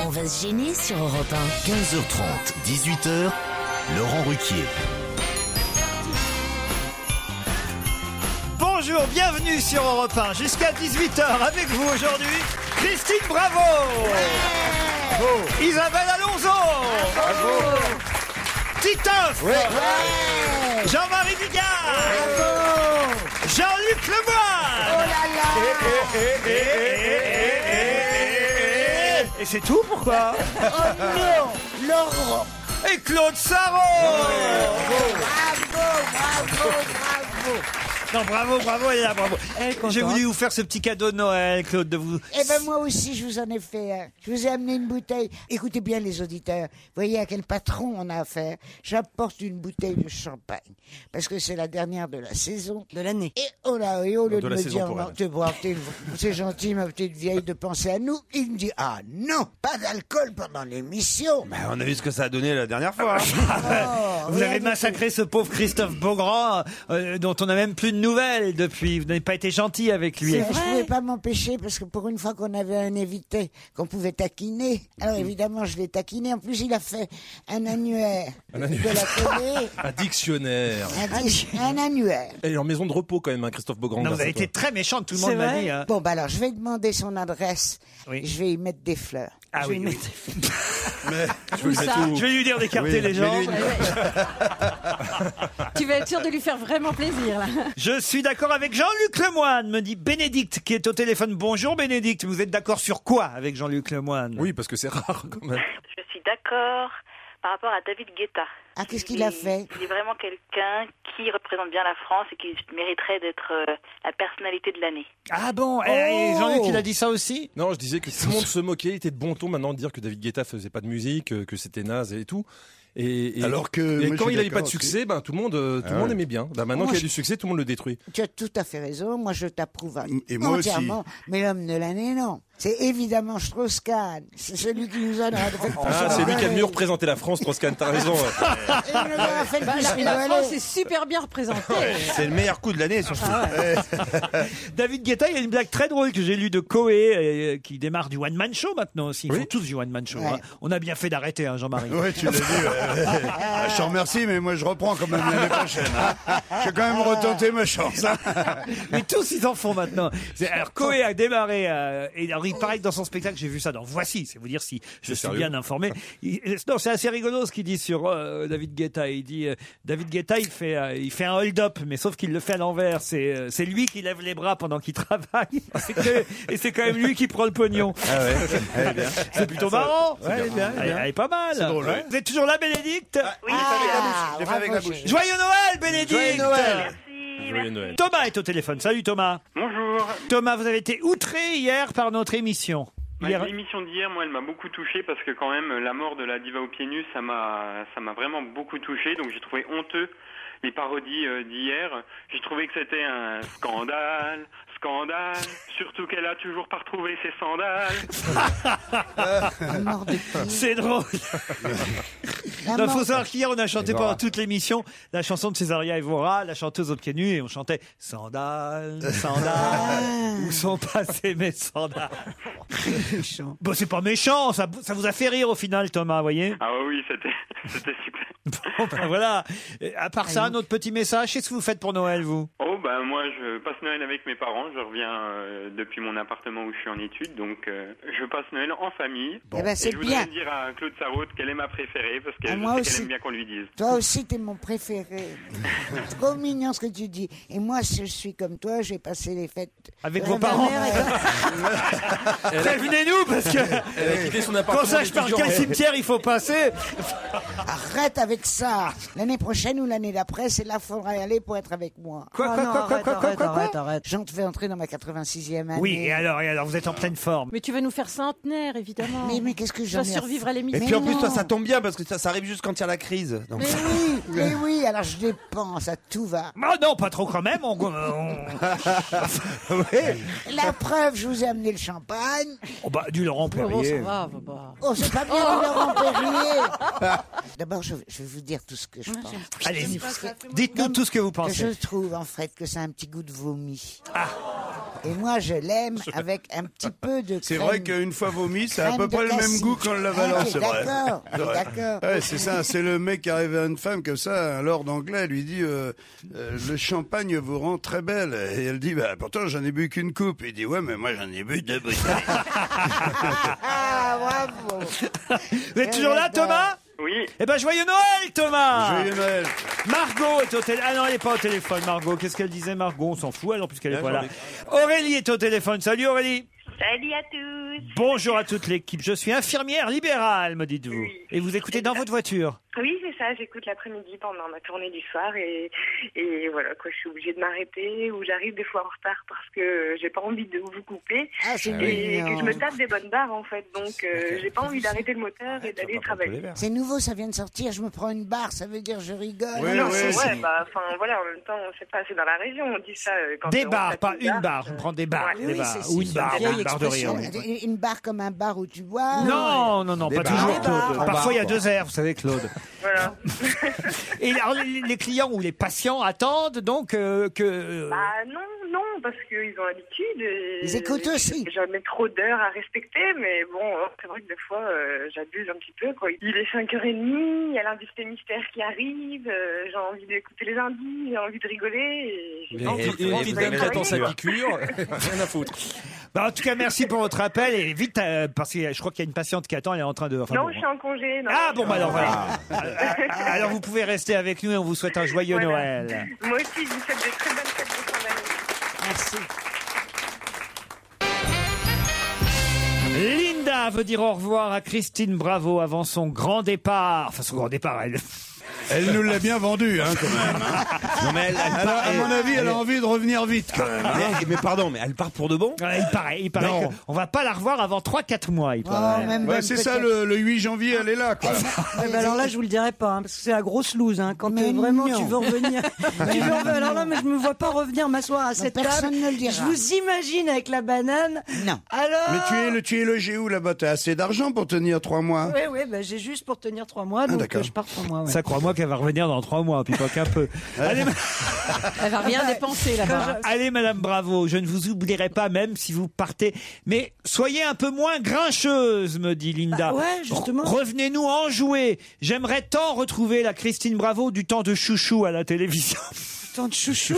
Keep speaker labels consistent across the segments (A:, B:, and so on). A: On va se gêner sur Europe
B: 15h30, 18h, Laurent Ruquier.
C: Bonjour, bienvenue sur Europe 1 jusqu'à 18h avec vous aujourd'hui Christine Bravo, Bravo. Isabelle Alonso Titoff Jean-Marie Bigard Jean-Luc
D: Oh
C: Lemoyne Eh, eh, eh, eh, eh, eh, eh, eh, eh, eh. Et c'est tout pourquoi
D: Oh non, Laurent.
C: Et Claude Sarro
D: Bravo, bravo, bravo.
C: Non, bravo, bravo, elle est Oh, là, bravo.
E: contente.
C: J'ai voulu vous faire ce petit cadeau de Noël, Claude, de vous.
D: Eh ben moi aussi, je vous en ai fait un. Je vous ai amené une bouteille. Écoutez bien les auditeurs. Voyez à quel patron on a affaire. J'apporte une bouteille de champagne parce que c'est la dernière de la saison.
E: de l'année.
D: Et oh là, et au lieu
F: De
D: de,
F: la
D: me
F: saison
D: dire,
F: pour
D: non,
F: elle.
D: t'es bon, t'es- c'est gentil ma petite vieille de penser à nous, il me dit ah non, pas d'alcool pendant l'émission.
A: Euh,
F: Bah, on a vu ce que ça a donné la dernière fois. hein.
C: Vous avez massacré ce pauvre Christophe Beaugrand, euh, dont on n'a même plus de nouvelles depuis. Vous n'avez pas été gentil avec lui.
D: Je ne pouvais pas m'empêcher parce que pour une fois qu'on avait un évité qu'on pouvait taquiner, alors évidemment je l'ai taquiné. En plus, il a fait un annuaire, de la Ah. télé.
G: Un dictionnaire.
D: un, dis- un annuaire.
G: Elle est en maison de repos quand même, hein, Christophe Beaugrand.
C: Non, vous
G: grâce à
C: avez
G: toi.
C: été très méchant, tout le monde
E: C'est
C: m'a
E: vrai
C: dit. hein.
D: Bon, bah alors je vais demander son adresse.
C: Oui.
D: Je vais y mettre des fleurs.
C: Ah oui, oui.
G: Je vais le mettre où
C: Je vais lui dire d'écarter les gens.
E: Tu vas être sûr de lui faire vraiment plaisir là.
C: Je suis d'accord avec Jean-Luc Lemoine, me dit Bénédicte, qui est au téléphone. Bonjour Bénédicte, vous êtes d'accord sur quoi avec Jean-Luc Lemoine
G: Oui, parce que c'est rare quand même.
H: Je suis d'accord par rapport à David Guetta.
D: Ah, qu'est-ce
H: Il
D: qu'il a
H: est-
D: fait
H: Il est vraiment quelqu'un qui représente bien la France et qui mériterait d'être euh, la personnalité de l'année. Oh,
C: Ah bon eh, Jean-Luc, il a dit ça aussi
G: Non, je disais que tout le monde se moquait. Il était de bon ton maintenant de dire que David Guetta faisait pas de musique, euh, que c'était naze et tout. Et, et-
F: Alors que
G: et
F: moi, je
G: quand
F: suis
G: il avait pas
F: d'accord Ah
G: de
F: aussi.
G: succès, ben, tout le monde, euh, tout le monde aimait bien. Ben, maintenant
D: Moi,
G: qu'il a
D: je-
G: du succès, tout le monde le détruit.
D: Tu as tout à fait raison. Moi, je t'approuve à-
F: Et moi aussi.
D: entièrement. Mais l'homme de l'année, non. C'est évidemment Strauss-Kahn. C'est celui qui nous a fait
G: Ah, c'est lui qui a mieux représenté la France, Troscan, t'as raison. ouais.
D: Il nous a fait le
E: Bah, la,
D: plus
E: la
D: rigoler.
E: France est super bien représentée.
F: C'est le meilleur coup de l'année, surtout.
C: Ah, David Guetta, il y a une blague très drôle que j'ai lue de Coé, euh, qui démarre du one-man show maintenant aussi. Ils font tous du one-man show.
D: Ouais.
C: hein. On a bien fait d'arrêter, hein, Jean-Marie.
F: Ouais, tu l'as dit. ouais, ouais. Ah, Je te remercie, mais moi je reprends quand même l'année prochaine. hein. Je vais quand même retenter ma chance. hein.
C: Mais tous ils en font maintenant. C'est- Alors Coé a démarré euh, et alors il paraît que dans son spectacle j'ai vu ça dans Voici, c'est vous dire si je suis
G: sérieux
C: bien informé. Il- euh, non, c'est assez rigolo ce qu'il dit sur euh, David Guetta. Il dit euh, David Guetta il fait euh, il fait un hold-up, mais sauf qu'il le fait à l'envers. C'est euh, c'est lui qui lève les bras pendant qu'il travaille C'est que- et c'est quand même lui qui prend le pognon. C'est plutôt marrant. Ouais, elle, elle est pas mal.
F: drôle, ouais.
C: Vous êtes toujours là, Bénédicte.
H: Oui,
D: Ah,
F: J'ai fait avec la
D: bravo,
F: bouche.
C: Joyeux Noël, Bénédicte.
H: merci.
G: Joyeux Noël.
C: Thomas est au téléphone. Salut Thomas.
I: Bonjour.
C: Thomas, vous avez été outré hier par notre émission.
I: Ma-
C: Hier-
I: L'émission Bah, d'hier, moi, elle m'a beaucoup touché parce que quand même, la mort de la diva au pied nu, ça m'a, ça m'a vraiment beaucoup touché. Donc j'ai trouvé honteux les parodies euh, d'hier. J'ai trouvé que c'était un scandale, scandale. Surtout qu'elle a toujours pas retrouvé ses sandales.
C: Ah.
D: la mort de qui
C: C'est drôle. Il
D: Maman.
C: faut savoir qu'hier, on a chanté
A: Et voilà.
C: pendant toute l'émission la chanson de Césaria Evora, la chanteuse aux pieds nus, et on chantait Sandales, sandales, où sont passés mes sandales Bon, c'est pas méchant, ça, ça vous a fait rire au final, Thomas, vous voyez
I: Ah ouais, oui, c'était c'était super.
C: Bon, ben voilà. Et À part ça, un autre petit message, qu'est-ce que vous faites pour Noël, vous
I: Oh bah moi je passe Noël avec mes parents, je reviens euh, depuis mon appartement où je suis en études, donc euh, je passe Noël en famille.
D: Eh ben,
I: Et
D: c'est
I: je voudrais
D: bien.
I: dire à Claude Sarraute qu'elle est ma préférée parce que
D: Ah,
I: je
D: moi
I: sais
D: aussi.
I: qu'elle aime bien qu'on lui dise.
D: Toi aussi, t'es mon préféré. Trop mignon ce que tu dis. Et moi, si je suis comme toi, j'ai passé les fêtes
C: Avec
D: de
C: vos
D: ma
C: parents.
D: mère et de-
C: Prévenez-nous, parce que
H: Elle a quitté son
C: quand on
H: appartement
C: sache par
H: d'étudiant.
C: quel cimetière il faut passer.
D: Arrête avec ça. L'année prochaine ou l'année d'après, c'est là qu'il faudra aller pour être avec moi.
C: Quoi,
D: Ah
C: quoi,
D: non,
J: Oh
C: quoi, quoi,
D: arrête,
C: quoi, quoi,
D: arrête,
C: quoi,
D: arrête, arrête. J'en te fais entrer dans ma
J: Eh
D: 86e année.
C: Oui, et alors, et alors, vous êtes en pleine forme.
E: Mais tu vas nous faire centenaire, évidemment.
D: Mais- mais qu'est-ce que
E: Je
D: j'en
E: dois
D: ai à
E: survivre à
D: foutre
E: l'émission.
A: Et puis en plus,
D: non.
A: toi, ça tombe bien parce que ça, ça arrive juste quand il y a la crise. Donc,
D: Mais oui, mais oui, alors je dépense, à tout va.
C: Ah non, pas trop quand même. On... on-
D: La preuve, je vous ai amené le champagne.
C: Oh, bah, du Laurent
E: Laurent, ça
C: Perrier.
E: va, va pas.
D: Oh, c'est pas bien,
E: Oh.
D: Laurent Perrier. D'abord, je, je vais vous dire tout ce que je pense.
C: Allez-y, dites-nous tout ce que vous
D: Que je
C: pensez. Ah.
D: trouve, en fait, que c'est un petit goût de vomi. Et moi, je l'aime avec un petit peu de
F: C'est
D: crème.
F: vrai qu'une fois vomi, ça a à
D: Crème
F: peu
D: de
F: près le même
D: cassis.
F: goût qu'en
D: Ah,
F: l'avalant,
D: oui,
F: c'est vrai.
D: d'accord, oui,
F: C'est vrai.
D: d'accord.
F: Ouais, c'est ça, c'est le mec qui arrive à une femme comme ça, un lord anglais, lui dit euh, euh, Le champagne vous rend très belle. Et elle dit bah, Pourtant, j'en ai bu qu'une coupe. Il dit Ouais, mais moi, j'en ai bu deux bouteilles.
D: Ah, bravo.
C: Vous êtes toujours là,
D: j'adore.
C: Thomas
I: Oui,
C: Eh ben, joyeux Noël, Thomas
F: Joyeux Noël.
C: Margot est au téléphone. Ah non, elle n'est pas au téléphone, Margot. Qu'est-ce qu'elle disait, Margot On s'en fout, alors, puisqu'elle est
F: Ah,
C: pas
F: j'en
C: là. Aurélie est au téléphone. Salut, Aurélie.
K: Salut à tous.
C: Bonjour à toute l'équipe. Je suis infirmière libérale, me dites-vous.
K: Oui.
C: Et vous écoutez dans votre voiture.
K: Oui, c'est ça, j'écoute l'après-midi pendant ma tournée du soir et, et voilà, quoi, je suis obligée de m'arrêter ou j'arrive des fois en retard parce que j'ai pas envie de vous couper
D: Ah, c'est
K: et que je me
D: mignon.
K: tape des bonnes barres en fait, donc euh, j'ai pas envie d'arrêter le
C: Ah,
K: moteur et d'aller travailler.
D: C'est nouveau, ça vient de sortir. Je me prends une barre, ça veut dire je rigole.
F: Oui,
K: non,
F: oui,
K: c'est-
F: c'est-
K: ouais, bah, enfin, voilà, en même temps, on sait pas, c'est dans la région, on dit ça. euh, Quand
C: Des
K: on
C: barres,
K: tape
C: pas une barre. On prend des barres.
K: Ouais.
C: des
D: Oui,
C: barres.
D: c'est-
C: Ou une
D: c'est une
C: barre,
D: vieille
C: une barre de rire.
D: Une- Une barre comme un bar où tu bois. Ah,
C: Non, non, non,
A: Ah Des
C: pas
A: barres.
C: toujours,
A: Des
C: Claude.
A: barres.
C: Parfois, il y a deux airs, vous savez, Claude.
K: Voilà.
C: Et alors, les les clients ou les patients attendent donc euh, que... euh,
K: Bah non, non, parce qu'ils ont l'habitude. et
D: Ils écoutent aussi.
K: j'ai Jamais trop d'heures à respecter, mais bon, c'est vrai que des fois, euh, j'abuse un petit peu. Quoi. Il est 5h30, il y a l'invité mystère qui arrive, euh, j'ai envie d'écouter les indices, j'ai envie de rigoler. Et j'ai pas envie de
H: Et
K: travailler,
H: puis
K: quoi.
H: dame qui attend sa piqûre, rien à foutre.
C: bah, en tout cas, merci pour votre appel. Et vite, euh, parce que je crois qu'il y a une patiente qui attend, elle est en train de... enfin,
K: Non,
C: bon.
K: je suis en congé. non.
C: Ah bon, bah alors voilà. Ah. alors, vous pouvez rester avec nous et on vous souhaite un joyeux
K: Voilà.
C: Noël.
K: Moi aussi, je vous souhaite de très bonnes fêtes de fin d'année.
D: Merci.
C: Linda veut dire au revoir à Christine Bravo avant son grand départ. Enfin, son grand départ, elle...
F: Elle nous l'a bien vendu, hein, quand même. hein.
A: non, mais elle, elle
F: Alors,
A: part-
F: à
A: elle-
F: mon avis, elle a envie de revenir vite, quand même. hein.
A: mais, mais pardon, mais elle part pour de bon
C: Ouais, il paraît, il paraît
A: Non.
C: que on va pas la revoir avant 3-4 mois, il
D: Oh,
C: paraît.
D: même
F: Ouais,
D: bonne
F: c'est ça,
D: peut-être.
F: le, le 8 janvier, elle est là, quoi.
J: Eh ben alors là, je vous le dirai pas, hein, parce que c'est la grosse loose. hein. Quand
D: Mais
J: euh, vraiment
D: non.
J: tu veux revenir, tu veux revenir- alors là, mais je me vois pas revenir m'asseoir à cette
D: personne
J: table.
D: ne le dira.
J: Je vous imagine avec la banane.
D: Non.
J: Alors.
F: Mais tu es, le, tu es logé où là-bas T'as assez d'argent pour tenir trois
D: Ah.
F: mois Ah,
J: Oui, oui, ben, j'ai juste pour tenir trois mois, donc
F: d'accord.
J: euh, je pars trois mois. ouais.
C: Ça, crois-moi qu'elle va revenir dans 3 mois, puis pas qu'un peu. Allez, ma-
E: Elle
J: Ah,
E: va
C: Ah
E: rien dépenser là-bas.
C: Bah, Allez, Madame Bravo, je ne vous oublierai pas, même si vous partez. Mais soyez un peu moins grincheuse, me dit Linda.
J: Bah ouais, justement.
C: Re- Revenez-nous en jouer. J'aimerais tant retrouver la Christine Bravo du temps de chouchou à la télévision.
J: Tant de chouchou.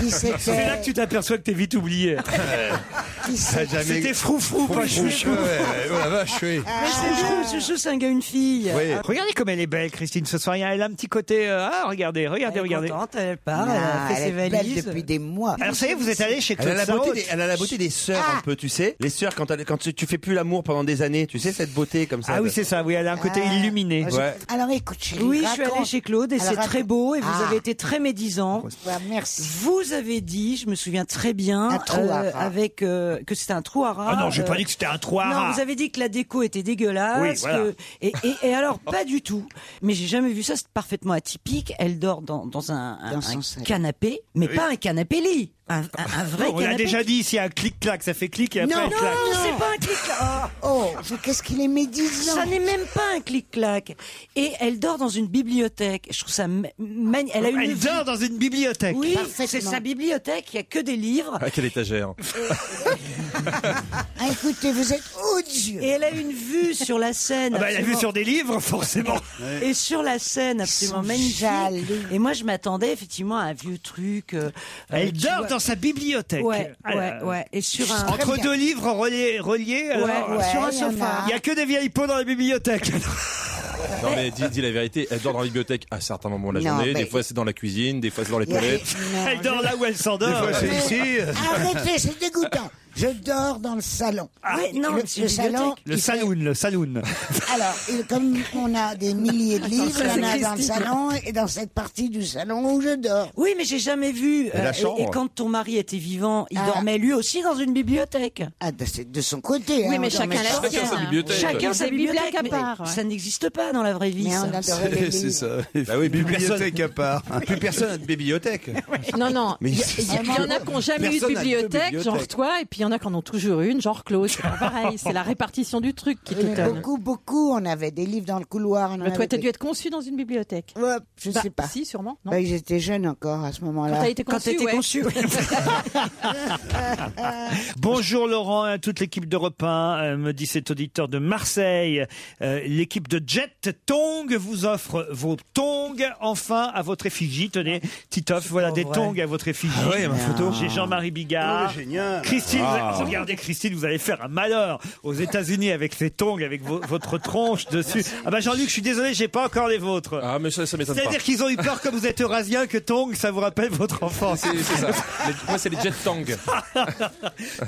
D: Qui
C: C'est là que
D: c'était
C: tu t'aperçois que t'es vite oublié.
D: Qui c'était
C: C'était froufrou, pas chouchou.
F: Ouais, oh la vache, oui.
D: Ah,
J: Mais chouchou, chouchou, c'est un gars, une fille.
F: Oui.
C: Regardez comme elle est belle, Christine, ce soir. Elle a un petit côté. euh, ah, regardez, regardez,
J: Elle est
C: regardez.
J: contente, elle part, elle
D: Ah,
J: a fait ses
D: Elle est belle
J: valises.
D: depuis des mois.
C: Alors, ça y est, vous êtes allé chez
A: Elle a,
C: Claude
A: la beauté
C: Sarraute.
A: des, elle a la beauté des sœurs
D: Ah.
A: un peu, tu sais. Les sœurs, quand, elles- quand tu, tu fais plus l'amour pendant des années, tu sais, cette beauté comme ça.
C: Ah oui,
A: de-
C: c'est ça. Oui, elle a un côté
D: Ah.
C: illuminé.
A: Ouais.
D: Alors écoute, chérie,
J: Oui, je suis allée
D: raconte.
J: chez Claude et
D: Alors,
J: c'est
D: raconte.
J: très beau et vous
D: Ah.
J: avez été très médisant.
D: Ouais, merci.
J: Vous avez dit, je me souviens très bien,
D: Un trou à rats.
J: avec euh, que c'était un trou à rats.
C: Ah non, j'ai
J: euh,
C: pas dit que c'était un trois.
J: Non, vous avez dit que la déco était dégueulasse.
C: Oui, voilà.
J: que- et, et- et alors, pas du tout. Mais j'ai jamais vu ça, c'est parfaitement atypique. Elle dort dans, dans un, un-
D: Dans son
J: un
D: salon.
J: canapé, mais pas un canapé-lit. Un, un- un vrai
C: On l'a
J: canapé
C: déjà dit, s'il y a un clic-clac, ça fait clic et après
J: Non,
C: un
J: non,
C: clac.
J: c'est pas un clic-clac. Oh, qu'est-ce qu'il est médisant. Ça n'est même pas un clic-clac. Et elle dort dans une bibliothèque. Je trouve ça ma- magn- Elle a une
C: Elle dort dans une bibliothèque.
J: Oui, c'est sa bibliothèque. Il y a que des livres.
G: À Ah, quelle étagère
J: Ah, écoutez, vous êtes odieux. Et elle a une vue sur la Seine.
C: Ah bah, elle a vu
J: absolument-
C: sur des livres, forcément.
J: Et sur la Seine, absolument
C: sont
J: magnifique. Et moi, je m'attendais effectivement à un vieux truc. euh, euh,
C: Elle
J: tu
C: dort
J: vois.
C: dans sa bibliothèque.
J: Ouais,
C: Elle-
J: ouais, ouais. Et sur un
C: Entre deux livres reliés, reliés, euh, alors,
J: ouais, sur un
C: il y en
J: sofa.
C: a. Il n'y a que des vieilles peaux dans la bibliothèque.
G: Non mais dis, dis la vérité, elle dort dans la bibliothèque à certains moments de la
C: Non,
G: journée,
C: mais-
G: des fois c'est dans la cuisine, des fois c'est dans les
C: Ouais,
G: toilettes.
C: non, Elle dort je- là où elle s'endort.
G: Des fois c'est
C: Mais-
G: ici.
A: Ah,
D: Arrêtez, c'est dégoûtant. Je dors dans le salon.
J: ouais, non,
D: le,
J: c'est
D: le
J: une
D: salon.
C: Ah, Le saloon, le saloon.
D: Alors, et comme on a des milliers de livres,
J: Ça,
D: il y en a
J: c'est
D: dans le
J: Christine.
D: salon et dans cette partie du salon où je dors.
J: Oui, mais j'ai jamais vu. euh,
D: Et la chambre.
J: et, quand ton mari était vivant, il dormait lui aussi dans une bibliothèque.
D: Ah, bah, c'est de son côté.
J: Oui,
D: hein,
J: mais
D: on dormait
J: chacun la
D: chacun
J: sienne.
D: sa bibliothèque.
J: Chacun sa
D: Des
J: bibliothèque
D: bibliothèques à
J: mais
D: part, ouais.
J: Ça n'existe pas dans la vraie vie.
D: Mais on
J: ça.
D: adorait les livres.
F: ça.
A: Bah
F: oui, bibliothèque à part. Plus personne n'a de bibliothèque.
E: Non, non.
F: Mais
E: Il y,
F: c'est-
E: il y- il y en a qui n'ont jamais eu de
F: Personne n'a de
E: bibliothèque,
F: bibliothèque.
E: genre toi, et puis il y en a qui en ont toujours une, genre Claude. C'est pas pareil, c'est la répartition du truc qui
D: Oui, mais
E: t'étonne.
D: beaucoup, beaucoup, on avait des livres dans le couloir. On en
E: Bah, toi,
D: avait
E: t'as
D: des-
E: dû être conçu dans une bibliothèque.
D: Ouais, je
E: Bah,
D: sais pas.
E: Si, sûrement. Non.
D: Bah, j'étais jeune encore à ce moment-là.
E: Quand t'as été
D: Quand
E: conçu,
D: t'étais
E: ouais.
D: conçu, oui.
C: Bonjour Laurent à toute l'équipe d'Europe 1, euh, me dit cet auditeur de Marseille. Euh, l'équipe de Jet Tong vous offre vos tongs enfin à votre effigie. Tenez, Titoff, voilà des tongs à votre effigie.
F: Ah ouais, il y a ma photo.
C: J'ai Jean-Marie Bigard.
F: Oh, génial.
C: Christine, vous-
F: Ah.
C: regardez Christine, vous allez faire un malheur aux États-Unis avec ces tongs, avec vo- votre tronche dessus. Ah bah Jean-Luc, je suis désolé, j'ai pas encore les vôtres.
G: Ah mais ça, ça m'étonne pas.
C: C'est-à-dire qu'ils ont eu peur comme vous êtes eurasien que tong, ça vous rappelle votre enfance.
G: C'est c'est ça. Les- Moi c'est les jet tang.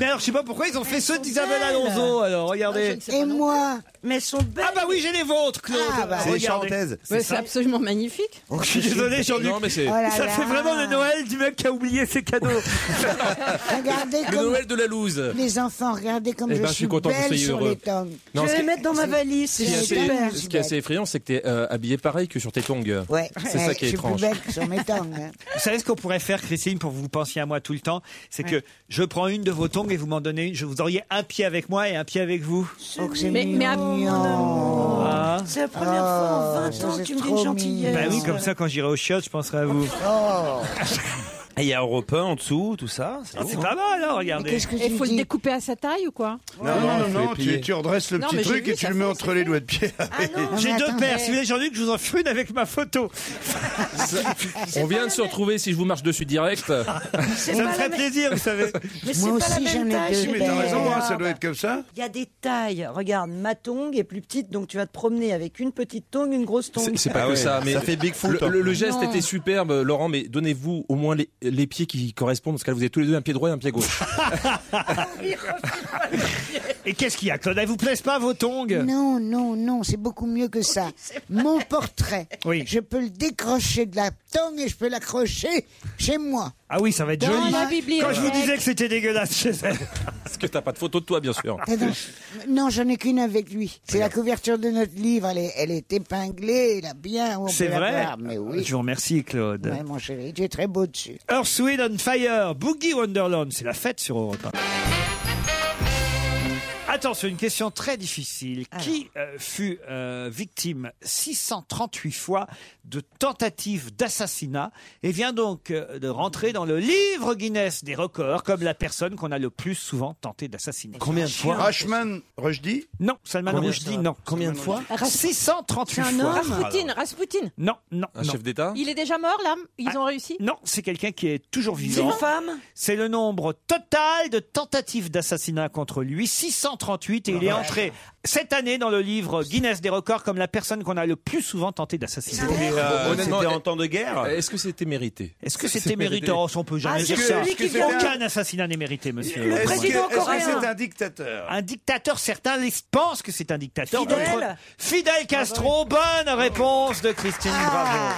C: Mais alors, je sais pas pourquoi ils ont fait ceux d'Isabelle Alonso. Alors, regardez.
D: Et moi
J: Mais elles sont belles.
C: Ah bah oui, j'ai les vôtres, Claude.
D: Ah bah.
C: Regardez. ça.
E: Ouais, c'est absolument magnifique.
C: Oh, Je suis désolé, Jean-Luc.
G: Non, mais c'est- Oh
D: là
C: ça
D: là.
C: fait vraiment le Noël du mec qui a oublié ses cadeaux.
D: Regardez
G: Le
D: comme
G: Noël de la loose.
D: les enfants, regardez comme
G: Eh
D: je
G: ben, je suis
D: suis
G: content que vous
D: belle
G: soyez
D: sur
G: heureux.
D: les tongs.
G: Non, ce qui-
J: dans ma valise.
G: Ce qui est assez- ce qui est assez effrayant, c'est que t'es euh, habillé pareil que sur tes tongs.
D: Ouais,
G: C'est
C: Eh,
G: ça qui est
D: je suis plus
G: étrange.
D: belle que sur mes tongs. hein.
C: Vous savez ce qu'on pourrait faire, Christine, pour que vous pensiez à moi tout le temps C'est que je prends une de vos tongs et vous m'en donnez une. Je vous auriez un pied avec moi et un pied avec vous.
D: Oh, que c'est
E: Mais, mais à-
C: Ah.
J: C'est la première fois en 20 ans que tu me dis une gentillesse. Oh.
C: Bah oui, comme ça, quand j'irai au chiottes, je penserai à vous.
A: Et il y a Europe 1 en dessous, tout ça.
C: Ah, C'est pas mal, hein, regardez.
E: Il faut le découper à sa taille ou quoi
F: Non, non,
A: faut
F: non, tu,
A: les plier.
F: tu redresses le
E: Non,
F: petit
E: mais j'ai
F: truc
E: vu,
F: et tu
E: ça
F: le mets
E: fait-
F: entre les doigts de pied.
J: Ah
C: J'ai
D: mais
C: deux
D: attends,
C: paires.
D: mais-
C: Si vous voulez, Jean-Luc, je vous en fais une avec ma photo.
G: On vient de se retrouver si je vous marche dessus direct.
C: Ça
J: pas
C: me
J: la Ah,
C: ferait
J: même-
C: plaisir, vous savez.
J: Mais c'est
D: Moi
J: pas la
D: aussi, j'en
J: même
D: ai
J: taille.
D: deux.
J: chez
F: Mais t'as
J: Belle.
F: raison, hein, ça
J: bah.
F: doit être comme ça.
J: Il y a des tailles. Regarde, ma tongue est plus petite, donc tu vas te promener avec une petite tongue, une grosse tongue.
G: C'est- C'est pas
A: Ah
G: que
A: ouais,
G: ça, mais
A: ça fait Bigfoot,
G: le-
A: hein.
G: Le, le geste
J: Non.
G: était superbe, Laurent, mais donnez-vous au moins les, les pieds qui correspondent, parce que là, vous avez tous les deux un pied droit et un pied gauche.
J: Ah
C: Et qu'est-ce qu'il y a, Claude Elles vous plaisent pas, vos tongs
D: Non, non, non, c'est beaucoup mieux que ça. Mon portrait,
C: Oui.
D: je peux le décrocher de la tongue et je peux l'accrocher chez moi.
C: Ah oui, ça va être
D: Dans
C: joli.
D: la
C: Quand
D: bibliothèque.
C: je vous disais que c'était dégueulasse chez elle.
G: parce que t'as pas de photo de toi, bien sûr.
D: Attends, non, j'en ai qu'une avec lui. C'est la couverture de notre livre. Elle est, elle est épinglée, là, bien. où on peut
C: C'est
D: la
C: vrai
D: voir, Mais
G: Ah,
D: oui.
C: Je vous remercie, Claude.
D: Ouais, mon chéri, tu es très beau dessus.
C: Earth, Wind and Fire, Boogie Wonderland, c'est la fête sur Europe 1. Attention, une question très difficile. Qui euh, fut euh, victime 638 fois de tentatives d'assassinat et vient donc euh, de rentrer dans le livre Guinness des records comme la personne qu'on a le plus souvent tenté d'assassiner
A: Combien de fois
F: Rashman Rushdie
C: Non, Salman
A: Combien
C: Rushdie, non.
A: Combien de fois
E: Ras-
C: 638
E: C'est un
C: fois. Hein
E: homme Rasputin, Rasputin.
C: Non, non,
G: Un
C: non.
G: chef d'État
E: Il est déjà mort là Ils ont réussi
C: Non, c'est quelqu'un qui est toujours
J: C'est
C: vivant.
J: une femme
C: C'est le nombre total de tentatives d'assassinat contre lui, 638, et il est entré cette année dans le livre Guinness des records comme la personne qu'on a le plus souvent tenté d'assassiner.
A: Mais, euh,
G: Honnêtement,
A: C'était en temps de guerre
G: Est-ce que c'était mérité
C: Est-ce que c'était méritant On peut jamais
J: Ah,
C: dire
J: c'est
C: ça.
J: celui qui vient-
C: Aucun assassinat n'est mérité, monsieur.
J: Le
F: Est-ce que
J: président
F: est-ce que
J: coréen.
C: Ah,
F: c'est un dictateur
C: Un dictateur, certains les- pensent que c'est un dictateur.
J: Fidel.
C: d'autres- Fidel Castro, bonne réponse de Christine Bravo.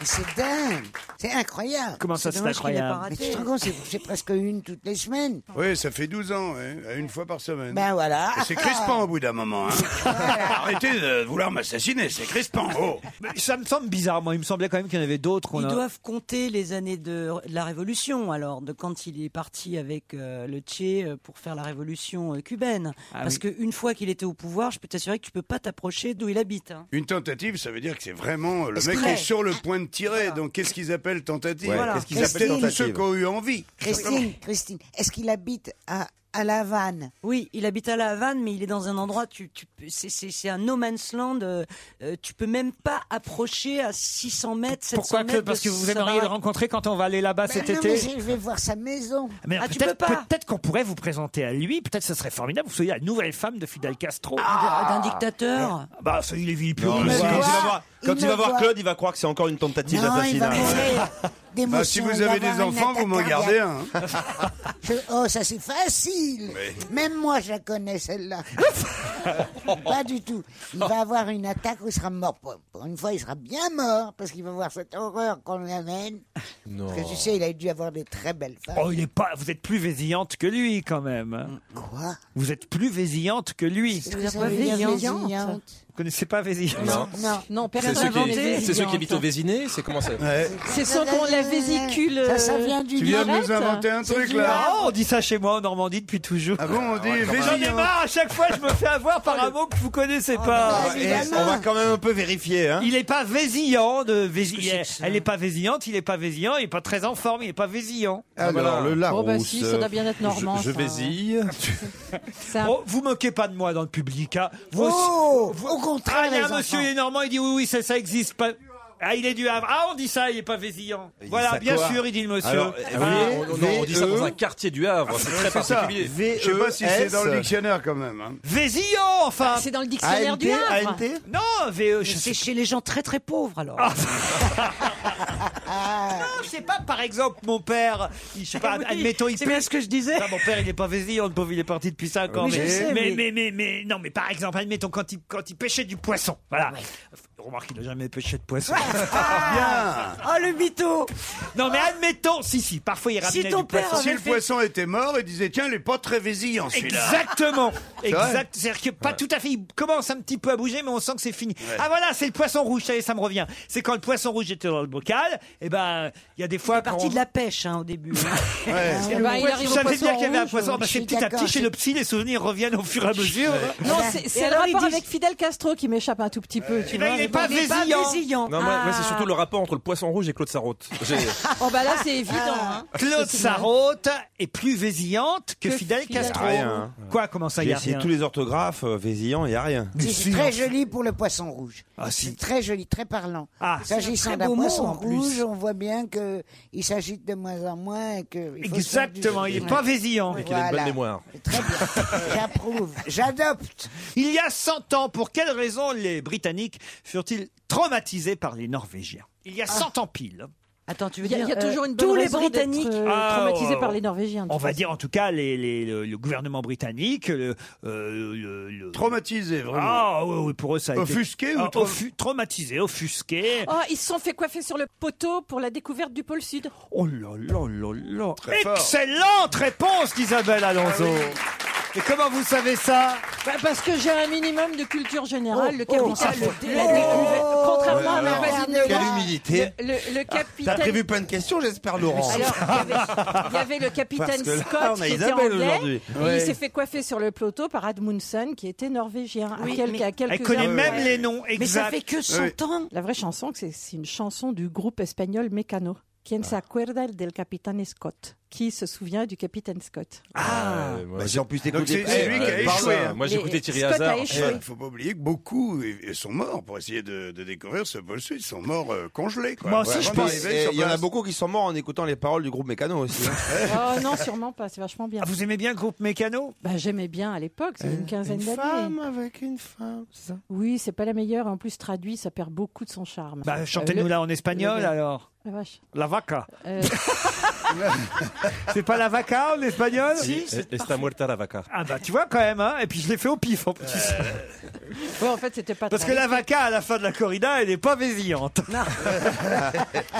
D: Mais C'est dingue. C'est incroyable.
C: Comment ça, C'est c'est dommage qu'il ait incroyable pas raté.
D: Mais tu te rends compte, c'est- c'est presque une toutes les semaines.
F: Oui, ça fait 12 ans, hein, à une fois par semaine.
D: Ben voilà.
F: Et C'est crispant au bout d'un moment. hein. Arrêtez de vouloir m'assassiner, c'est crispant. oh.
C: Mais Ça me semble bizarre, moi. Il me semblait quand même qu'il y en avait d'autres. qu'on
J: Ils
C: a-
J: doivent compter les années de, de la Révolution, alors, de quand il est parti avec euh, le Che euh, pour faire la Révolution euh, cubaine.
C: Ah
J: Parce que qu'une fois qu'il était au pouvoir, je peux t'assurer que tu peux pas t'approcher d'où il habite. hein.
F: Une tentative, ça veut dire que c'est vraiment le mec
J: Exprès.
F: est sur le point de tirer. Donc qu'est-ce qu'ils appellent tentative
D: Ouais, Voilà.
F: Qu'est-ce qu'ils appellent
D: Christine.
F: tous ceux qui ont eu envie
D: Christine, Christine, est-ce qu'il habite à, à La Havane
J: Oui, il habite à La Havane, mais il est dans un endroit, tu, tu, c'est- c'est c'est un no man's land, euh, euh, tu peux même pas approcher à 600 mètres, 700
C: Pourquoi
J: mètres.
C: que Parce que
J: de
C: vous
J: sa
C: aimeriez le
J: baraque.
C: rencontrer quand on va aller
J: Ben
C: là-bas cet
D: Ben non,
C: été
D: mais je vais voir sa maison.
C: Mais
J: Ah, tu
C: peut-être
J: peux pas.
C: peut-être qu'on pourrait vous présenter à lui, peut-être ce serait formidable, vous soyez la nouvelle femme de Fidel Castro.
J: Ah, D'un dictateur
C: Bah, ça, il est vilipeux.
A: Non,
C: on
A: mais
C: le
A: quand
C: voit.
A: il va voir,
D: Il
A: quand
D: me
A: il va voir
D: voit.
A: Claude, il va croire que c'est encore une tentative
D: Non, il va
A: d'assassinat.
D: mourir d'émotion,
F: Bah, si vous
D: il va
F: avez des
D: avoir une
F: enfants, vous hein.
D: attaque
F: m'en gardez un,
D: cardiaque. Je- oh, ça c'est facile. Même moi, je la connais celle-là. Pas du tout. Il va avoir une attaque où il sera mort. Pour pour une fois, il sera bien mort parce qu'il va voir cette horreur qu'on lui amène.
C: Non.
D: Parce que tu sais, il a dû avoir des très belles femmes.
C: Oh, il est pas. Vous êtes plus vésillante que lui, quand même.
D: Quoi
C: Vous êtes plus vésillante que lui.
D: Qu'est-ce que ça veut dire,
C: Vous connaissez pas vésillante
G: Non.
D: Non.
E: Non,
G: C'est
E: personne
G: ceux,
E: n'en est
G: qui, c'est ceux qui habitent au
E: vivante.
G: Vésiné, c'est comment ça
E: C'est ceux qui ont la vésicule.
D: Ça, ça vient du
E: euh,
D: Tu viens de nous
E: directe.
D: inventer un
E: C'est
D: truc,
E: du
D: là.
E: Havre.
C: Ah, on dit ça chez moi en Normandie depuis toujours. Ah
F: bon, on dit hein.
C: J'en ai
F: vésillante.
C: marre, à chaque fois je me fais avoir par un mot que vous connaissez pas.
A: bah, Et évidemment. on va quand
C: même un peu vérifier.
A: hein.
C: Il n'est pas vésillant. De vési- Elle n'est pas vésillante, il n'est pas vésillant, il n'est pas très en forme, il n'est pas vésillant.
E: Alors, Voilà. le Larousse, Bon, bah, si, ça doit bien
G: euh,
E: être normand, je- je ça. hein.
C: vésille. Oh, vous moquez pas de moi dans le public. hein. Vous
D: Oh,
C: aussi- vous-
D: au contraire,
C: Ah, il y a
D: les
C: un monsieur,
D: enfants.
C: il est normand, il dit oui, oui, ça, ça existe pas. Ah, il est du Havre. Ah, on dit ça, il n'est pas vésillant.
G: dit
C: Voilà,
G: ça
C: bien
G: quoi
C: sûr, il dit le monsieur.
G: Alors,
C: Ah,
G: V- on- non, on dit ça dans un quartier du Havre,
F: Ah,
G: c'est E
F: ouais,
G: très
F: c'est ça.
G: particulier.
F: Je sais pas si
D: E
F: c'est dans le dictionnaire quand même. hein.
C: Vésillant, enfin
E: Ah, C'est dans le dictionnaire
F: ANT,
E: du Havre.
F: ANT?
C: Non, euh, VE,
J: je C'est chez les gens très très pauvres, alors.
C: Ah, Non, Ah, je sais pas, par exemple, mon père, il- je sais pas,
E: Ah,
J: Oui,
C: admettons, il
J: c'est bien ce que je disais.
C: Non, mon père, il est pas vésillant, le pauvre, il est parti depuis 5 ans.
J: Mais je sais,
C: mais, mais,
J: mais-
C: mais- mais- non, mais par exemple, admettons, quand il, quand il pêchait du poisson, voilà. Ah, Remarque, il a jamais pêché de poisson.
J: Oh, le mytho
C: ah, Non, mais admettons, si, si, parfois il ramenait du poisson.
F: si le poisson était mort, il disait tiens, il est pas très vésillant celui-là.
C: Exactement.
F: C'est vrai
C: Exact. C'est-à-dire que pas tout à fait. Il commence un petit peu à bouger, mais on sent que c'est fini. Ah voilà, c'est le poisson rouge. Ça y est, ça me revient. C'est quand le poisson rouge était dans le bocal. Et ben, il y a des fois. Eh ben, quand
J: parti
C: on-
J: de la pêche hein, au début. hein.
C: Ouais.
J: Parce que le
C: Ouais,
J: poisson-
C: je savais bien qu'il y avait un
J: rouge,
C: poisson.
J: euh,
C: Parce que
J: je suis
C: petit à petit,
J: d'accord.
C: chez le psy, les souvenirs reviennent au fur et à mesure.
E: Non, c'est-
J: Et
E: c'est le
J: alors, ils
E: rapport
J: disent-
E: avec Fidel Castro qui m'échappe un tout petit peu. Tu
C: Eh ben,
E: vois,
C: il est pas
E: mais bon, il
G: Non, moi, moi,
J: Ah.
G: c'est surtout le rapport entre le poisson rouge et Claude Sarraute. J'ai-
E: Ah.
C: Ah
E: Oh bah là, c'est évident. hein.
C: Claude
E: C'est évident.
C: Sarraute est plus vésillante que, Fidel, Castro.
A: Y a rien. hein.
C: Quoi, comment ça, il y
A: J'ai
C: a
A: essayé
C: rien
A: tous les orthographes, euh, vésillant, il n'y a rien.
D: C'est très joli pour le poisson rouge.
A: Ah, si.
D: C'est très joli, très parlant.
C: Ah, c'est un
D: S'agissant
C: très
D: d'un
C: beau mot,
D: poisson
C: en plus.
D: rouge, on voit bien que il s'agite de moins en moins et que. il faut se faire du-
C: Exactement, il n'est pas vésillant.
D: Et qu'il a une bonne Voilà. mémoire. J'approuve, j'adopte.
C: Il y a 100 ans, pour quelle raison les Britanniques furent-ils traumatisés par les Norvégiens Il y a 100 ans pile.
J: Ah. Attends, tu euh,
E: Il y a, il y a toujours une bonne
J: Tous les
E: raison d'être,
J: Britanniques
E: euh,
C: Ah,
E: traumatisés
C: oh,
E: par
C: oh.
E: les Norvégiens. de
C: On
E: toute
C: va
E: façon.
C: dire en tout cas les, les- le, le gouvernement britannique, le, euh, le- le-
F: Traumatisé, vraiment.
C: Ah oui, oui, pour eux ça a été-
F: Offusqué ou
C: Ah,
F: trau-
C: offu- traumatisé, offusqué.
E: Oh, ils se sont fait coiffer sur le poteau pour la découverte du pôle Sud.
C: Oh là là là là.
F: Très fort. Ah
C: Excellente réponse d'Isabelle Alonso. Et comment vous savez ça
E: Bah, parce que j'ai un minimum de culture générale.
D: Oh,
E: le
D: oh,
E: capital,
D: ça,
E: le
D: faut-
E: dé- la découverte.
D: Oh,
E: Contrairement à ma
D: alors,
E: voisine de
D: quelle
E: là,
A: humilité. Ah,
E: Le, le- le
A: T'as
E: capitaine.
A: prévu plein de questions, j'espère, Laurent.
E: Alors, il y avait- il y avait le
A: Parce
E: capitaine
A: que là,
E: Scott
A: on a
E: qui était
A: Isabelle
E: anglais.
A: aujourd'hui.
E: et
A: Ouais.
E: Il s'est fait coiffer sur le poteau par Admundson qui était norvégien.
J: Oui,
E: à quelques,
J: mais-
E: à quelques
C: Elle connaît
E: heures euh,
C: même
E: près.
C: les noms exacts.
J: Mais ça fait que 100
C: Oui.
J: ans.
E: La vraie chanson, c'est c'est une chanson du groupe espagnol Mecano. Quien
C: Ah.
E: se acuerda del Capitán Scott Qui se souvient du Capitaine Scott
A: Ah, bah, si en plus t'écoutes
F: Donc
A: des
F: c'est c'est lui qui a
A: Eh,
F: échoué.
A: pardon.
F: hein.
G: Moi, j'ai écouté Thierry
E: Scott a
G: Hazard.
E: échoué.
F: Il faut pas oublier que beaucoup euh, sont morts pour essayer de, de découvrir ce pôle sud. Ils sont morts euh, congelés. Quoi.
A: Moi aussi,
F: Avant
A: je
F: d'arriver
A: pense.
F: sur
A: Il y en a
F: place.
A: beaucoup qui sont morts en écoutant les paroles du groupe Mécano aussi. hein.
E: Oh non, sûrement pas, c'est vachement bien.
C: Ah, Vous aimez bien le groupe Mécano
E: Bah, J'aimais bien à l'époque, c'est une quinzaine d'années.
A: avec une femme, c'est ça
E: Oui, c'est pas la meilleure. En plus, traduit, ça perd beaucoup de son charme.
C: Bah, chantez-nous
E: Euh, le- Euh.
C: là en espagnol
E: le-
C: alors.
E: La vache.
C: La vaca.
E: Euh,
C: C'est pas la vaca en espagnol
G: Si, c'est Está parfait. muerta la vaca.
C: Ah bah tu vois quand même, hein. Et puis je l'ai fait au pif en plus.
E: Ouais, en fait, c'était Euh, pas
C: Parce que
E: très-
C: la vaca à la fin de la corrida, elle n'est pas vésillante.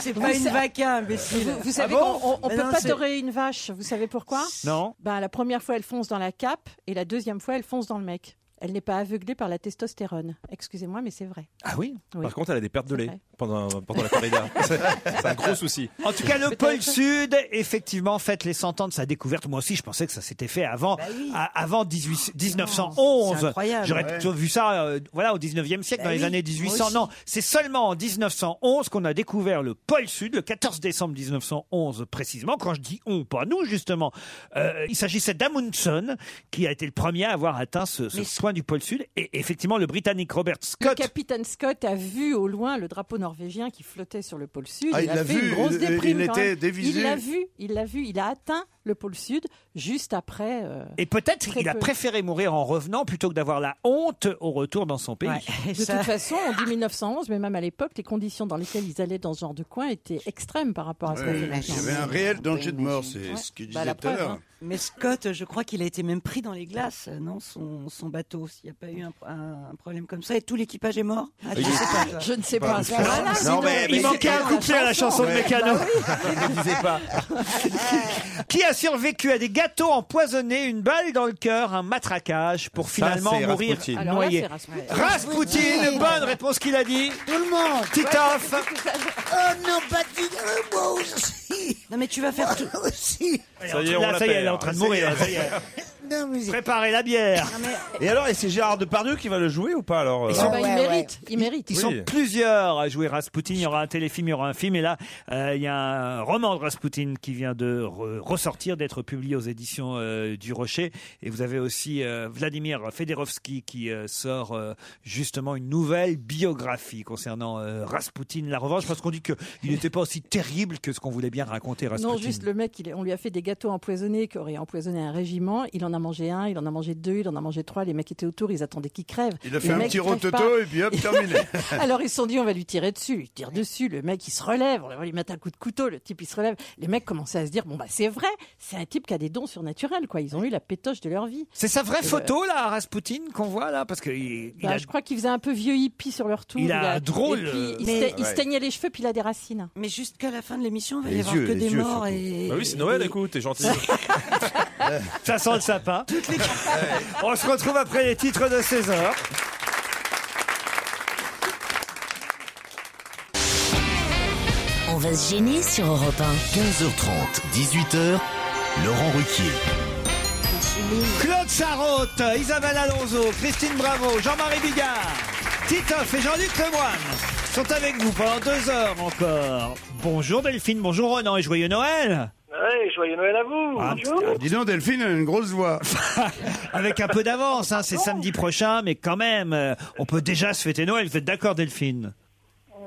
J: C'est
E: Vous
J: pas une
E: sa-
J: vaca, imbécile.
E: Vous, vous savez
C: Ah bon
E: qu'on on- on
J: Mais
E: peut
J: non,
E: pas
J: c'est-
E: dorer une vache. Vous savez pourquoi
C: Non.
E: Ben, la première fois, elle fonce dans la cape et la deuxième fois, elle fonce dans le mec. Elle n'est pas aveuglée par la testostérone. Excusez-moi, mais c'est vrai.
G: Ah oui,
E: Oui.
G: Par contre, elle a des pertes de lait
E: vrai.
G: pendant, pendant la corrida. c'est c'est un gros souci.
C: En tout cas, le pôle Sud, effectivement, fête les 100 ans de sa découverte. Moi aussi, je pensais que ça s'était fait avant, à- avant 18 1911.
J: Bah Oh, c'est incroyable.
C: J'aurais
J: Ouais.
C: plutôt vu ça, euh, voilà, au 19e siècle,
J: Bah
C: dans les
J: oui,
C: années 1800.
J: moi
C: Non, c'est seulement en 1911 qu'on a découvert le pôle Sud, le 14 décembre 1911 précisément. Quand je dis on, pas nous, justement. Euh, il s'agissait d'Amundsen, qui a été le premier à avoir atteint ce, ce point du pôle Sud. Et effectivement, le Britannique Robert
E: Le
C: Scott.
E: capitaine Scott a vu au loin le drapeau norvégien qui flottait sur le pôle Sud.
F: Ah, il
E: a
F: l'a
E: fait
F: vu,
E: une grosse
F: il-
E: déprime.
F: il
E: quand
F: était
E: même.
F: dévisé.
E: Il l'a vu, il l'a vu. Il a atteint le pôle Sud juste après. euh,
C: Et peut-être
E: Très
C: qu'il a
E: peu.
C: préféré mourir en revenant plutôt que d'avoir la honte au retour dans son pays.
E: De toute façon, on dit 1911, mais même à l'époque, les conditions dans lesquelles ils allaient dans ce genre de coin étaient extrêmes par rapport à ce qu'on fait
F: Ouais, Il y
E: maintenant.
F: avait un réel danger de mort, c'est ce qu'il
E: Bah,
F: disait
E: la
F: tout à
E: preuve,
F: l'heure.
E: hein.
J: euh, Mais Scott, je crois qu'il a été même pris dans les glaces, euh, non son, son bateau, s'il n'y a pas eu un, un- un problème comme ça, et tout l'équipage est mort. Ah, tu
E: Il
J: sais
E: est-
J: pas, toi.
E: Je ne sais
C: Bah,
E: pas.
J: Voilà, sinon-
C: il manquait un couplet à la chanson de
J: Ouais.
C: Mécano.
J: Bah oui.
C: Il ne disait pas. Qui a survécu à des gâteaux empoisonnés, une balle dans le cœur, un matraquage pour finalement
G: c'est
C: mourir
G: Raspoutine.
E: Alors là,
C: noyé
E: c'est Raspoutine.
C: Raspoutine, bonne réponse qu'il a dit. Tout le monde. Titoff.
D: Oh non, pas du
C: euh,
D: tout, moi aussi.
J: Non mais tu vas faire tout.
D: aussi.
C: Ça y est, on Là, ça y est, elle est en train de mourir.
A: Ah,
C: Ça y est.
D: Non, mais
C: Préparez la bière.
A: Et alors, et c'est Gérard Depardieu qui va le jouer ou pas alors euh
E: Ah bah, il mérite, il mérite.
C: Ils sont plusieurs à jouer Rasputin. Il y aura un téléfilm, il y aura un film. Et là, euh, il y a un roman de Rasputin qui vient de re- ressortir, d'être publié aux éditions euh, du Rocher. Et vous avez aussi euh, Vladimir Federovski qui euh, sort euh, justement une nouvelle biographie concernant euh, Rasputin. La revanche, parce qu'on dit qu'il n'était pas aussi terrible que ce qu'on voulait bien raconter Rasputin.
E: Non, juste le mec, il est- on lui a fait des gâteaux empoisonnés qui auraient empoisonné un régiment. Il en a mangé un, il en a mangé deux, il en a mangé trois. Les mecs étaient autour, ils attendaient qu'il crève.
F: Il a
E: Le
F: fait un
E: mec
F: petit
E: crève
F: rototo
E: pas.
F: et puis hop, terminé.
E: Alors ils se sont dit on va lui tirer dessus, ils tirent dessus, le mec il se relève, on va lui mettre un coup de couteau, le type il se relève. Les mecs commençaient à se dire bon bah c'est vrai, c'est un type qui a des dons surnaturels quoi, ils ont eu la pétoche de leur vie.
C: C'est sa vraie
E: Euh,
C: photo, là, Rasputin, qu'on voit, là Parce que il- il
E: bah,
C: a-
E: Je crois qu'il faisait un peu vieux hippie sur leur tour.
C: Il a un drôle,
E: et puis,
C: euh,
E: il,
C: Mais-
E: se, il se
C: Ouais.
E: teignait les cheveux puis il a des racines.
J: Mais jusqu'à la fin de l'émission, il va y
G: Les
J: avoir
G: yeux,
J: que
G: les
J: des
G: yeux,
J: morts
G: surtout.
J: et.
G: Bah oui, c'est Noël, écoute, t'es gentil. Ah,
C: Ça sent le sapin. On se retrouve après les titres de 16 heures.
B: On va se gêner sur Europe 1. 15h30, 18h, Laurent Ruquier.
C: Claude Sarraute, Isabelle Alonso, Christine Bravo, Jean-Marie Bigard, Titoff et Jean-Luc Lemoyne sont avec vous pendant deux heures encore. Bonjour Delphine, bonjour Ronan et joyeux Noël
K: Ouais, joyeux Noël à vous.
C: Ah,
K: Bonjour.
F: Dis donc, Delphine a une grosse voix.
C: Avec un peu d'avance, hein, c'est samedi prochain, mais quand même, euh, on peut déjà se fêter Noël, vous êtes d'accord Delphine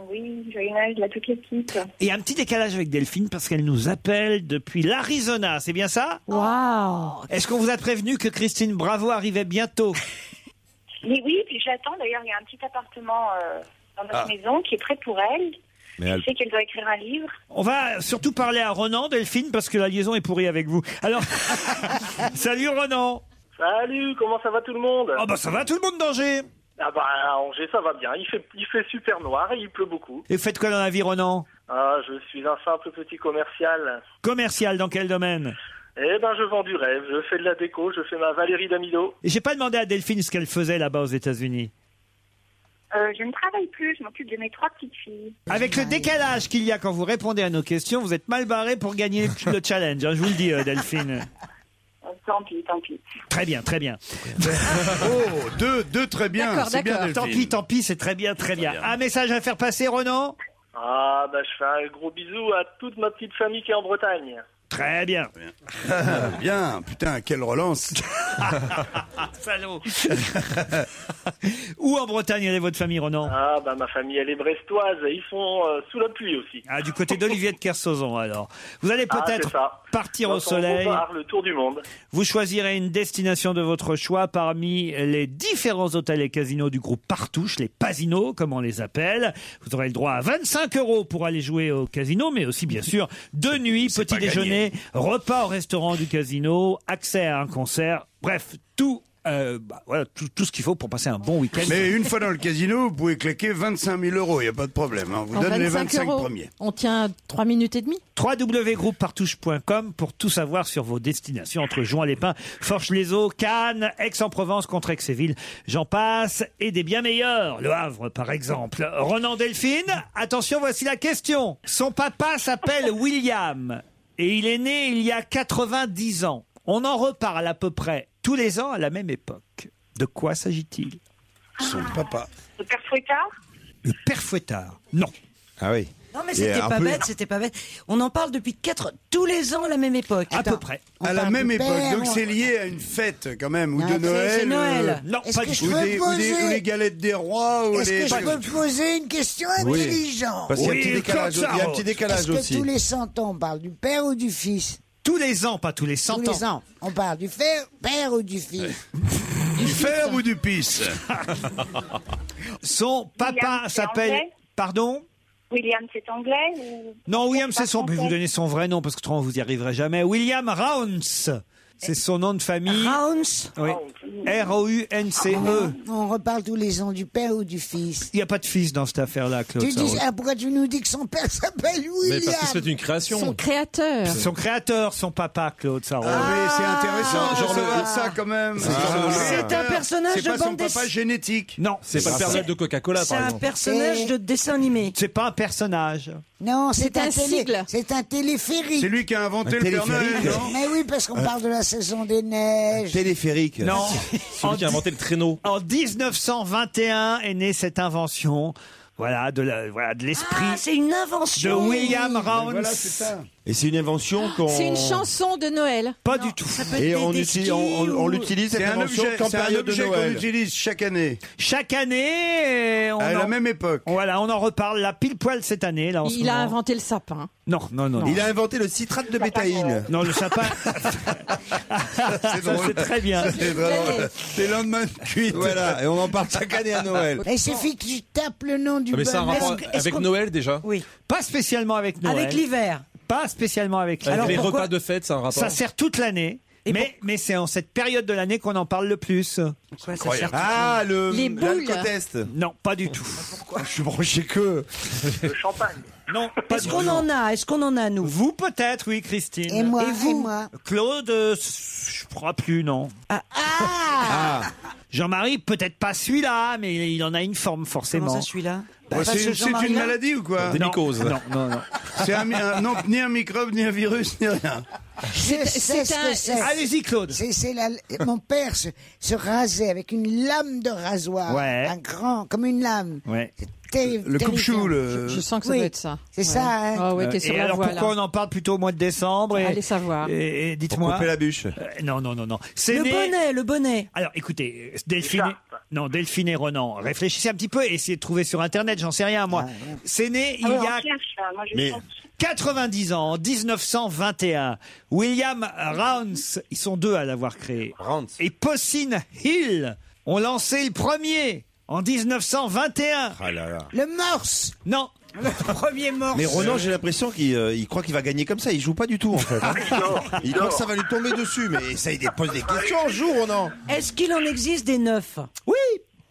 K: Oui, joyeux Noël à toute l'équipe.
C: Et un petit décalage avec Delphine parce qu'elle nous appelle depuis l'Arizona, c'est bien ça
E: Waouh
C: Est-ce qu'on vous a prévenu que Christine Bravo arrivait bientôt
K: Mais oui, puis je l'attends. D'ailleurs, il y a un petit appartement euh, dans notre
C: Ah.
K: maison qui est prêt pour elle.
C: Mais elle-
K: Je sais qu'elle doit écrire un livre.
C: On va surtout parler à Ronan, Delphine, parce que la liaison est pourrie avec vous. Alors, salut Ronan
K: Salut, comment ça va tout le monde
C: Ah bah ça va, tout le monde d'Angers
K: Ah bah à Angers, ça va bien. Il fait, il fait super noir et il pleut beaucoup.
C: Et vous faites quoi dans la vie, Ronan
K: Ah, je suis un simple petit commercial.
C: Commercial, dans quel domaine
K: Eh ben, je vends du rêve. Je fais de la déco. Je fais ma Valérie Damido.
C: Et j'ai pas demandé à Delphine ce qu'elle faisait là-bas aux États-Unis.
K: Euh, je ne travaille plus. Je m'occupe de mes trois petites filles.
C: Avec le décalage qu'il y a quand vous répondez à nos questions, vous êtes mal barré pour gagner le challenge, hein, je vous le dis, euh, Delphine.
K: Euh, Tant pis, tant pis.
C: Très bien, très bien.
F: Oh, deux, deux très bien. C'est bien, Delphine.
C: Tant pis, tant pis, c'est très bien, très bien. Un message à faire passer, Ronan
K: Ah, bah, je fais un gros bisou à toute ma petite famille qui est en Bretagne.
C: Très bien.
F: Ah, bien, putain, quelle relance.
C: Ah, Salaud. Où en Bretagne elle est votre famille, Ronan
K: Ah, bah, ma famille, elle est brestoise. Ils sont euh, sous la pluie aussi.
C: Ah, du côté d'Olivier de Kersauzon, alors. Vous allez
K: Ah,
C: peut-être
K: c'est ça.
C: partir au
K: Quand on
C: soleil.
K: repart, le tour du monde.
C: Vous choisirez une destination de votre choix parmi les différents hôtels et casinos du groupe Partouche, les Pasinos, comme on les appelle. Vous aurez le droit à 25 euros pour aller jouer au casino, mais aussi, bien sûr, deux nuits, petit
G: pas gagné,
C: déjeuner déjeuner, repas au restaurant du casino, accès à un concert, bref, tout. euh, bah, voilà, tout, tout ce qu'il faut pour passer un bon week-end.
F: Mais une fois dans le casino, vous pouvez claquer 25 000 euros, il n'y a pas de problème. hein. On vous
E: En
F: donne les 25
E: euros,
F: premiers.
E: On tient 3 minutes et demie.
C: www.groupepartouche.com pour tout savoir sur vos destinations entre Juan-les-Pins, Forges-les-Eaux, Cannes, Aix-en-Provence, contre Aix-et-Ville. J'en passe et des bien meilleurs. Le Havre, par exemple. Ronan Delphine, attention, voici la question. Son papa s'appelle William et il est né il y a 90 ans. On en reparle à peu près tous les ans à la même époque. De quoi s'agit-il Son papa.
K: Le père Fouettard
C: Le père Fouettard. Non.
A: Ah oui.
J: Non mais c'était pas bête, c'était pas bête. On en parle depuis quatre tous les ans à la même époque. À peu
C: près.
F: À la même époque, donc c'est lié à une fête quand même, ou
J: Ah,
F: de
J: c'est-
F: Noël. euh,
J: c'est Noël.
F: ou-
J: Non,
D: Est-ce pas que du je tout.
F: Ou
D: peux
F: des, ou des-
D: poser-
F: ou les galettes des rois, ou
D: Est-ce
F: les.
D: que je peux vous poser une question
F: Oui.
D: intelligente
F: Parce qu'il y a un Oui, petit décalage-
C: comme ça, il y a un petit décalage
D: Est-ce que
C: aussi.
D: tous les 100 ans, on parle du père ou du fils
C: Tous les ans, pas tous les 100
D: Tous les ans, on parle du fer- père ou du fils
F: Du fer ou du pisse
C: Ah, Son
K: William,
C: papa
K: c'est
C: s'appelle...
K: anglais
C: Pardon
K: William, c'est anglais ou...
C: Non, William, c'est son. Je
K: français.
C: vais vous donner son vrai nom parce que autrement vous n'y arriverez jamais. William Rounds. C'est son nom de famille. Rounds Oui.
D: Ah
C: R-O-U-N-C-E.
D: On reparle tous les ans du père ou du
C: E.
D: fils.
C: Il n'y a pas de fils dans cette affaire-là, Claude.
D: Tu dis,
C: Sarraute.
D: ah, pourquoi tu nous dis que son père s'appelle William
C: une création.
D: Son
C: créateur. Son créateur, son papa, Claude Sarro.
F: oui, c'est intéressant. Genre ça quand même. Ah,
J: C'est un personnage
F: C'est pas
J: de
F: son
J: bande
F: papa
J: dessinée.
F: génétique.
C: Non,
G: C'est pas le Père Noël de Coca-Cola,
J: C'est
G: par
J: un
G: exemple.
J: personnage de dessin animé.
C: C'est pas un personnage.
D: Non, c'est
J: C'est
D: un,
J: un
D: télé-
J: sigle.
D: C'est un téléphérique.
F: C'est lui qui a inventé
A: Un
F: le Père Noël,
A: téléphérique.
F: non
D: Mais oui, parce qu'on parle de la saison des neiges.
A: Téléphérique.
C: Non.
G: Celui qui a inventé le traîneau.
C: En 1921 est née cette invention. Voilà, de la- voilà, de l'esprit.
J: Ah, c'est une
C: de
J: invention.
C: William Rounds.
A: Et c'est une invention qu'on.
L: C'est une chanson de Noël.
C: Pas du tout.
A: Et on utilise- on- on- on l'utilise, cette
F: C'est un
A: invention,
F: objet,
A: qu'en
F: c'est un
A: période de
F: objet qu'on
A: Noël.
F: utilise chaque année.
C: Chaque année, euh, on
F: À la
C: en-
F: même époque.
C: Voilà, on en reparle là pile poil cette année là en ce
E: Il a
C: moment.
E: inventé le sapin.
C: Non, non, non.
A: Il a inventé le citrate de bétaïne.
C: Non, le sapin. Ça, c'est très bien.
F: C'est vraiment- c'est le lendemain de cuite.
A: Voilà, et on en parle chaque année à Noël.
D: Il suffit que tu tapes le nom du
G: Ah, mais ça a un
D: bonhomme.
G: rapport
D: Est-ce que- est-ce
G: avec
D: qu'on-
G: Noël déjà
J: Oui.
C: Pas spécialement avec Noël.
J: Avec l'hiver.
C: Pas spécialement avec
G: Avec
C: l'hiver.
G: les repas de fête, c'est un rapport.
C: Ça sert toute l'année. mais mais c'est en cette période de l'année qu'on en parle le plus.
A: Incroyable. Ah, le
C: Les boules.
A: l'alcotest.
C: Non, pas du tout.
A: Je suis branché que.
I: Le champagne.
C: Non, pas
J: Est-ce qu'on en a Est-ce qu'on en a nous
C: Vous peut-être, oui, Christine.
D: Et moi,
J: Et vous
D: et moi.
C: Claude, euh, je crois plus, non.
J: Ah,
C: Ah. Jean-Marie, peut-être pas celui-là, mais il- il en a une forme forcément.
J: Comment ça, je suis là
F: Bah, c'est une- c'est une maladie ou quoi
G: Des mycoses.
C: Non, non, non.
F: C'est un, mi- un- non, ni un microbe, ni un virus, ni rien.
D: Je sais ce que c'est.
C: Allez-y, Claude.
D: C'est- c'est la- mon père se, se rasait avec une lame de rasoir,
C: Ouais.
D: un grand, comme une lame.
C: Ouais.
D: Terri-
F: Le
D: terrifiant.
F: coupe-chou, le.
E: Je sens que ça
D: Oui.
E: doit être ça.
D: C'est ça, hein.
E: Ah ouais, t'es sur
C: Euh, Et
E: la
C: alors
E: voie,
C: pourquoi
E: là.
C: on en parle plutôt au mois de décembre et-
E: Allez savoir.
C: Et, et
A: Pour
C: dites-moi.
A: couper la bûche.
C: Euh, non, non, non, non. C'est
J: Le
C: né-
J: bonnet, le bonnet.
C: Alors écoutez, euh, Delphine, et... non, Delphine et Ronan, réfléchissez un petit peu, essayez de trouver sur internet, j'en sais rien moi. C'est né il
K: Ah ouais,
C: y
K: on
C: a
K: cherche, là. Moi, je
A: Mais-
K: cherche.
C: 90 ans, en 1921. William Rounds, ils sont deux à l'avoir créé.
A: Rounds.
C: Et Possin Hill ont lancé le premier en 1921.
A: Ah là là.
D: Le morse.
C: Non,
J: Premier mort.
A: Mais Ronan, j'ai l'impression qu'il euh, il croit qu'il va gagner comme ça. Il joue pas du tout en fait. hein. Il croit que ça va lui tomber dessus, mais ça il pose des questions un jour, Ronan.
J: Est-ce qu'il en existe des neufs
C: oui.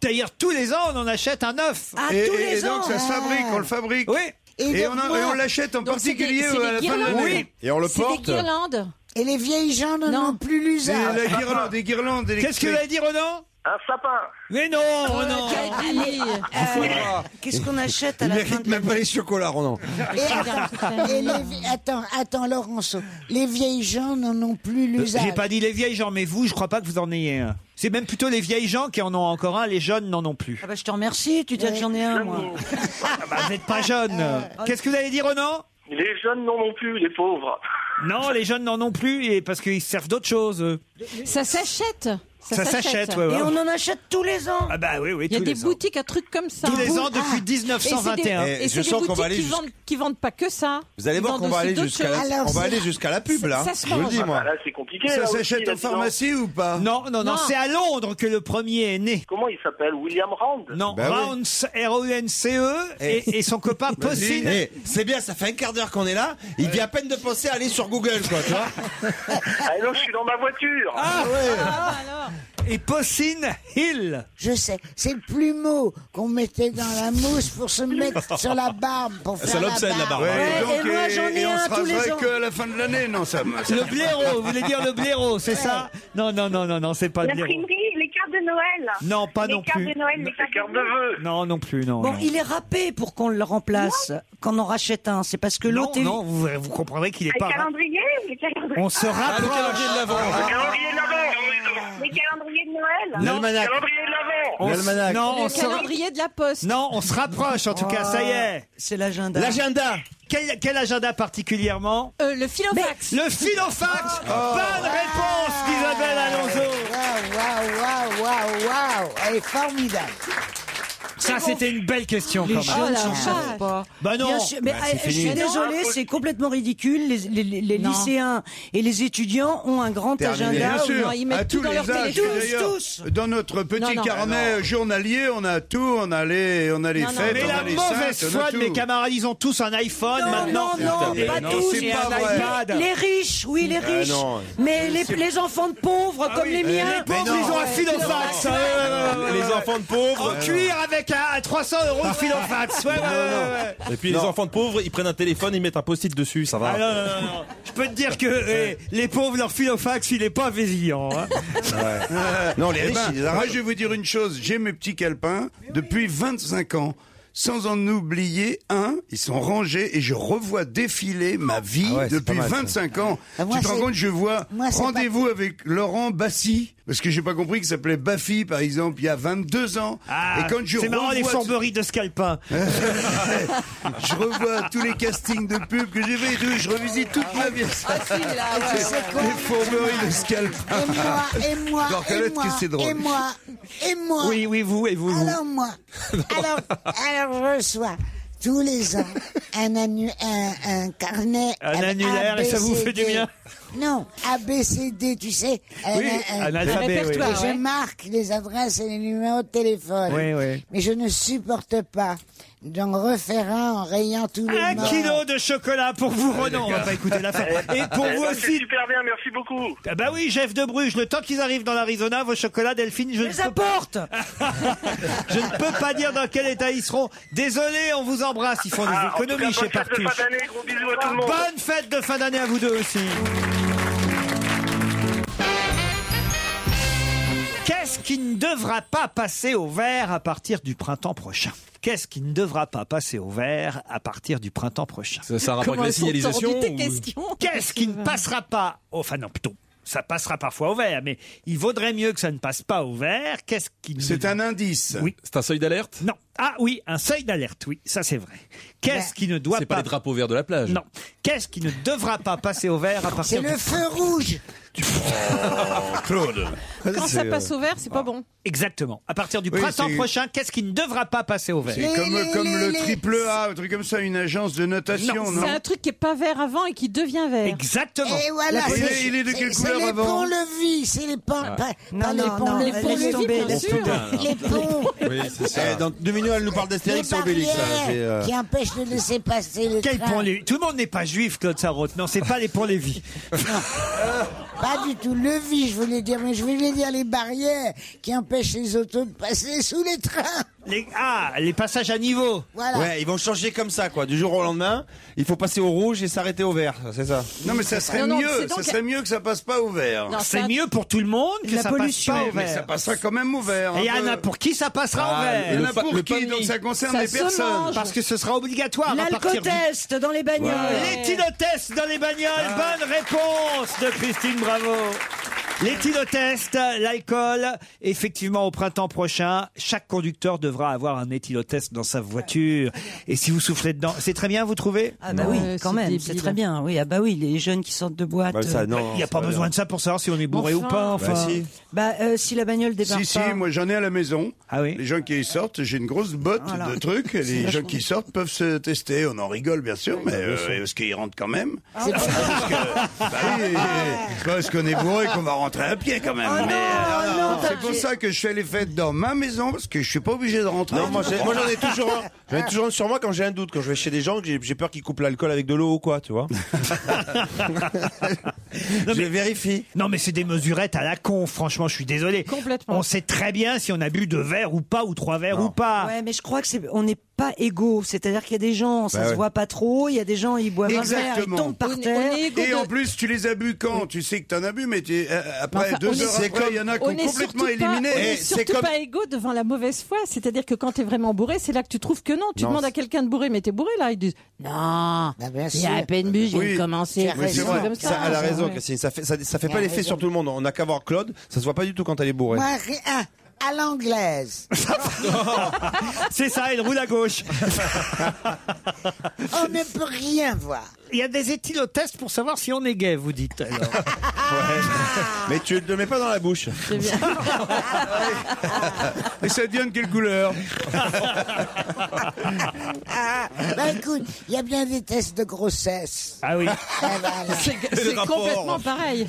C: D'ailleurs, tous les ans, on en achète un neuf. Ah.
J: Ah,
F: et
J: tous
F: et
J: les ans.
F: donc ça se fabrique, on le fabrique.
C: Oui.
F: Et,
D: donc
F: on, en-
D: moi,
F: et on l'achète en
L: Donc, c'est des-
F: particulier euh,
L: c'est des
F: à la fin de
L: guirlandes.
F: l'année.
A: Et on le
L: C'est des
A: porte.
L: guirlandes.
D: Et les vieilles gens n'en
L: Non.
D: ont plus
F: C'est
D: l'usage.
F: la guirlande, des guirlandes
C: Qu'est-ce que
F: électriques.
C: vous avez dit, Ronan
I: Un sapin.
C: Mais non, Ronan
L: Allez.
J: Qu'est-ce qu'on achète à
A: Il
J: la fin
A: mérite
J: de
A: même pas les chocolats, Ronan.
D: Et, et les vi- attends, attends, Laurenceau. Les vieilles gens n'en ont plus l'usage.
C: Euh, J'ai pas dit les vieilles gens, mais vous, je crois pas que vous en ayez un. C'est même plutôt les vieilles gens qui en ont encore un, les jeunes n'en ont plus.
J: Ah bah je te remercie, tu dis que j'en ai un moi.
C: Ah bah, vous n'êtes pas jeunes. euh, Qu'est-ce que vous avez dit, Ronan
I: Les jeunes non non plus, les pauvres.
C: Non, les jeunes n'en ont plus et parce qu'ils servent d'autres choses. eux.
L: Ça s'achète.
C: Ça s'achète, ouais, ouais.
M: Et on en achète tous les ans.
C: Ah bah oui, oui,
E: Il y a
C: tous
E: des
C: les ans.
E: boutiques à trucs comme ça.
C: Tous les ans
E: Ah.
C: depuis
E: Et c'est des-
C: 1921.
E: Et,
C: Eh,
E: c'est
C: je
E: des
C: sens qu'on
E: boutiques
C: va aller
E: qui,
C: jusqu'-
E: vendent, qui vendent pas que ça.
A: Vous allez
E: Ils
A: voir
E: vendent
A: qu'on va
E: aussi
A: aller
E: d'autres
A: jusqu'à
E: choses.
A: la, on va aller jusqu'à la pub
E: Ça-
A: là.
E: ça se
A: je vous le
E: mange.
A: dis moi.
E: Ah bah
N: là, c'est compliqué,
C: là, aussi, là, dis donc.
F: ou pas
C: Non, non, non,
N: Non.
C: c'est à Londres que le premier est né.
N: Comment il s'appelle William Rand
C: Non,
A: Bah
C: Rounce, R-O-U-N-C-E, E et, et son copain Possin.
A: Eh, C'est bien, ça fait un quart d'heure qu'on est là. Il vient à peine de penser à aller sur Google, quoi, tu vois.
N: Ah non, je suis dans ma voiture
C: Ah
D: ouais.
C: Et Possin Hill
D: Je sais, c'est le plumeau qu'on mettait dans la mousse pour se mettre sur la barbe, pour faire
F: Ça
D: la
F: l'obsède,
D: barbe.
F: la barbe. Ouais, Ouais, donc, et moi, et- j'en ai et on un se tous les raserait ans. que à la fin de l'année, non, ça me- ça-
C: Le blaireau, vous voulez dire le blaireau, c'est ça Non, non, non, non, non, c'est pas le
K: La
C: blaireau.
K: primerie, les cartes de Noël.
C: Non, pas
K: les
C: non
K: cartes
C: plus.
K: de Noël, les cartes de Noël.
C: Non, non plus, non.
J: Bon,
C: non.
J: il est râpé pour qu'on le remplace, qu'on en rachète un. C'est parce que
C: Non,
J: l'autre est...
C: non, vous, vous comprendrez qu'il est
K: Les
C: pas.
K: calendriers, les calendriers. Ah,
C: On se rapproche.
K: Le calendrier de l'Avent. Les calendriers de Noël.
C: Non. L'almanach.
K: Le calendrier de l'Avent.
C: On s- non, on
K: Le
C: se-
K: calendrier
E: de la poste.
C: Non, on se rapproche en tout cas, ça y est.
J: C'est l'agenda.
C: Ah, L'agenda. Quel, quel agenda particulièrement
E: Euh, le Philofax.
C: Le
D: Oh.
C: Philofax Bonne réponse d'Isabelle Alonso
D: Waouh, waouh, waouh, waouh, waouh. Elle est formidable.
C: Ça, c'était une belle question
J: Les
C: quand
J: jeunes
C: même.
J: s'en savent pas.
C: Ah, Bah non.
J: Bien sûr, mais
C: Bah,
J: ah,
C: c'est
J: je
C: fini.
J: suis désolée, c'est complètement ridicule. Les, les- les- les
E: Non.
J: lycéens et les étudiants ont un grand
F: Terminé.
J: agenda.
F: Bien sûr,
J: où ils
F: à
J: mettent tout
F: tous
J: dans
F: les
J: leur
F: âges.
J: téléphone.
F: D'ailleurs,
J: Tous,
F: Dans notre petit
J: Non, non.
F: carnet journalier, on a tout, on a les, on a les
C: Non, non.
F: fêtes,
C: Mais
F: on
C: la
F: a les
C: mauvaise
F: saintes, on a
C: foi de
F: tout.
C: mes camarades, ils ont tous un iPhone
J: Non,
C: maintenant.
J: non, non,
C: Et-
J: pas
C: et-
J: tous.
C: et
J: C'est
C: un
J: pas vrai.
C: iPad.
J: Les riches, oui, les
C: Ah,
J: riches.
C: non. Ah
J: mais les, les enfants de pauvres comme les miens.
C: Les pauvres, ils ont un filofax. hein, ouais, ouais, ouais,
G: Les
C: ouais.
G: enfants de pauvres.
C: En cuir avec un, à 300 euros de filofax. Ouais, ouais, ouais, ouais.
G: Et puis
C: Non.
G: les enfants de pauvres, ils prennent un téléphone, ils mettent un post-it dessus, ça va.
C: Ah non, non, non, non. Je peux te dire que eh, les pauvres, leur filofax, il est pas vésillant. hein.
A: Non, les
F: Eh
A: riches,
F: ben,
A: ils les
F: Moi,
A: arrachent.
F: je vais vous dire une chose. J'ai mes petits calepins depuis 25 ans. Sans en oublier un, ils sont rangés et je revois défiler ma vie
A: Ah ouais, c'est
F: depuis
A: pas mal, ça.
F: 25 ans.
A: Ah, moi,
F: tu te rends
A: c'est-
F: compte, je vois
A: Moi, c'est
F: rendez-vous avec Laurent Bassi, parce que j'ai pas compris qu'il s'appelait Baffy, par exemple, il y a 22 ans.
C: Ah,
F: et quand je
C: c'est marrant les
F: revois-
C: fourberies de hein. Scalpin.
F: je revois tous les castings de pub que j'ai fait et tout, je revisite toute ma vie.
D: Ah, si, là, ouais,
F: Les-
D: ouais, ouais.
F: Les fourberies de Scalpin.
D: Et moi, et moi,
F: Je dois
D: et
F: reconnaître
D: moi,
F: que c'est drôle.
D: et moi, et moi.
C: Oui, oui, vous, et vous, vous.
D: Alors moi, alors, alors je reçois tous les ans un, annu- un, un carnet.
C: Un annulaire, et ça vous fait du
D: ABCD.
C: bien
D: Non, ABCD, tu sais.
C: Oui, un alphabet, oui.
D: répertoire.
C: Ouais.
D: Je marque les adresses et les numéros de téléphone.
C: Oui, oui.
D: Mais je ne supporte pas d'en refaire un en rayant tous
J: Ah,
D: les
C: Un
D: morts.
C: kilo de chocolat pour vous, Renan. On va pas écouter la fin. Et pour
N: Eh,
C: vous
N: bah, C'est
C: aussi.
N: super bien, merci beaucoup
C: Ah bah oui, Jeff de Bruges, le temps qu'ils arrivent dans l'Arizona, vos chocolats, Delphine, je ne peux
J: apporte
C: Je ne peux pas dire dans quel état ils seront. Désolé, on vous embrasse. Ils font des
N: Ah, en tout cas,
C: économies chez
N: bonne fête de
C: Partout.
N: fin d'année, gros bisous à tout le monde
C: Bonne fête de fin d'année à vous deux aussi. Qu'est-ce qui ne devra pas passer au vert à partir du printemps prochain Qu'est-ce qui ne devra pas passer au vert à partir du printemps prochain
G: Ça, ça a un rapport Comment avec la elles sont signalisation, tordues, tes ou- questions
C: Qu'est-ce qui ne passera pas au- Enfin non, plutôt, ça passera parfois au vert, mais il vaudrait mieux que ça ne passe pas au vert. Qu'est-ce qui ne-
F: C'est un indice.
C: Oui.
G: C'est un seuil d'alerte
C: Non. Ah oui, un seuil d'alerte, oui, ça c'est vrai. Qu'est-ce qui ne doit
G: C'est pas les drapeaux verts de la plage.
C: Non. Qu'est-ce qui ne devra pas passer au vert à
D: C'est
C: partir
D: le
C: du-
D: feu rouge.
F: Oh, Claude. euh,
E: Quand ça passe au vert, c'est pas bon.
C: Exactement. À partir du
F: Oui,
C: printemps
F: c'est-
C: prochain, qu'est-ce qui ne devra pas passer au vert
F: C'est comme, comme le triple A, un truc comme ça, une agence de notation, non,
E: C'est un truc qui est pas vert avant et qui devient vert.
C: Exactement.
D: Et voilà,
F: Il
D: c'est-
F: est- il est de
D: c'est-
F: quelle
D: c'est
F: couleur
D: les
F: avant
D: ponts-levis, c'est les ponts.
F: Ah.
D: pas-
J: Non,
D: pas les
J: non,
D: ponts,
J: non,
D: les
J: laisse
D: ponts-levis,
J: tomber,
D: bien
J: laisse
D: sûr.
J: tomber.
D: Les ponts,
G: Oui, c'est ça.
A: Eh, dans deux minutes, elle nous parle
D: les
A: d'Astérix et Obélix. là, c'est,
D: barrières
A: euh,
D: qui empêchent de laisser passer le
C: Quel
D: train.
C: pont Lévis Tout le monde n'est pas juif, Claude Sarraute. Non, c'est pas les ponts Lévis.
D: Pas du tout levis, je voulais dire, mais je voulais dire les barrières qui empêchent les autos de passer sous les trains.
C: Les... Ah, les passages à niveau.
D: Voilà.
A: Ouais, ils vont changer comme ça, quoi. Du jour au lendemain, il faut passer au rouge et s'arrêter au vert, c'est ça.
F: Non, mais ça serait
E: Non, non,
F: mieux,
E: c'est donc-
F: ça serait mieux que ça passe pas au vert.
E: Non,
C: C'est mieux pour tout le monde que
J: La
C: ça
J: pollution.
C: passe pas au
F: Mais ça
C: vert.
F: passera quand même au vert.
C: Et il y en
F: un
C: a
F: peu.
C: pour qui ça passera au
F: Ah,
C: vert
F: Il y en a pour qui, donc ça concerne
J: Ça
F: les
J: se
F: personnes.
J: mange.
C: Parce que ce sera obligatoire à partir du... Ah.
J: L'alcotest dans les bagnoles.
C: Les tinotes dans les bagnoles. Bonne réponse de Christine Bravo. L'éthylotest, l'alcool, effectivement au printemps prochain, chaque conducteur devra avoir un éthylotest dans sa voiture. Et si vous soufflez dedans, c'est très bien, vous trouvez
J: Ah bah
C: Euh,
J: oui, quand même, c'est très bien. Oui, ah bah oui, les jeunes qui sortent de boîte.
C: Bah ça,
J: euh,
C: non, Il y a ça pas va besoin bien. de ça pour savoir si on est bourré ou pas, enfin. Bah si.
J: Bah, euh, si la bagnole débarque
F: Si, si,
J: pas.
F: moi j'en ai à la maison.
C: Les
F: gens qui sortent, j'ai une grosse botte
J: Voilà.
F: de trucs. et
J: C'est
F: Les gens
J: vachement
F: qui sortent peuvent se tester. On en rigole, bien sûr, mais euh, est-ce qu'ils rentrent quand même Bah oui, c'est parce qu'on est bourré qu'on va rentrer à pied quand même. mais, euh, c'est pour ça que je fais les fêtes dans ma maison parce que je suis pas obligé de rentrer.
A: Non, moi, j'ai- moi, j'en ai toujours un. J'en ai toujours un sur moi quand j'ai un doute, quand je vais chez des gens, que j'ai j'ai peur qu'ils coupent l'alcool avec de l'eau ou quoi, tu vois.
C: je vérifie. Non, mais c'est des mesurettes à la con, franchement, je suis désolé.
J: Complètement.
C: On sait très bien si on a bu deux verres ou pas, ou trois verres ou pas.
J: Ouais, mais je crois que c'est, on n'est pas égaux. C'est-à-dire qu'il y a des gens, ça
C: Bah
J: se
C: ouais.
J: voit pas trop. Il y a des gens, ils boivent un verre, ils tombent par terre.
F: Et en plus, tu les as bu quand Tu sais que t'en as bu, mais tu- euh, après
J: Enfin,
F: deux
J: on est-
F: heures
J: c'est
F: après, il y en a qui
L: on
F: ont
L: est
F: complètement
L: surtout pas-
F: éliminé.
L: on est
F: Et c'est
L: surtout
F: comme-
L: pas égaux devant la mauvaise foi. C'est-à-dire que quand t'es vraiment bourré, c'est là que tu trouves que non. Tu Bah,
F: Non,
L: demandes à
F: c'est-
L: quelqu'un de bourré, mais t'es bourré là. Ils disent non. il y
A: sûr.
L: a à peine bu, j'ai
A: Oui.
L: commencé.
A: Oui, c'est vrai.
L: comme
A: Ça, elle a
D: hein,
L: c'est
A: raison,
L: vrai.
A: Christine. Ça fait, ça, ça fait
D: Elle
A: pas
D: a
A: l'effet
D: raison.
A: sur tout le monde. On n'a qu'à voir Claude. Ça se voit pas du tout quand elle est bourrée.
D: Moi, rien. Ah, À l'anglaise.
C: C'est ça, elle roule à gauche.
D: On ne peut rien voir.
C: Il y a des éthylotests pour savoir si on est gay, vous dites. alors.
A: Mais tu ne le mets pas dans la bouche.
F: Et ça devient de quelle couleur
D: Ah, bah écoute, il y a bien des tests de grossesse.
C: Ah oui.
D: C'est
G: c'est Le rapport. complètement
L: pareil.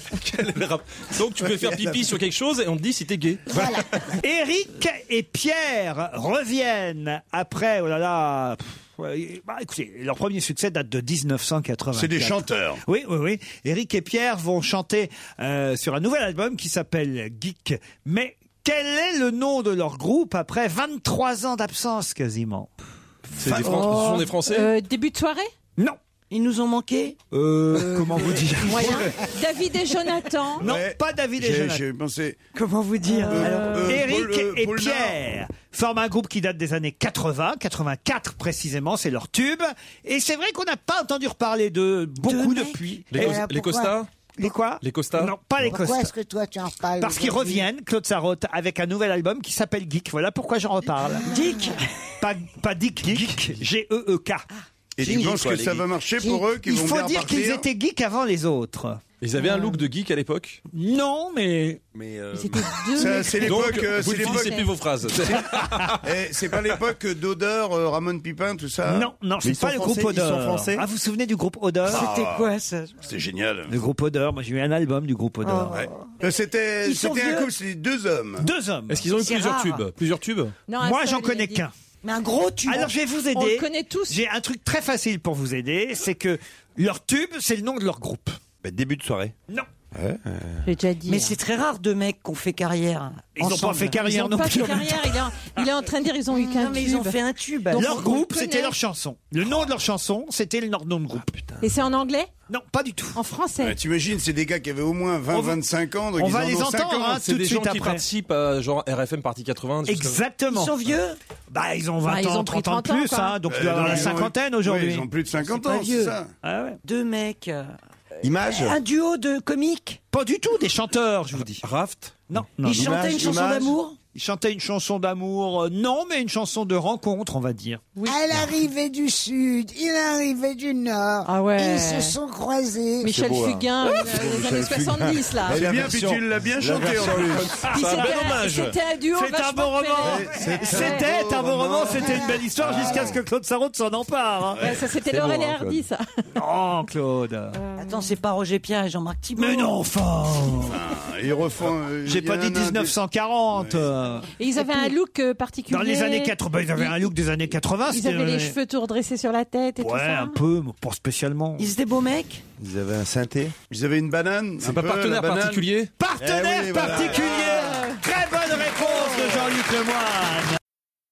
G: Donc tu peux faire pipi sur quelque chose et on te dit si t'es gay.
C: Eric et Pierre reviennent après, oh là là. pff, ouais, bah, écoutez, leur premier succès date de 1980.
F: C'est des chanteurs.
C: Oui, oui, oui. Eric et Pierre vont chanter euh, sur un nouvel album qui s'appelle Geek. Mais quel est le nom de leur groupe après 23 ans d'absence quasiment
G: C'est des Fran- ce sont des Français
L: Euh, début de soirée
C: Non.
J: Ils nous ont manqué
C: Euh, comment vous dire
L: Moyen. David et Jonathan.
C: Non, pas David et
F: J'ai-
C: Jonathan.
F: J'ai pensé.
J: Comment vous dire
C: Eric
F: Paul- euh,
C: et
F: Paul Nord.
C: Pierre forment un groupe qui date des années 80, 84 précisément, c'est leur tube. Et c'est vrai qu'on n'a pas entendu reparler d'eux beaucoup depuis.
G: Les,
C: Et-
G: cos- les costas
C: Les quoi
G: Les costas
C: Non, pas les
D: Pourquoi
C: costas.
D: est-ce que toi tu en parles
C: Parce qu'ils
D: aujourd'hui
C: reviennent, Claude Sarraute, avec un nouvel album qui s'appelle Geek. Voilà pourquoi j'en reparle. Geek pas, pas Dick, Geek, G-E-E-k.
F: Et tu penses que ça va marcher pour eux qui
C: Il
F: vont
C: faut
F: bien
C: dire qu'ils
F: partir
C: étaient geeks avant les autres.
G: Ils avaient un look de geek à l'époque
C: Non, mais.
G: Mais
F: euh, Ça, C'est l'époque. euh,
G: Vous
F: c'est l'époque-
G: finissez plus vos phrases.
F: Eh, C'est pas l'époque d'Odeur, euh, Ramon Pipin, tout ça
C: Non, non,
F: Mais ils
C: c'est
F: sont
C: pas le
F: français,
C: groupe Odeur.
F: Ils sont français Ah.
C: Ah, vous vous souvenez du groupe Odeur
F: C'était quoi,
J: ça Oh.
F: C'était génial.
C: Le groupe Odeur, moi j'ai eu un album du groupe Odeur.
F: Ouais. Euh, C'était
C: Ils sont
F: c'était un
C: vieux.
F: couple, c'était deux hommes.
C: Deux hommes.
G: Est-ce qu'ils ont eu
C: C'est
G: plusieurs
C: rare.
G: tubes Plusieurs tubes
L: Non,
C: Moi
L: un
C: j'en
L: seul,
C: connais
L: il a
C: qu'un.
L: dit.
J: Mais un gros tube.
C: Alors je vais vous aider.
L: On le connaît tous.
C: J'ai un truc très facile pour vous aider, c'est que leur tube, c'est le nom de leur groupe.
A: Bah, début de soirée.
C: Non.
L: J'ai déjà dit. hein.
J: Mais c'est très rare de mecs qui ont fait carrière.
C: Ils ont pas
J: ensemble.
C: fait carrière
L: Ils ont pas fait carrière. Il est, en, il est en train de dire ils ont eu qu'un
J: Non, mais ils ont fait un tube.
L: Donc, on
C: leur groupe,
L: connaît.
C: c'était leur chanson. Le nom de leur chanson, c'était le nom de groupe.
A: Ah,
L: Et c'est en anglais
C: Non, pas du tout.
L: En français.
F: Ouais, T'imagines, c'est des gars qui avaient au moins 20,
C: On va-
F: 25 ans. donc
C: on
F: ils
C: va
F: en
C: les
F: ont
C: entendre,
F: 50.
C: hein,
G: C'est
C: tout
G: des
C: de
G: gens
C: suite
G: qui
C: après.
G: participent à genre RFM partie 80. des choses comme ça.
C: Exactement.
J: Ils sont vieux
C: Bah, ils ont 20
J: Bah, ils
C: ans,
J: ont pris
C: 30 ans de
J: 30 ans,
C: plus,
J: quoi.
C: hein, donc
F: Euh,
C: tu dois avoir
F: non,
C: la
F: ils ont-
C: cinquantaine
F: oui,
C: aujourd'hui.
F: Ils ont plus de 50
J: pas
F: ans,
J: vieux.
F: c'est ça
C: Ah ouais.
J: Deux mecs. euh,
A: Image
J: Un duo de comiques.
C: Pas du tout, des chanteurs, je vous dis.
G: Raft
C: Non, non.
J: ils chantaient
A: image,
J: une chanson
A: image.
J: d'amour.
C: Ils chantaient une chanson d'amour, euh, non, mais une chanson de rencontre, on va dire.
D: Elle arrivait du sud, il arrivait du nord.
L: Ah ouais.
D: Ils se sont croisés.
L: Michel
A: beau, hein.
L: Fugain, euh, les années 70 là.
F: Ah, C'est
A: la
F: bien, puis
A: version-
F: tu l'as bien
A: la
F: chanté en
A: version-
F: plus.
C: Ah,
L: Puis
G: C'est un
L: c'était-
G: bel hommage.
L: C'était un duo.
C: bah, C'est un
L: vachement
C: beau roman.
L: ferré.
C: C'était un beau roman, c'était une belle histoire jusqu'à ce que Claude Sarraute s'en empare. hein.
L: Ouais, ça c'était
G: C'est
L: Laurel
G: beau,
L: et
G: hein, Claude.
L: Hardy ça.
C: Non, Oh, Claude.
G: Euh.
J: Attends, c'est pas Roger Pierre et Jean-Marc Thibault.
C: Mais non, enfin.
F: Ils refont. euh,
C: J'ai
F: il y
C: pas
F: en a
C: dit
F: un des-
C: 1940. euh.
L: Et ils avaient un look euh, particulier.
C: Dans les années 80, ils avaient un look des années 80.
L: Ils
C: c'était-
L: avaient les cheveux tout redressés sur la tête et tout
C: Ouais,
L: ça.
C: un peu, mais pas spécialement.
J: Ils étaient beaux mecs.
A: Ils avaient un synthé.
F: Ils avaient une banane.
G: C'est pas partenaire particulier
C: Partenaire
F: Eh oui, voilà.
G: Euh.
C: particulier. Très bonne réponse de Jean-Luc Lemoyne.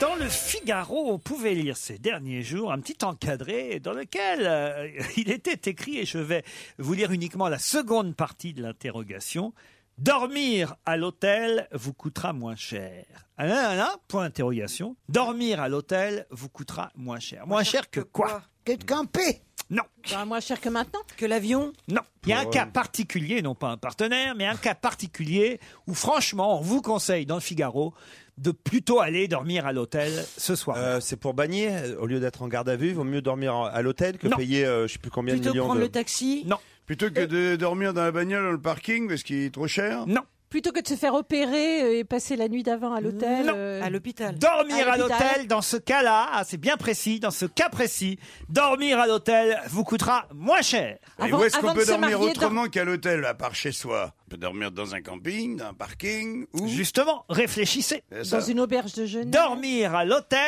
C: Dans le Figaro, on pouvait lire ces derniers jours un petit encadré dans lequel euh, il était écrit, et je vais vous lire uniquement la seconde partie de l'interrogation. Dormir à l'hôtel vous coûtera moins cher. Ah là, là, là, point d'interrogation. Dormir à l'hôtel vous coûtera moins cher. Moins cher que quoi
D: Que de camper
C: Non.
E: moins cher que maintenant Que l'avion
C: Non. Il y a un
E: Pour,
C: cas
E: euh,
C: particulier, non pas un partenaire, mais un cas particulier où franchement, on vous conseille dans le Figaro de plutôt aller dormir à l'hôtel ce soir.
A: Euh, c'est pour Bagné, au lieu d'être en garde à vue, il vaut mieux dormir à l'hôtel que
C: Non.
A: payer euh, je sais plus combien de millions de...
E: taxi
C: Non.
F: Plutôt que de dormir dans la bagnole dans le parking parce qu'il est trop cher
C: Non.
L: Plutôt que de se faire opérer euh, et passer la nuit d'avant à l'hôtel. euh,
J: À l'hôpital.
C: Dormir à l'hôtel, dans ce cas-là, ah, c'est bien précis, dans ce cas précis, dormir à l'hôtel vous coûtera moins cher.
F: Et où est-ce qu'on peut dormir autrement qu'à l'hôtel, à part chez soi On peut dormir dans un camping, dans un parking, ou...
C: Justement, réfléchissez.
F: ça. Dans une
L: auberge de jeunesse.
C: Dormir à l'hôtel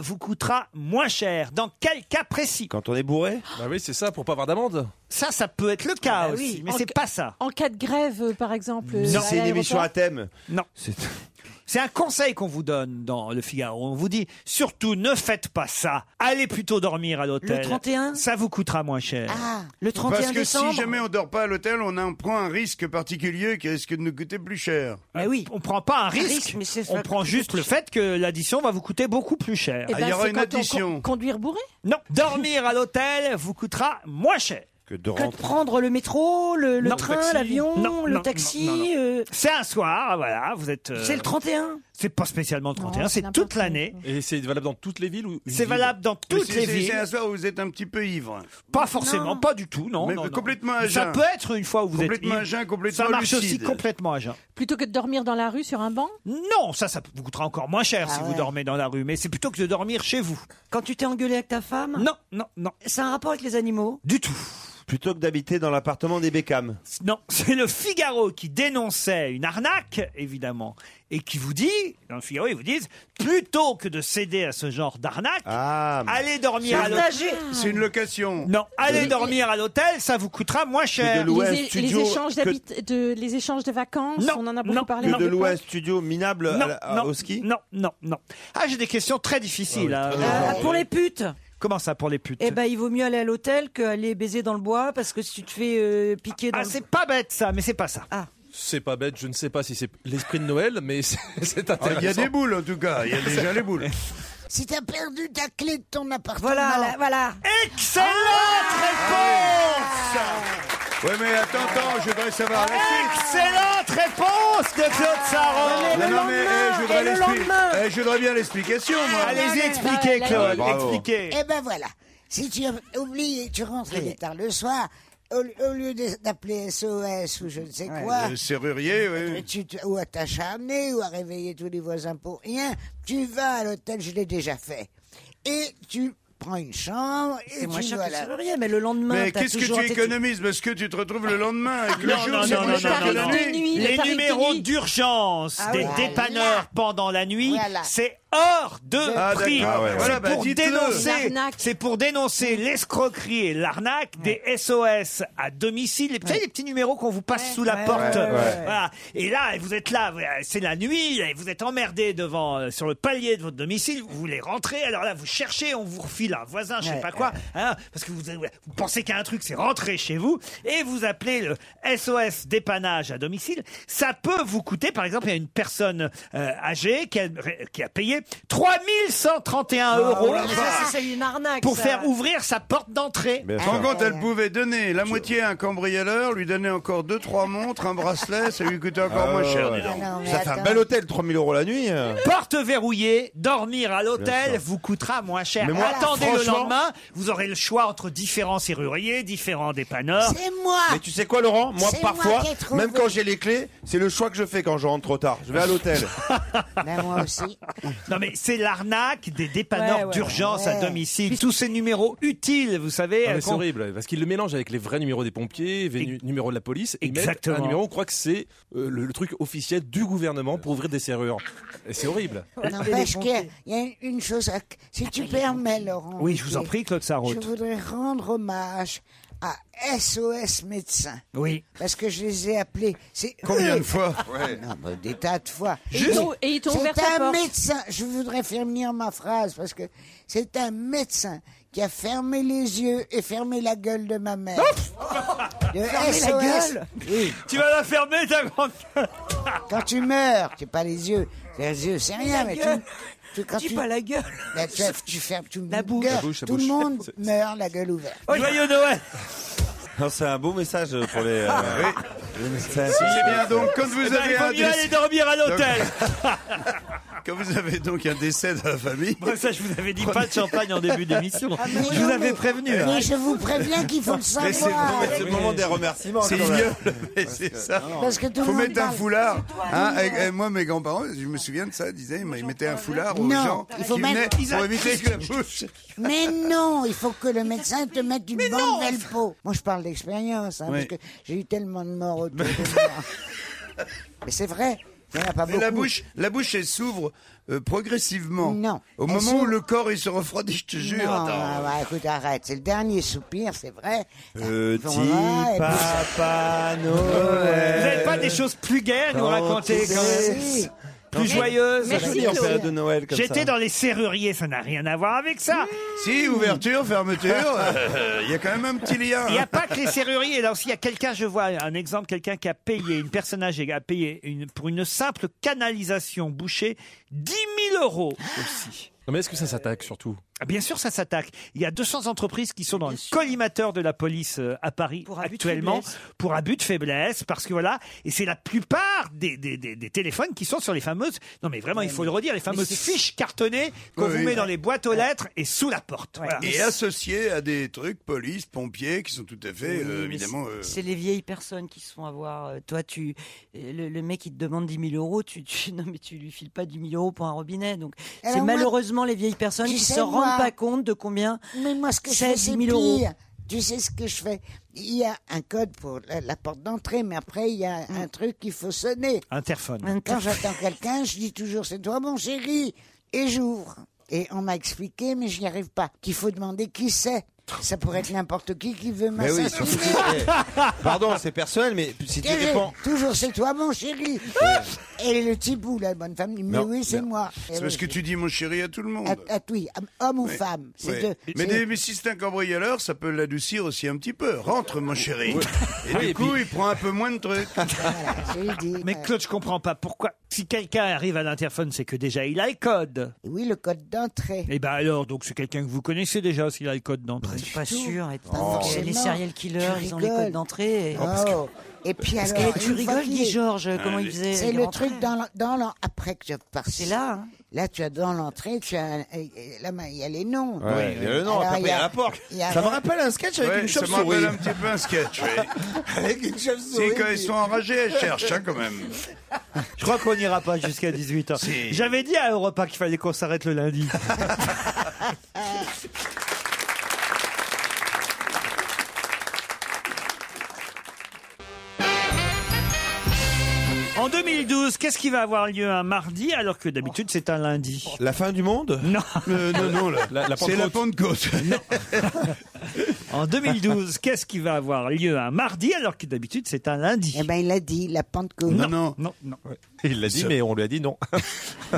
C: vous coûtera moins cher. Dans quel cas précis
A: Quand on est bourré
G: Bah oui, c'est ça, pour pas avoir d'amende.
C: Ça, ça peut être le cas
L: Bah oui.
C: aussi, mais
L: En
C: c'est
L: ca-
C: pas ça.
L: En cas de grève, euh, par exemple. euh,
C: Non.
A: C'est une émission à
L: l'aéroport.
A: thème.
C: Non. C'est un conseil qu'on vous donne dans le Figaro. On vous dit surtout ne faites pas ça. Allez plutôt dormir à l'hôtel.
F: Le
G: Hein
C: 31 Ça vous coûtera moins cher.
G: Ah.
J: le
F: Parce que si jamais on dort pas à l'hôtel, on en prend un risque particulier qui risque de nous coûter plus cher.
C: Mais oui. On prend pas un risque.
J: mais c'est
C: On prend juste le fait que l'addition va vous coûter beaucoup plus cher.
F: Eh Ah, il y ben, aura c'est une quand on con-
C: addition.
F: addition.
L: conduire bourré
C: Non. Dormir à l'hôtel vous coûtera moins cher.
A: Que de
J: Que de prendre le métro, le, le
C: Non.
J: train,
C: Taxi.
J: l'avion,
C: Non,
J: le
C: non,
J: taxi.
C: non, non, non.
J: euh,
C: C'est un soir, voilà, vous êtes. euh,
J: C'est le 31.
C: C'est pas spécialement le 31,
J: Non, c'est
C: c'est toute l'année.
G: Et c'est valable dans toutes les villes ou une
C: C'est
G: ville
C: valable dans toutes
F: C'est-
C: les
F: c'est-
C: villes.
F: C'est un soir où vous êtes un petit peu ivre.
C: Pas forcément,
F: Non.
C: pas du tout, non.
F: Mais
C: non, non.
F: complètement à
C: Ça
F: jeun.
C: peut être une fois où vous
F: Complètement
C: êtes.
F: à jeun,
C: Ça
F: complètement
C: marche aussi
F: lucide.
C: complètement à jeun.
L: Plutôt que de dormir dans la rue sur un banc
C: Non, ça, ça vous coûtera encore moins cher si
J: Ah
C: vous
J: ouais.
C: dormez dans la rue, mais c'est plutôt que de dormir chez vous.
J: Quand tu t'es engueulé avec ta femme
C: Non, non, non.
J: C'est un rapport avec les animaux
C: Du tout.
A: Plutôt que d'habiter dans l'appartement des Beckham.
C: Non, c'est le Figaro qui dénonçait une arnaque, évidemment, et qui vous dit, dans le Figaro, ils vous disent, plutôt que de céder à ce genre d'arnaque, allez dormir à l'hôtel.
F: Ah, C'est une location.
C: Non, allez dormir à l'hôtel, ça vous coûtera moins cher.
L: les, é- les échanges d'habit- de, les échanges de vacances, on en a beaucoup parlé.
A: Que
L: dans
A: de
L: le
A: l'Ouest, studio minable à
C: Non,
A: la- à-
C: non,
A: au ski
C: Non, non, non. Ah, j'ai des questions très difficiles. hein.
J: Ah, pour les putes
C: Comment ça, pour les putes
J: Eh ben, il vaut mieux aller à l'hôtel qu'aller baiser dans le bois parce que si tu te fais euh, piquer dans
C: Ah,
J: le- Ah.
C: c'est pas bête ça, mais c'est pas ça.
G: C'est pas bête, je ne sais pas si c'est l'esprit de Noël, mais c'est c'est
F: Ah,
G: intéressant.
F: Il y a des boules en tout cas, il y a déjà les boules.
D: Si t'as perdu ta clé de ton appartement.
J: Voilà, là, voilà.
C: Excellente
F: Ouais mais attends, attends, je voudrais savoir la suite.
C: Excellente réponse de Claude Sarron.
F: Non, non, mais eh, je voudrais l'expli- eh, je voudrais bien l'explication, moi.
D: Ah,
C: Allez-y, expliquez, Claude, expliquez.
D: Eh ben voilà. Si tu oublies, tu rentres les tard le soir, au, au lieu de- d'appeler SOS ou je ne sais quoi,
F: Le Euh, serrurier, oui.
D: tu te- ou à t'acharner ou à réveiller tous les voisins pour rien, tu vas à l'hôtel, je l'ai déjà fait. Et tu prends une chambre et
J: C'est
D: tu
J: moins cher
D: vas
J: que
D: là.
J: le rien, mais le lendemain.
F: Mais
J: t'as
F: qu'est-ce que
J: toujours
F: tu
J: été-
F: économises Parce que tu te retrouves le lendemain avec le
C: Non,
F: jour.
C: non,
F: c'est
C: non,
F: plus
C: non,
F: cher que
C: non,
F: la
C: non.
F: nuit.
C: Les numéros d'urgence
D: Ah
C: des
D: oui.
C: dépanneurs pendant la nuit,
D: Voilà.
C: c'est hors de
F: Ah,
C: prix.
F: d'accord. Ah ouais, ouais.
C: C'est
F: Voilà, bah,
C: pour
F: dites-le.
C: dénoncer.
F: L'arnaque.
C: C'est pour dénoncer l'escroquerie et l'arnaque des SOS à domicile. Les, vous savez, les petits numéros qu'on vous passe sous la
F: ouais,
C: porte.
F: ouais, ouais.
C: Voilà. Et là, vous êtes là, c'est la nuit, et vous êtes emmerdé devant, euh, sur le palier de votre domicile, vous voulez rentrer, alors là, vous cherchez, on vous refile un voisin, je sais
F: Ouais,
C: pas quoi, hein, parce que vous, vous pensez qu'il y a un truc, c'est rentrer chez vous, et vous appelez le SOS dépannage à domicile. Ça peut vous coûter, par exemple, il y a une personne euh, âgée qui a, qui a payé 3131 euros
F: là là.
E: Ah Ça, c'est une arnaque.
C: pour
E: ça. Ah
C: faire ouvrir sa porte d'entrée.
F: Bien Par contre, elle pouvait donner la moitié à un cambrioleur, lui donner encore deux, trois montres, un bracelet, ça lui coûtait encore
A: Ah
F: moins
A: ouais,
F: cher,
A: ouais.
F: dis donc.
A: Ah non, mais Ça fait un attends. bel hôtel, 3000 euros la nuit. euh.
C: Porte verrouillée, dormir à l'hôtel
A: Bien sûr.
C: vous coûtera moins cher.
A: Mais moi,
C: Attendez le
A: franchement-
C: lendemain, vous aurez le choix entre différents serruriers, différents dépanneurs.
D: C'est moi
A: Mais tu sais quoi, Laurent Moi,
D: C'est moi
A: parfois,
D: qui ai trouvé.
A: même quand j'ai les clés, c'est le choix que je fais quand je rentre trop tard. Je vais à l'hôtel.
D: Ben, moi aussi.
C: Non mais c'est l'arnaque des dépanneurs
D: Ouais, ouais,
C: d'urgence à
D: ouais.
C: domicile. Tous ces numéros utiles, vous savez.
G: Ah, mais
C: euh,
G: c'est
C: qu'on-
G: horrible, parce qu'il le mélange avec les vrais numéros des pompiers, les nu- numéros de la police. et Ils mettent
C: Exactement.
G: un numéro, on croit que c'est euh, le, le truc officiel du gouvernement pour ouvrir des serrures. Et c'est horrible.
D: N'empêche qu'il y a- il y a une chose, à- si tu permets, Laurent.
C: Oui, je vous en prie, Claude
D: Je
C: Sarraute.
D: voudrais rendre hommage à SOS Médecins.
C: Oui.
D: Parce que je les ai appelés. C'est
F: Combien de
D: eux.
J: Eh.
F: fois
J: Ah,
D: Non, mais des tas de fois.
F: Et ils t'ont-
D: Mais
F: et ils t'ont
D: c'est
F: ouvert ta
D: un
F: porte.
D: médecin. Je voudrais finir ma phrase parce que c'est un médecin qui a fermé les yeux et fermé la gueule de ma mère. Le
C: Fermé la gueule Tu vas la fermer, ta grande
D: Quand tu meurs, c'est pas les yeux. Les yeux, c'est rien,
J: La
D: mais tu.
J: gueule.
D: tu- quand
J: Dis
D: tu-
J: pas la gueule.
D: Là, tu, tu fermes tout la
J: bouche.
A: La bouche, la
D: Tout le
A: bouche.
D: monde
A: C'est-
D: meurt la gueule ouverte.
C: Oh, Joyeux Noël
A: Non, C'est un beau message pour les. euh, les messages.
F: Eh bien donc, quand vous
A: Eh ben,
F: avez
A: il faut
F: un
A: mieux aller
C: dormir à l'hôtel.
F: quand vous avez donc un décès dans la famille. Ah,
C: ça, je vous avais dit pas de champagne en début d'émission.
D: mais
C: Je
D: non,
C: vous avais
D: mais-
C: prévenu.
D: mais
C: hein.
D: je vous préviens qu'il faut le
F: Mais c'est
D: savoir.
F: mais
A: le moment des remerciements,
F: C'est
A: quand même.
F: ignoble, mais c'est ça.
D: Parce que tout le
F: Faut
D: monde
F: mettre un
D: parle.
F: foulard. hein,
D: Ouais.
F: et- et moi, mes grands-parents, je me souviens de ça, ils disaient, ils mettaient un foulard aux
D: Non,
F: gens
D: il faut
F: qui
D: mettre-
F: venaient
D: ils
F: pour
D: a-
F: éviter que la bouche.
D: Mais non, il faut que le médecin te mette une bonne Velpo. Moi, je parle d'expérience, hein,
F: Oui.
D: parce que j'ai eu tellement de morts autour de moi. Mais c'est vrai, il n'y en a pas
F: Mais
D: beaucoup.
F: la bouche, la bouche, elle s'ouvre euh, progressivement.
D: Non.
F: Au
D: Elle
F: moment où
D: s'ouvre-
F: le corps il se refroidit, je te jure.
D: Non,
F: attends.
D: ouais, Ah, ouais, écoute, arrête. C'est le dernier soupir, c'est vrai.
A: Petit
F: Ah,
A: papa
C: Vous
A: Noël.
C: n'avez pas des choses plus gaies à nous
A: Quand
C: raconter
A: tu
C: quand même
A: sais.
C: Plus
A: Mais-
C: joyeuses
A: Merci, Joli en Claude. période de Noël comme
C: J'étais
A: ça.
C: dans les serruriers, ça n'a rien à voir avec ça.
F: Si, ouverture, fermeture, euh, il y a quand même un petit lien.
C: Il n'y a
F: hein.
C: pas que les serruriers. Alors, s'il y a quelqu'un, je vois un exemple, quelqu'un qui a payé, une personne âgée a payé une, pour une simple canalisation bouchée 10 000 euros aussi.
G: Non, mais est-ce que ça s'attaque surtout
C: Ah, Bien sûr, ça s'attaque. Il y a 200 entreprises qui sont dans le collimateur de la police euh, à Paris actuellement
J: faiblesse.
C: pour abus de faiblesse, parce que voilà, et c'est la plupart des, des- des- des téléphones qui sont sur les fameuses, non mais vraiment, il faut le redire, les fameuses fiches cartonnées qu'on
F: Oui,
C: vous
F: oui.
C: met dans les boîtes aux lettres et sous la porte. Voilà.
F: Et associé à des trucs police, pompiers, qui sont tout à fait, euh,
J: Oui, mais
F: évidemment.
J: c'est-
F: euh,
J: C'est les vieilles personnes qui se font avoir. euh, Toi, tu, euh, le, le mec, il te demande 10 000 euros, tu, tu, non, mais tu lui files pas 10 000 euros pour un robinet. Donc,
D: Alors
J: c'est
D: moi-
J: malheureusement les vieilles personnes
D: Tu
J: qui
D: sais,
J: se rendent
D: moi-
J: pas compte de combien.
D: Mais moi, ce que je fais,
J: 16
D: c'est
J: 000 euros.
D: pire. Tu sais ce que je fais Il y a un code pour la, la porte d'entrée, mais après, il y a un truc qu'il faut sonner.
C: Interphone.
D: Quand j'attends quelqu'un, je dis toujours c'est toi mon chéri et j'ouvre. Et on m'a expliqué, mais je n'y arrive pas, qu'il faut demander qui c'est. Ça pourrait être n'importe qui qui veut
A: Mais oui,
D: m'assassiner.
A: surtout. eh, Pardon, c'est personnel, mais si tu
D: Que j'ai-
A: réponds.
D: Toujours c'est toi mon chéri. et le type ou la bonne femme dit mais
F: Non,
D: oui c'est
F: non.
D: moi.
F: C'est parce que tu dis mon chéri à tout le monde.
D: À, à- oui, homme ou
F: Oui.
D: femme, c'est
F: Oui.
D: deux.
F: Mais,
D: c'est-
F: des- mais si c'est un cambrioleur, ça peut l'adoucir aussi un petit peu. Rentre, mon chéri. Et du coup, il prend un peu moins de trucs.
C: Mais Claude, je comprends pas pourquoi. Si quelqu'un arrive à l'interphone, c'est que déjà il a le code.
D: Oui, le code d'entrée.
C: Et ben alors, donc c'est quelqu'un que vous connaissez déjà s'il a le code d'entrée.
J: Pas sûr. et-
D: Oh.
J: les- Les
D: Non,
J: serial killers,
D: tu
J: ils ont les
D: rigoles.
J: codes d'entrée. et-
D: Oh, Et puis
J: Parce
D: alors,
J: que tu
D: une fois
J: rigoles,
D: qu'il
J: Guy
D: est-
J: Georges,
A: Ah,
J: comment il faisait
D: C'est
J: il
D: le
J: rentrait
D: truc dans l'en- dans l'en- après que je pars. C'est
J: là, hein.
D: Là, tu as dans l'entrée, tu as euh, euh, là, il y a les noms.
A: Ouais, il y a le nom,
D: Alors,
A: après, il y a la porte.
D: il y a-
A: Ça me rappelle un sketch avec
F: Ouais,
A: une
F: ça me
A: chauve-souris.
F: rappelle un petit peu un sketch. oui.
A: Avec une chauve-souris.
F: Si, quand ils sont enragés, elles cherchent, hein, quand même.
C: Je crois qu'on n'ira pas jusqu'à 18h.
F: Si.
C: J'avais dit à Europa qu'il fallait qu'on s'arrête le lundi. En 2012, Toulouse, qu'est-ce qui va avoir lieu un mardi alors que d'habitude c'est un lundi
A: La fin du monde Euh,
C: Non.
A: non, non, la- c'est la
C: Pentecôte. en 2012, qu'est-ce qui va avoir lieu un mardi alors que d'habitude c'est un lundi Eh
D: ben il l'a dit, la Pentecôte.
C: Non, non, non.
G: Il l'a dit, mais on lui a dit non.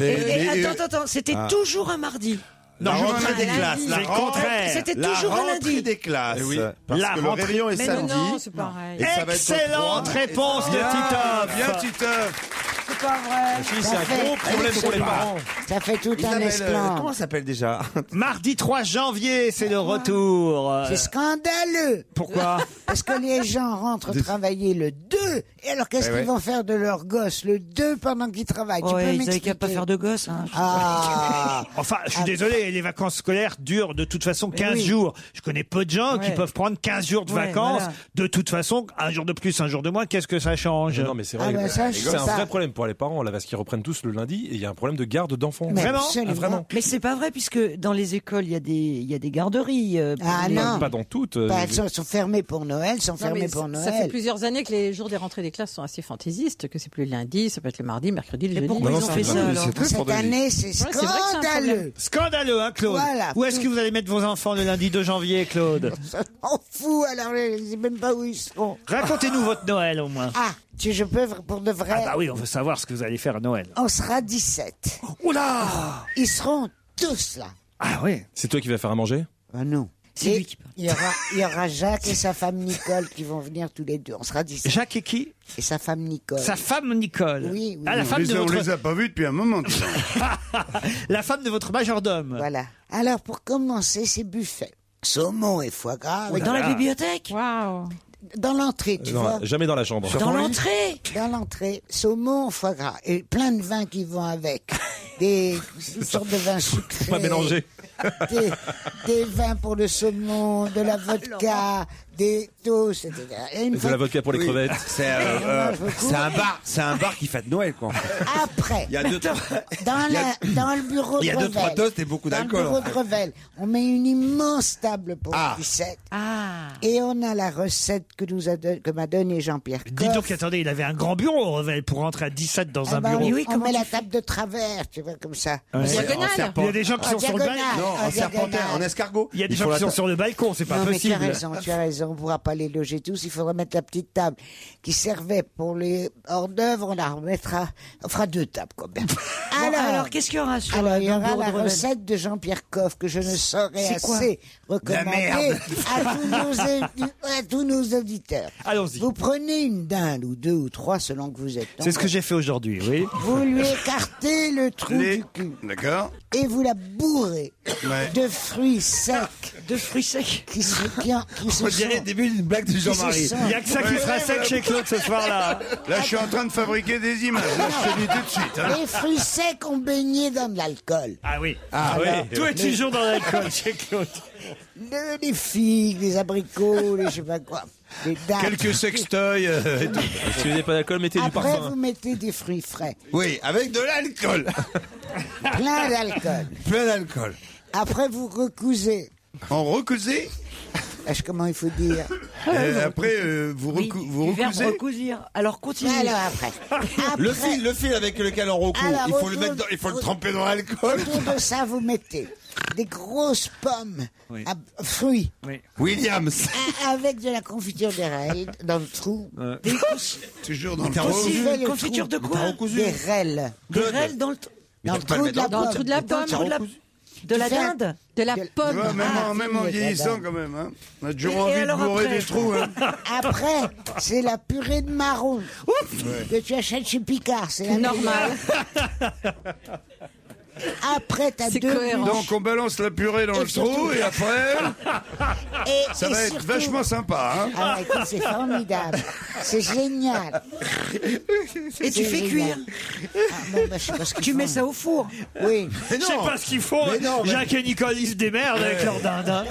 J: Et- et- attends, attends, c'était
G: Ah.
J: toujours un mardi.
G: Non,
A: euh, La
G: je
A: rentrée
G: parle
A: des
G: lundi.
A: classes. La
G: C'est le
A: rentrée-
G: contraire.
J: C'était
A: la
J: toujours un
A: rentrée
J: lundi.
A: des classes.
G: Eh oui.
A: Parce
G: La
A: que
G: rentrée-
A: le réveillon est
G: Mais
A: samedi.
G: non, c'est
A: pareil.
C: Excellente réponse de Titoff.
F: Bien, Titoff
D: C'est pas vrai.
A: Si, c'est un gros problème pour les parents.
D: Ça fait tout un
A: Isabelle, euh,
D: esclandre.
A: comment ça s'appelle déjà
C: Mardi 3 janvier, c'est le retour. Euh,
D: C'est Ah, scandaleux.
C: Pourquoi
D: Parce que les gens rentrent travailler le 2 et alors qu'est-ce
J: Eh
D: qu'ils
J: ouais.
D: vont faire de leurs gosses le 2 pendant qu'ils travaillent Tu
J: Ouais,
D: peux
J: ils avaient
D: m'expliquer
J: qu'à pas faire de gosses, hein.
D: Ah.
C: Enfin, je suis
D: Ah.
C: désolé, les vacances scolaires durent de toute façon 15
D: oui.
C: jours. Je connais peu de gens qui
D: Ouais.
C: peuvent prendre 15 jours de
D: Ouais,
C: vacances.
D: voilà.
C: De toute façon, un jour de plus, un jour de moins, qu'est-ce que ça change
G: Non, mais c'est vrai. que c'est un vrai problème pour les parents, là, parce qu'ils reprennent tous le lundi et il y a un problème de garde d'enfants.
J: Mais
G: Ah, Vraiment
J: Mais c'est pas vrai, puisque dans les écoles, il y, a des- il y a des garderies. euh, pour
D: Ah
J: les-
D: non.
G: Pas dans toutes.
J: euh,
D: Bah, elles sont, sont fermées pour Noël, sont
J: Non, mais
D: fermées
J: ça-
D: pour
J: ça
D: Noël.
E: Ça fait plusieurs années que les jours des rentrées des classes sont assez fantaisistes, que c'est plus le lundi, ça peut être le mardi, mercredi, le jeudi.
D: pourquoi Non, ils non, ont c'est fait vrai, ça, mais alors c'est très Cette fantaisiste. année, c'est
E: Ouais, vrai que c'est un problème.
D: scandaleux.
C: Scandaleux, hein, Claude
D: Ah, Voilà.
C: Où est-ce que vous allez mettre vos enfants le lundi 2 janvier, Claude
D: On fout, alors je sais même pas où ils sont.
C: Racontez-nous votre Noël, au moins.
D: Ah, tu, je peux v- pour de vrai.
C: Ah bah oui, on veut savoir ce que vous allez faire à Noël.
D: On sera 17.
C: Oula
D: Ils seront tous là.
C: Ah oui.
G: C'est toi qui vas faire à manger
D: Ah non.
G: C'est
D: Et
G: lui qui
D: Il y, aura, il y aura Jacques et sa femme Nicole qui vont venir tous les deux. On sera 17.
C: Jacques et qui
D: Et sa femme Nicole.
C: Sa femme Nicole.
D: Oui, oui.
C: Ah, la
D: On
C: femme
D: les
C: de
D: a- on
C: votre...
D: les a
F: pas vus depuis un moment. dis donc.
C: la femme de votre majordome.
D: Voilà. Alors, pour commencer, c'est buffet. Saumon et foie gras.
G: Oh là Dans la là.
D: bibliothèque
E: Waouh
D: Dans l'entrée, tu
G: Non,
D: vois.
G: jamais dans la chambre.
D: Dans l'entrée. Saumon, foie gras. Et plein de vins qui vont avec. Des toutes sortes de vins sucrés.
G: Faut Pas mélanger.
D: Des, des vins pour le saumon, de la vodka, des toasts, etc. Et une fois-
A: Oui. C'est euh, euh,
D: Moi, je veux
A: c'est un bar, c'est un bar qui fête Noël quoi. en fait.
D: Après,
A: Il y a deux, trois-
D: dans, la- dans le bureau
A: il y a
D: de
A: deux, trois
D: Revel,
A: toasts et beaucoup
D: dans le
A: d'alcool, hein.
D: bureau
A: en
D: de
A: fait.
D: Revel, on met une immense table pour
C: Ah.
D: 17. Et on a la recette que, nous a don- que m'a donnée Jean-Pierre
C: Dites donc, attendez, il avait un grand bureau au Revel pour rentrer à 17 dans
D: Ah
C: un
D: bah,
C: bureau.
D: on, on met la table de travers, tu vois, comme ça.
C: Ouais. En diagonale.
D: serpent.
C: Il y a des gens qui
D: En
C: sont sur le bal-
D: diagonale,
C: Non, en
D: diagonale.
C: serpentin, en escargot. Il y a des
D: Il
C: gens
D: faut
C: qui
D: la
C: sont
D: ta-
C: sur le balcon, c'est pas
D: non,
C: possible.
D: Mais tu as raison, tu as raison. On ne pourra pas les loger tous. Il faudra mettre la petite table qui servait pour les hors d'œuvre. On la remettra. On fera deux tables, quand même.
J: alors, qu'est-ce qu'il y aura sur
D: Alors, il y
J: dans le
D: aura
J: bureau
D: la
J: de Revel
D: recette de Jean-Pierre Coff que je ne saurais
J: C'est quoi
D: assez recommander
J: merde.
D: à tous, nos, à tous nos auditeurs.
C: Allons-y.
D: Vous prenez une dinde ou deux ou trois selon que vous êtes.
C: C'est ce que j'ai fait aujourd'hui, oui.
D: Vous lui écartez le trou
F: Les-
D: du cul
F: D'accord
D: et vous la bourrez
F: Ouais.
D: de fruits secs.
J: De fruits secs
D: qui se, qui, en- qui se
F: On dirait
D: sont-
F: le début d'une blague de
D: qui se
F: Jean-Marie.
D: sont-
F: Là, je suis en train de fabriquer des images. Là, je te dis tout de suite. hein.
D: Les fruits secs ont baigné dans de l'alcool.
C: Ah oui.
F: Ah
D: Alors,
F: oui.
C: Tout est
D: Mais-
C: toujours dans l'alcool chez Claude.
D: Le- les figues, les abricots, les je sais pas quoi. Les dattes.
F: Quelques sextoys. euh, et tout.
G: Si vous n'avez pas d'alcool, mettez du
D: Après, vous
G: parfum.
D: mettez des fruits frais.
F: Oui, avec de l'alcool.
D: Plein d'alcool.
F: Plein d'alcool.
D: Après, vous recousez.
F: En recousé
D: Ah, je- Comment il faut dire
F: Euh, après, euh, vous, recou- vous recousez
J: recousir. Alors, continue.
D: Bah, Alors après. Après,
F: Le fil, le fil avec lequel on recoue,
D: Alors,
F: il faut le
D: autour-
F: mettre, dans- il faut le
D: autour-
F: tremper dans l'alcool.
D: Autour de ça, vous mettez des grosses pommes
F: Oui.
D: à fruits.
F: Williams.
D: A- Avec de la confiture d'érel dans le trou. Des
F: Toujours dans le
D: T'as
F: trou.
D: recousu
F: Dans le trou.
D: confiture de quoi
F: T'as recousu.
D: Des rêles.
F: Des Claude. rêles
J: dans le trou.
F: Mais t'as pas le mettre
E: Dans le trou de la pomme.
F: T'as recousu.
J: De la
E: Tu fais un-
J: dinde
E: De la
F: Tu
E: pomme.
F: vois, même,
E: Ah,
F: en, même en
E: oui, de la
F: vieillissant,
E: dinde.
F: quand même. Hein. On a
D: Et-
F: toujours
D: et
F: envie de
D: alors
F: bourrer
D: après
F: des trous. Hein.
D: Après, c'est la purée de marron
F: Ouais.
D: que tu achètes chez Picard. C'est la
E: Normal.
D: Après, t'as deux
F: Donc,
D: bouches.
F: on balance la purée dans
D: Et
F: le trou
D: surtout-
F: et après,
D: Et-
F: ça
D: et
F: va être
D: surtout-
F: vachement sympa. Hein.
D: Ah, écoute, c'est formidable. C'est génial.
J: Et
D: C'est
J: tu fais
D: génial.
J: cuire.
D: Ah, bon, bah, je sais pas ce qu'ils
J: Tu mets
D: font.
J: ça au four.
D: Oui.
C: Je sais pas ce qu'ils font.
A: Mais non, mais-
C: Jacques et Nicole, ils se démerdent avec leur dindin.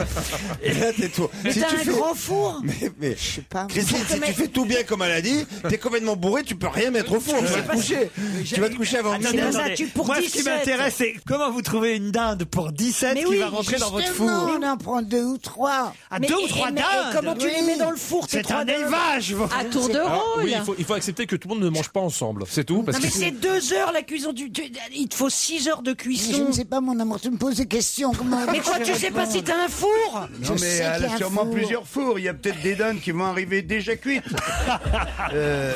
A: Et là t'es tout.
J: Mais
A: Si
J: t'as
A: tu
J: un
A: fais-
J: grand four.
A: Mais, mais-
D: pas.
A: Christine, si tu fais tout bien comme elle a dit, t'es complètement bourré, tu peux rien mettre au four. Tu vas te coucher. Tu vas te coucher avant
J: Ah,
A: minuit.
J: mais c'est pas ça, tu- pour
C: Moi, ce qui
J: 17.
C: m'intéresse, c'est comment vous trouvez une dinde pour 17 qui va rentrer dans votre four
D: Justement, On en prend deux ou trois.
C: Ah, deux ou trois dindes
D: Oui.
C: C'est un élevage vous-
G: Ah, Oui, il faut, il faut accepter que tout le monde ne mange pas ensemble. C'est tout. Parce
J: non mais
G: que
J: c'est deux heures la cuisson du. du- Il te faut six heures de
D: Je
J: cuisson.
D: ne sais pas, mon amour, tu me poses des questions. Comment
J: Mais quoi, tu sais pas si t'as un four
D: Je
F: Non, mais
D: sais
F: elle
D: qu'il y a
F: a
D: un
F: sûrement
D: four.
F: plusieurs fours. Il y a peut-être des dindes qui vont arriver déjà cuites. Euh,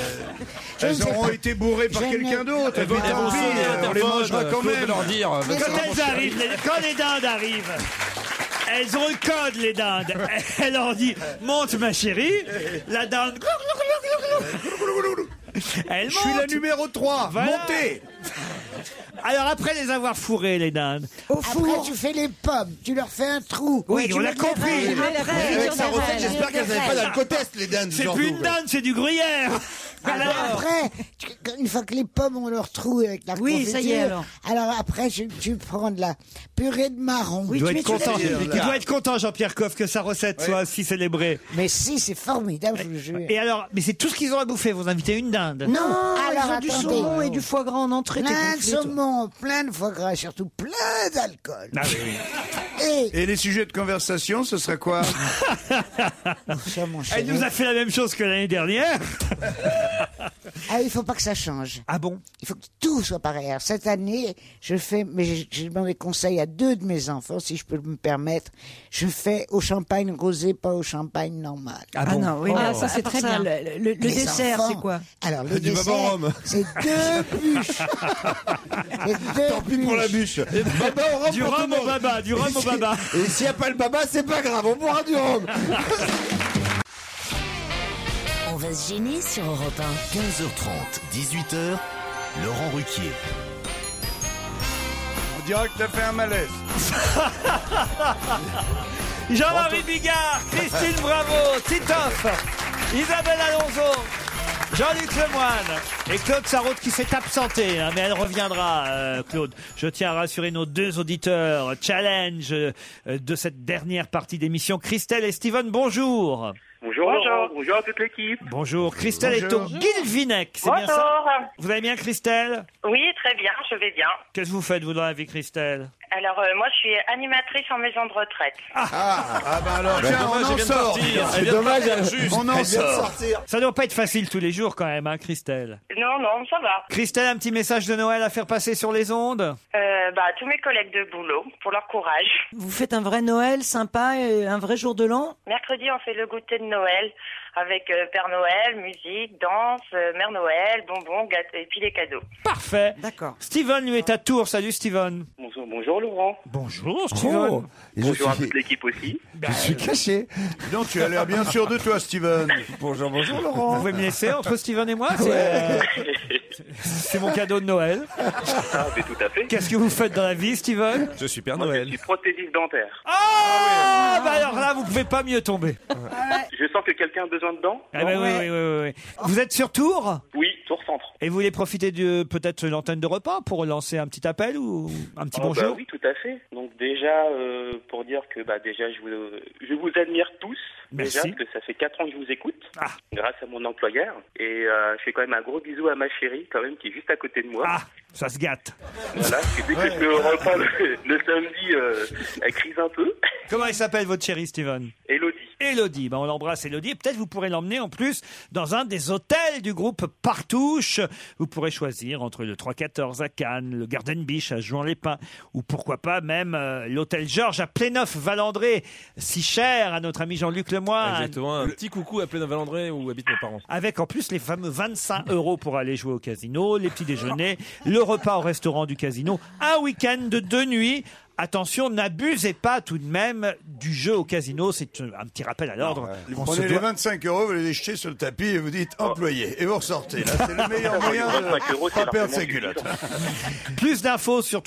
D: Je ne
F: elles
D: sais
F: auront
D: pas.
F: été bourrées par
D: Je ne-
F: quelqu'un d'autre. Et
C: Eh
G: Elles
C: ben,
G: vont-
F: puis tant
G: elles vont
F: pis, euh,
G: sonner à
F: on les
G: Interphone,
F: mangera quand
G: Claude
F: même.
G: leur dire, euh, Mais
C: Quand elles arrivent, les- quand les dindes arrivent, elles ont le code, les dindes. Elle leur dit Monte, ma chérie. La dinde. Elle
F: Je suis la numéro 3. Montez
C: Alors, après les avoir fourrées, les dindes.
D: Après, tu fais les pommes, tu leur fais un trou.
C: Oui,
D: Tu
C: on l'a
D: leur mets
C: compris.
D: un-
C: Avec sa recette, j'espère qu'elles avaient pas d'alcotest, les dindes, C'est genre plus une d'ouvre. dinde, c'est du gruyère.
D: Alors Ah, après, tu- quand- une fois que les pommes ont leur trou avec la
J: Oui,
D: confiture,
J: ça y est, alors.
D: alors après, tu, tu prends de la purée de marron.
C: il, doit être content, il doit être content, Jean-Pierre Coff, que sa recette soit si célébrée.
D: Mais si, c'est formidable, je vous jure.
C: Et alors, mais c'est tout ce qu'ils ont à bouffer. Vous invitez une dinde.
D: Non,
J: Ah, ils
D: alors
J: ont du
D: attendez.
J: saumon et du foie gras en entrée. t'es
D: Plein de
J: gonflé, toi.
D: saumon, plein de foie gras, surtout plein d'alcool.
C: Ah oui, oui.
D: Et
F: Et les sujets de conversation, ce sera quoi
C: Elle nous a fait la même chose que l'année dernière.
D: Ah, il faut pas que ça change.
C: Ah bon
D: Il faut que tout soit pareil. Alors, cette année, je fais, mais je, je demande des conseils à deux de mes enfants, si je peux me permettre. Je fais au champagne rosé, pas au champagne normal.
J: Ah bon non, oui, Ah, non. ça, c'est
D: À part
J: très bien.
D: Le,
J: le- le dessert, c'est quoi
D: Alors, le
F: Du
D: dessert,
F: babarum.
D: c'est deux bûches. C'est deux
F: Tant pis pour la bûche. Baba au rhum
C: Du
F: pour tout
C: rhum
F: le
C: au
F: monde.
C: baba, du rhum
F: Et
C: au
F: si-
C: baba.
F: Et s'il n'y a pas le baba, c'est pas grave, on boira du rhum.
B: On va se gêner sur Europe 1.
F: 15h30, 18h, Laurent Ruquier. On dirait que t'as fait un malaise.
C: Jean-Marie Bigard, Christine Bravo, Titoff, Isabelle Alonso, Jean-Luc Lemoine et Claude Sarraute qui s'est absenté, hein, mais elle reviendra, euh, Claude. Je tiens à rassurer nos deux auditeurs. Challenge euh, de cette dernière partie d'émission. Christelle et Steven, bonjour.
N: Bonjour, Laurent. bonjour à toute l'équipe.
C: Bonjour, Christelle
N: Bonjour.
C: est au Guilvinec, c'est bien ça
K: Bonjour.
C: Vous allez bien, Christelle
K: Oui, très bien, je vais bien.
C: Qu'est-ce que vous faites, vous, dans la vie, Christelle
K: Alors, euh, moi, je suis animatrice en maison de retraite.
F: Ah, ah bah alors, tiens,
C: dommage,
F: on en
C: elle vient de
F: sort.
C: sortir. Elle
F: C'est
C: vient de
F: dommage,
C: sortir
F: elle-
C: juste.
F: on en
C: Elle vient de
F: sort.
C: sortir. Ça doit pas être facile tous les jours, quand même, hein, Christelle
K: Non, non, ça va.
C: Christelle, un petit message de Noël à faire passer sur les ondes
K: Euh, bah, à tous mes collègues de boulot, pour leur courage.
J: Vous faites un vrai Noël sympa, et un vrai jour de l'an.
K: Mercredi, on fait le goûter de Noël avec euh, Père Noël, musique, danse, euh, Mère Noël, bonbons, gâteaux et puis les cadeaux.
C: Parfait.
J: D'accord.
C: Steven, lui, est à Tours. Salut, Steven.
N: Bonjour, bonjour Laurent.
C: Oh. Bonjour, Bah, euh, Steven.
N: Bonjour à toute l'équipe aussi.
F: Je suis caché. Non, tu as l'air bien sûr de toi, Steven. Bonjour, bonjour,
C: Vous
F: Laurent.
C: pouvez me laisser entre Steven et moi C'est euh, c'est mon cadeau de Noël.
N: Ah, mais tout à fait.
C: Qu'est-ce que vous faites dans la vie, Steven
G: Je suis Père
N: Moi,
G: Noël.
N: je suis prothésiste dentaire.
C: Ah, bah alors là, vous pouvez pas mieux tomber.
J: Ah bah
N: Je sens que quelqu'un a besoin de dents.
C: Ah bah oui, oui, oui, oui, oui. Vous êtes sur Tours
N: Oui, tour centre.
C: et vous voulez profiter de peut-être l'antenne de repas pour lancer un petit appel ou un petit
N: Ah, bah
C: bonjour
N: oui, tout à fait. Donc déjà, euh, pour dire que bah, déjà, je vous, je vous admire tous.
C: Merci. Ah.
N: Déjà, parce que ça fait 4 ans que je vous écoute, grâce à mon employeur. Et euh, je fais quand même un gros bisou à ma chérie, quand même, qui est juste à côté de moi.
C: Ah, ça se gâte.
N: Voilà, parce que dès que je me reprends le, le samedi, euh, elle crise un peu.
C: Comment elle s'appelle votre chérie, Steven
N: Elodie.
C: Elodie, ben on l'embrasse Elodie. Peut-être vous pourrez l'emmener en plus dans un des hôtels du groupe Partouche. Vous pourrez choisir entre le 314 à Cannes, le Garden Beach à Jouan-les-Pins ou pourquoi pas même euh, l'hôtel Georges à Pléneuf-Valandré, si cher à notre ami Jean-Luc Lemoyne.
G: Exactement. Un petit coucou à Plénin-Valandré où habitent mes parents.
C: Avec en plus les fameux 25 euros pour aller jouer au casino, les petits déjeuners, le repas au restaurant du casino, un week-end de deux nuits. Attention, n'abusez pas tout de même du jeu au casino. C'est un petit rappel à l'ordre.
F: Vous
C: qu'on se
F: prenez les
C: doit.
F: 25 euros, vous les jetez sur le tapis et vous dites employé. Et vous ressortez. Là, c'est le meilleur moyen
N: €25 euros,
F: de
N: c'est
F: pas perdre
N: largement
F: ses culottes.
C: Plus d'infos sur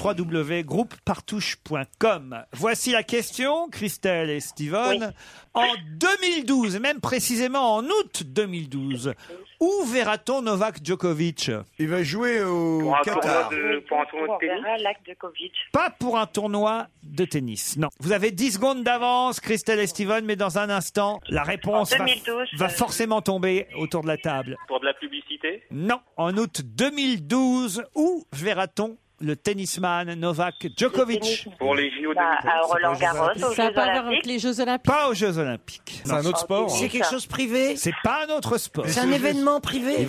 C: www.groupepartouche.com. Voici la question, Christelle et Steven. En 2012, et même précisément en août 2012, où verra-t-on Novak Djokovic
F: Il va jouer au
N: Pour un
F: Qatar.
N: tournoi de, pour un tournoi de
K: On
N: tennis.
K: verra l'acte de Covid.
C: Pas pour un tournoi de tennis, non. Vous avez 10 secondes d'avance, Christelle et Steven, mais dans un instant, la réponse
K: En
C: va,
K: 2012,
C: va
K: euh,
C: forcément tomber autour de la table.
N: Pour de la publicité.
C: Non, en août 2012, où verra-t-on le tennisman Novak Djokovic
I: Pour les JO de
K: Bah, à Roland Garros, aux Jeux
E: Ça n'a pas à voir
K: Olympiques.
E: avec les Jeux Olympiques.
C: Pas aux Jeux Olympiques.
G: C'est un autre sport.
J: C'est quelque chose de privé
C: C'est pas un autre sport.
J: C'est un événement privé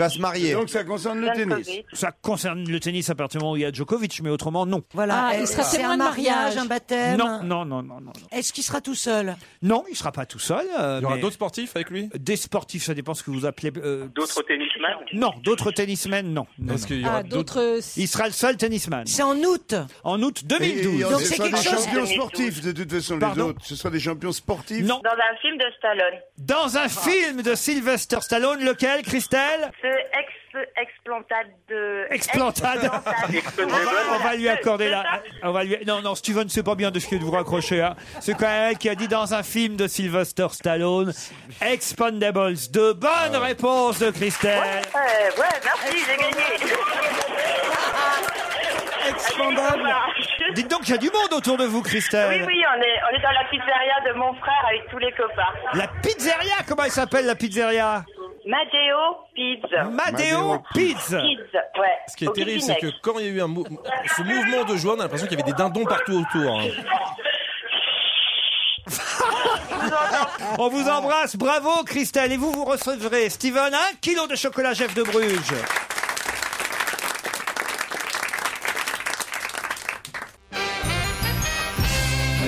F: Donc ça concerne le tennis.
C: Ça concerne le tennis à partir du moment où il y a Djokovic, mais autrement, non.
J: Voilà. Ah, il sera C'est témoin un de mariage, mariage. un baptême
C: Non, non, non, non. non.
J: Est-ce qu'il sera tout seul
C: Non, il sera pas tout seul. euh,
G: Il y aura d'autres sportifs avec lui
C: Des sportifs, ça dépend ce que vous appelez. euh,
I: D'autres tennisman
C: non, d'autres tennismen, non. non,
G: Est-ce
C: non.
G: qu'il y aura Ah, d'autres-
C: Il sera le seul tennisman.
J: C'est en août
C: En août
F: Et- et
C: 2012.
F: on- ce sera des champions sportifs, de toute façon, les
C: Pardon
F: autres. Ce sera des champions sportifs.
C: Non.
K: Dans un film de Stallone.
C: Dans un film de Sylvester Stallone, lequel, Christelle
K: Ce ex explantade de.
C: Explantade. On va, on va lui accorder la. On va lui. Non, non, Steven, c'est pas bien de ce que de vous raccrocher. hein. C'est quand même elle qui a dit dans un film de Sylvester Stallone, Expandables 2. Bonne
K: Ah.
C: réponse de Christelle.
K: Ouais, ouais, merci, j'ai gagné.
C: Expandable. Dites donc, il y a du monde autour de vous,
K: Oui,
C: Christelle.
K: oui, on est, on est dans la pizzeria de mon frère avec tous les copains.
C: La pizzeria, comment elle s'appelle la pizzeria
K: Madeo Pizza.
C: Madeo Pizza.
K: Pizza, ouais.
G: Ce qui est
K: Au
G: terrible, c'est
K: Pitinec.
G: que quand il y a eu un mou- ce mouvement de joie, on a l'impression qu'il y avait des dindons partout autour. hein.
C: On vous embrasse, bravo Christelle. Et vous, vous recevrez, Steven, un kilo de chocolat Jeff de Bruges.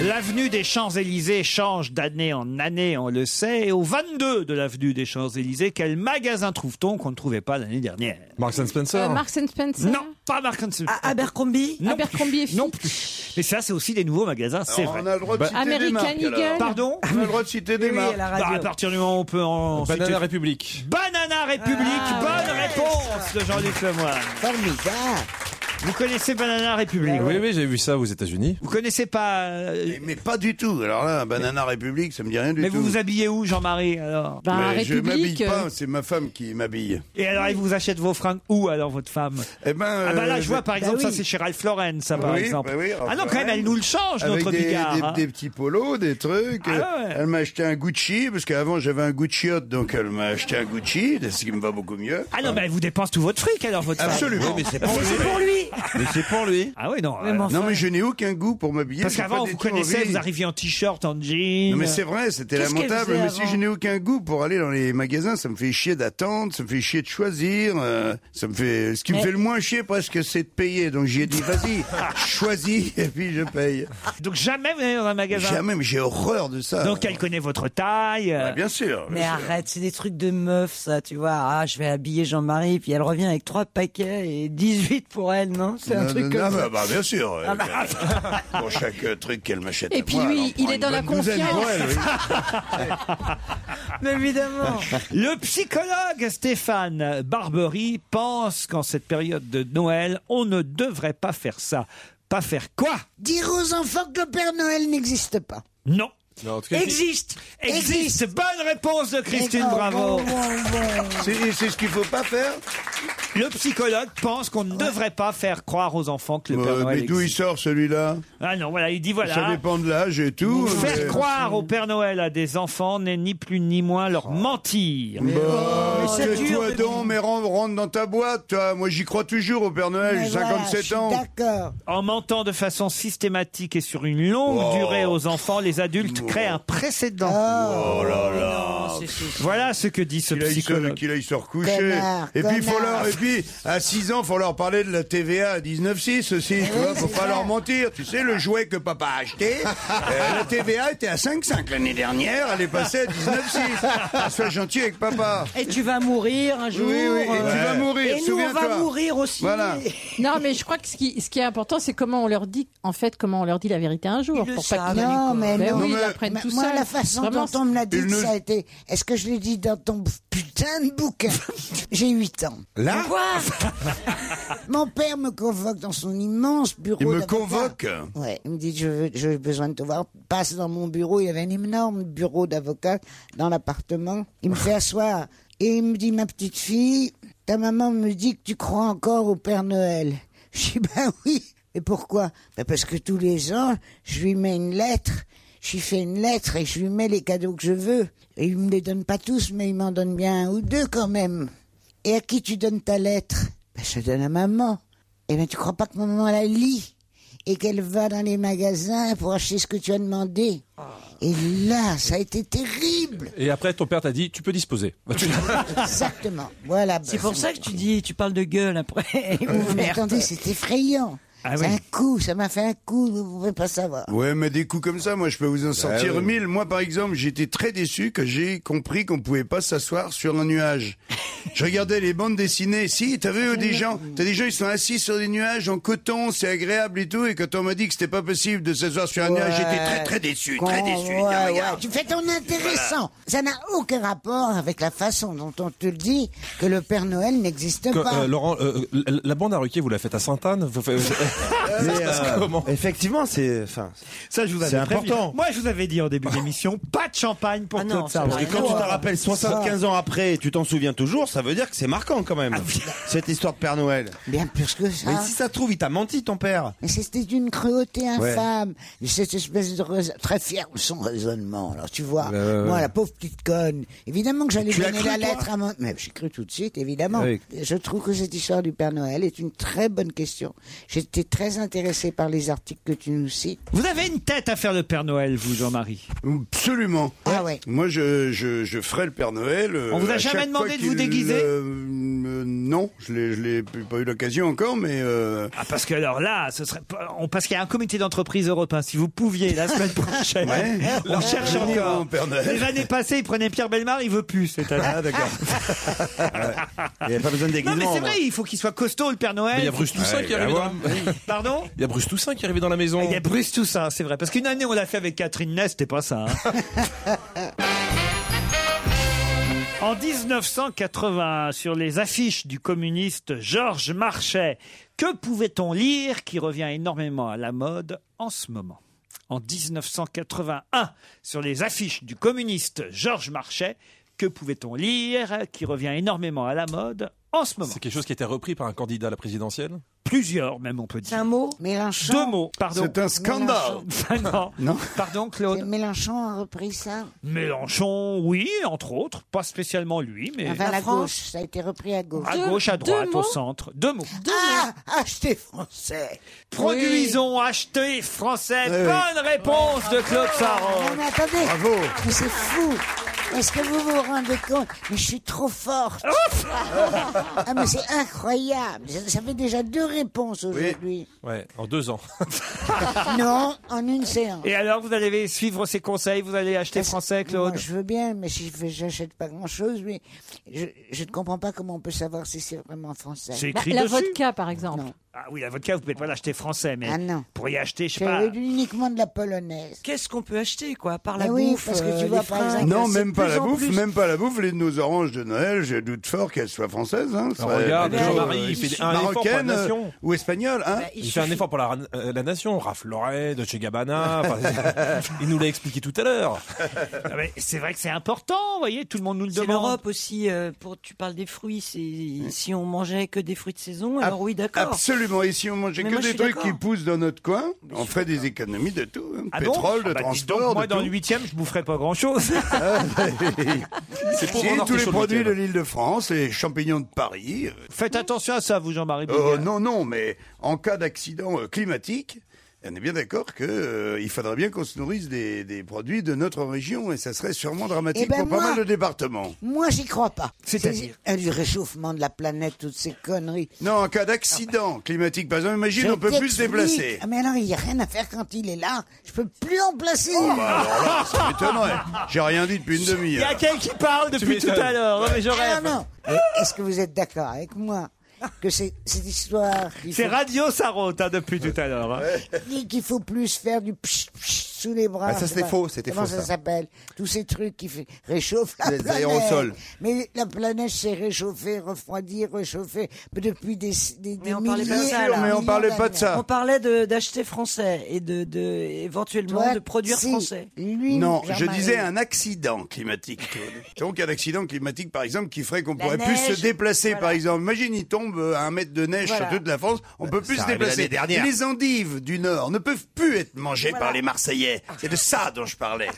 C: L'avenue des Champs-Élysées change d'année en année, on le sait. Et au 22 de l'avenue des Champs-Élysées, quel magasin trouve-t-on qu'on ne trouvait pas l'année dernière
G: Marks and
E: Euh,
G: Spencer.
L: Euh, Marks and Spencer
C: Non, pas Marks and Spencer.
J: Abercrombie
C: Non. Abercrombie et Non plus. Mais ça, c'est aussi des nouveaux magasins, c'est
F: Alors,
C: vrai.
F: on a le droit de
C: Bah,
F: citer des marques,
L: American
F: alors.
L: Eagle.
C: Pardon
F: On a le droit de citer des
C: Oui,
F: marques.
C: la radio. Bah, à partir du moment où on peut en
G: Banana
C: citer-
G: République.
C: Banana République, bonne réponse de Jean-Luc Lemoyne.
D: Formidable.
C: Vous connaissez Banana République
G: Oui, oui, j'ai vu ça aux États-Unis.
C: Vous connaissez pas euh,
F: Mais, mais pas du tout. Alors là, Banana République, ça me dit rien du
C: Mais
F: tout.
C: vous vous habillez où, Jean-Marie Bah, euh. alors
F: Mais je m'habille pas, c'est ma femme qui m'habille.
C: Et alors, elle vous achète vos fringues où alors, votre femme
F: Eh ben,
C: Ah bah là, je vois par exemple,
F: oui.
C: ça c'est chez Ralph Lauren, ça par
F: Oui,
C: exemple.
F: bah oui, Ralph
C: ah non, quand même,
F: Lauren.
C: elle nous le change,
F: Avec
C: notre
F: des,
C: bigard.
F: des-
C: hein.
F: des petits polos, des trucs.
C: Ah ouais.
F: Elle m'a acheté un Gucci, parce qu'avant j'avais un Gucci Hot, donc elle m'a acheté un Gucci, ce qui me va beaucoup mieux.
C: Ah non, mais elle vous dépense tout votre fric alors, votre femme.
F: Absolument. mais c'est pour lui.
J: Pour lui
F: Mais c'est pour lui.
C: Ah oui, non. euh,
F: Non, mais je n'ai aucun goût pour m'habiller.
C: Parce
F: j'ai pas
C: qu'avant,
F: du
C: vous
F: tout
C: connaissez,
F: envie.
C: vous arriviez en t-shirt, en jean.
F: Non mais c'est vrai, c'était
J: Qu'est-ce qu'elle
F: lamentable.
J: faisait
F: Mais si
J: avant
F: je n'ai aucun goût pour aller dans les magasins, ça me fait chier d'attendre, ça me fait chier de choisir. euh, ça me fait, ce qui me
J: Mais-
F: fait le moins chier presque, c'est de payer. Donc j'ai dit vas-y, choisis et puis je paye.
C: Donc jamais vous allez dans un magasin.
F: Jamais, mais j'ai horreur de ça.
C: Donc elle connaît votre taille. euh,
F: Ouais, bien sûr.
J: Mais arrête, c'est des trucs de meuf, ça, tu vois. Ah, je vais habiller Jean-Marie, puis elle revient avec trois paquets et 18 pour elle, non C'est un
F: Non,
J: truc
F: non,
J: comme
F: non, bah,
J: ça.
F: bah, bien sûr. euh, pour chaque euh, truc qu'elle m'achète.
L: Et
F: à
L: puis
F: moi,
L: lui,
F: elle en
L: il
F: prend
L: est
F: une
L: dans la
F: bonne douzaine pour elle, oui.
J: Mais évidemment
C: Le psychologue Stéphane Barbery pense qu'en cette période de Noël, on ne devrait pas faire ça. Pas faire quoi
D: Dire aux enfants que le Père Noël n'existe pas.
C: Non.
G: Non, en tout cas,
J: Existe
C: Existe. Bonne réponse de Christine,
D: Oh,
C: bravo.
D: bon, bon, bon.
F: C'est c'est ce qu'il faut pas faire.
C: Le psychologue pense qu'on ne devrait pas faire croire aux enfants que le Père
F: Euh,
C: Noël
F: mais d'où il
C: existe.
F: sort celui-là
C: Ah non, voilà, il dit
F: Ça
C: voilà.
F: dépend de l'âge et tout.
C: Faire
F: mais-
C: croire au Père Noël à des enfants n'est ni plus ni moins
F: Ah.
C: leur mentir.
F: Bah,
J: mais c'est dur
F: toi
J: de
F: donc, mais rentre, rentre dans ta boîte, toi. Moi, j'y crois toujours au Père Noël,
D: Mais
F: j'ai
D: voilà, je
F: 57
D: suis
F: ans.
D: D'accord.
C: En mentant de façon systématique et sur une longue
F: Oh.
C: durée aux enfants, les adultes créent un précédent.
F: Oh là là.
C: Voilà ce que dit ce
F: Qu'il aille, se,
C: psychologue.
F: qu'il aille se recoucher.
D: Connard,
F: et puis, faut
D: connard.
F: leur, et puis, à 6 ans, faut leur parler de la TVA à 19,6 aussi, tu vois. Faut
D: c'est
F: pas
D: ça.
F: leur mentir. Tu sais, le jouet que papa a acheté, euh, la TVA était à 5,5 l'année dernière, elle est passée à 19,6. Sois gentil avec papa.
J: Et tu vas mourir un jour.
F: oui, et tu
J: euh,
F: vas mourir,
J: Et nous, on va
F: souviens-toi.
J: mourir aussi.
F: Voilà.
L: Non, mais je crois que ce qui, ce qui est important, c'est comment on leur dit, en fait, comment on leur dit la vérité un jour.
J: Ils le
L: pour pas
J: savent.
L: qu'ils-
J: Non,
D: mais
L: Ben
D: non.
L: oui,
F: Non,
L: ils
F: mais-
L: apprennent
D: Ma-
L: tout
D: moi,
L: seuls.
D: la façon
L: Vraiment,
D: dont on me l'a dit,
F: Une-
D: ça a été. Est-ce que je l'ai dit dans ton putain de bouquin J'ai 8 ans.
F: Là,
D: Mon père me convoque dans son immense bureau.
F: il me
D: d'avocat.
F: convoque.
D: Ouais, il me dit je veux- j'ai besoin de te voir. Passe dans mon bureau. Il y avait un énorme bureau d'avocat dans l'appartement. Il me fait asseoir et il me dit ma petite fille, ta maman me dit que tu crois encore au Père Noël. Je dis ben oui. Et pourquoi ben parce que tous les ans, je lui mets une lettre. Je lui fais une lettre et je lui mets les cadeaux que je veux. Et il me les donne pas tous, mais il m'en donne bien un ou deux quand même. Et à qui tu donnes ta lettre ben, Je la donne à maman. Eh bien, tu crois pas que maman la lit et qu'elle va dans les magasins pour acheter ce que tu as demandé Et là, ça a été terrible
G: Et après, ton père t'a dit, tu peux disposer. Bah, tu-
D: Exactement. Voilà. bah,
J: C'est pour ça que tu dis, tu parles de gueule après.
D: Non, Euh, mais attendez, c'est effrayant.
F: Ah
D: c'est
F: oui.
D: un coup, ça m'a fait un coup, vous pouvez pas savoir.
F: Ouais, mais des coups comme ça, moi, je peux
D: Bah
F: vous en sortir
D: ouais.
F: mille. Moi, par exemple, j'étais très déçu que j'ai compris qu'on pouvait pas s'asseoir sur un nuage. Je regardais les bandes dessinées. Si, t'as vu euh, des gens, t'as des gens, ils sont assis sur des nuages en coton, c'est agréable et tout. Et quand on m'a dit que c'était pas possible de s'asseoir sur un nuage, j'étais très très déçu, très
D: Con-
F: déçu.
D: ouais,
F: Non,
D: ouais,
F: regarde.
D: Tu fais ton intéressant. Ça n'a aucun rapport avec la façon dont on te le dit que le Père Noël n'existe
G: Que,
D: pas.
G: euh, Laurent, euh, la, la bande à Ruquier, vous la faites à Sainte-Anne Vous
F: Euh,
G: faites- Ça se passe comment
A: Effectivement, c'est. Enfin,
C: ça, je vous
A: C'est
C: avais prévenu.
A: important.
C: Moi, je vous avais dit en début d'émission, pas de champagne
A: Ah
C: pour Claude Sarraud.
A: Parce que quand tu te rappelles 75 ans après et tu t'en souviens toujours, ça veut dire que c'est marquant quand
J: Ah,
A: même. Cette histoire de Père Noël.
D: Bien plus que ça.
A: Mais si ça se trouve, il t'a menti ton père.
D: Mais c'était une cruauté
A: Ouais.
D: infâme. Cette espèce de rais- très fier de son raisonnement. Alors tu vois,
A: ouais, ouais.
D: moi la pauvre petite conne. Évidemment que j'allais
A: Tu l'as
D: donner
A: cru,
D: la
A: toi
D: lettre à mon. Mais j'ai cru tout de suite, évidemment.
A: Oui.
D: Je trouve que cette histoire du Père Noël est une très bonne question. J'étais très intéressé par les articles que tu nous cites.
C: Vous avez une tête à faire le Père Noël, vous, Jean-Marie.
F: Absolument.
D: Ah ouais.
F: Moi, je, je, je ferai le Père Noël. euh,
C: On vous a
F: à
C: jamais
F: chaque
C: demandé
F: fois
C: de vous
F: qu'il,
C: déguiser
F: euh, euh, Non, je l'ai, je l'ai pas eu l'occasion encore, mais. euh,
C: Ah, parce que alors là, ce serait pas- on Oh, parce qu'il y a un comité d'entreprise européen. Si vous pouviez la semaine prochaine,
F: Ouais.
C: on cherche
F: Ouais.
C: encore.
F: Père Noël.
C: Les années passées, il prenait Pierre Belmar, il veut plus cette année.
A: Ah, d'accord. Il n'y a pas besoin de
C: Non
A: déguisement.
C: mais c'est
A: moi.
C: vrai, il faut qu'il soit costaud le Père Noël.
G: Mais il y a Bruce Toussaint qui hein. est arrivé dans la-
C: Pardon
G: Il y a Bruce Toussaint qui est arrivé dans la maison.
C: Eh, Il y a Bruce Toussaint, c'est vrai. Parce qu'une année, on l'a fait avec Catherine Ness, c'était pas ça. hein. En 1980, sur les affiches du communiste Georges Marchais, que pouvait-on lire qui revient énormément à la mode en ce moment En 1981, sur les affiches du communiste Georges Marchais, que pouvait-on lire qui revient énormément à la mode en ce moment
G: C'est quelque chose qui a été repris par un candidat à la présidentielle
C: Plusieurs, même, on peut dire.
D: un mot Mélenchon.
C: Deux mots, pardon.
D: C'est un scandale.
C: Mélenchon. Ben non. Pardon, Claude.
D: Mélenchon a repris ça.
C: Mélenchon, oui, entre autres. Pas spécialement lui, mais.
D: Enfin, Ah, ben, la gauche, ça a été repris à gauche.
C: À gauche, à droite, au centre. Deux mots.
D: Ah, acheter français.
C: Produisons, acheter
F: Eh
C: français. Bonne réponse de Claude Sarraud.
D: Non, Ah, mais attendez. Bravo. Mais c'est fou. Est-ce que vous vous rendez compte Mais je suis trop forte. ah, mais c'est incroyable. Ça, ça fait déjà deux réponses aujourd'hui.
G: Ouais, en deux ans.
D: non, en une séance.
C: Et alors, vous allez suivre ses conseils, vous allez acheter français, Claude
D: Moi, je veux bien, mais si je- j'achète pas grand-chose, mais je, je ne comprends pas comment on peut savoir si c'est vraiment français.
C: C'est écrit La- la dessus. vodka,
D: par exemple.
C: Ah oui, la vodka, vous pouvez pas l'acheter français, mais
D: Ah non.
C: pour y acheter, je sais pas.
D: J'avais lu uniquement de la polonaise.
J: Qu'est-ce qu'on peut acheter, quoi, par la
D: Mais oui,
J: bouffe
D: parce que tu
J: euh,
D: vois,
J: les
D: par
J: fringues,
D: exemple,
F: Non,
J: c'est
F: même
J: de
F: pas
J: plus
F: la
J: en
F: bouffe,
J: plus.
F: même pas la bouffe. Les nos oranges de Noël, je doute fort qu'elles soient françaises. Hein, ce
G: Ah,
F: serait
G: regarde,
F: plutôt,
G: Jean-Marie,
F: euh,
G: il fait un effort pour la
F: marocaine
G: nation.
F: euh, ou espagnole. Hein
G: il, fait un effort pour la, euh, la nation. Raph Loret, de chez Gabbana. enfin, il nous l'a expliqué tout à l'heure.
C: Ah, mais C'est vrai que c'est important, vous voyez, tout le monde nous le
J: C'est
C: demande.
J: l'Europe aussi. euh, pour, tu parles des fruits. c'est- Si on mangeait que des fruits de saison, alors oui, d'accord.
F: Absolument. Et si on mangeait
J: Mais
F: que
J: moi, je
F: des
J: suis
F: trucs
J: d'accord.
F: qui poussent dans notre coin, on ferait des économies de tout. hein.
C: Ah bon
F: Pétrole, de
C: Ah bah, dis donc,
F: transport,
C: Moi,
F: de
C: dans
F: tout. Ah
C: le huitième, je boufferais pas grand-chose.
F: C'est
C: pour vendre
F: tous
C: des
F: les
C: choses
F: produits de
C: locales.
F: l'île de France, les champignons de Paris. euh,
C: Faites attention à ça, vous, Jean-Marie.
F: Euh, non, non, mais en cas d'accident euh, climatique, on est bien d'accord que euh, il faudrait bien qu'on se nourrisse des, des produits de notre région et ça serait sûrement dramatique
D: Eh ben
F: pour pas
D: moi-
F: mal de départements.
D: Moi, j'y crois pas.
F: C'est-à-dire
D: C'est- euh, Du réchauffement de la planète, toutes ces conneries.
F: Non, en cas d'accident climatique, par exemple, imagine,
D: Je
F: on peut plus se
D: t'explique.
F: déplacer.
D: Ah, mais alors, il n'y a rien à faire quand il est là. Je peux plus en placer.
F: Bah, alors là, ça m'étonnerait. J'ai rien dit depuis une
C: Il y
F: demi-heure.
C: a quelqu'un qui parle depuis tout
F: m'étonnes.
C: à l'heure. Non, mais je
D: Ah,
C: rêve.
D: non, non. Mais Est-ce que vous êtes d'accord avec moi que c'est cette histoire qu'il
C: C'est
D: faut-
C: Radio Sarote hein, depuis tout à l'heure. hein.
D: dit qu'il faut plus faire du psh, psh sous les bras.
C: Ah, ça,
D: je sais
C: c'était
D: pas.
C: faux, c'était
D: Comment
C: faux,
D: ça
C: ça.
D: s'appelle Tous ces trucs qui fait- réchauffent la
F: Les
D: planète.
F: aérosols.
D: Mais la planète s'est réchauffée, refroidie, réchauffée mais depuis des des, des
J: Mais on parlait pas de
D: milliers-
J: ça. là.
D: millions
J: On
D: d'années.
J: parlait de- d'acheter français et de, de éventuellement
D: Toi,
J: de produire
D: si.
J: français.
D: Lui,
F: Non, je disais un accident climatique. Donc un accident climatique, par exemple, qui ferait qu'on
J: La
F: pourrait plus
J: neige,
F: se déplacer. Par
J: voilà.
F: exemple, imagine il tombe euh, à un mètre de neige
J: Voilà.
F: sur toute la France, on peut plus
A: Bah, ça
F: se
A: arrivait l'année
F: déplacer.
A: dernière.
F: Et les endives du Nord ne peuvent plus être mangées par les Marseillais. C'est de ça dont je parlais.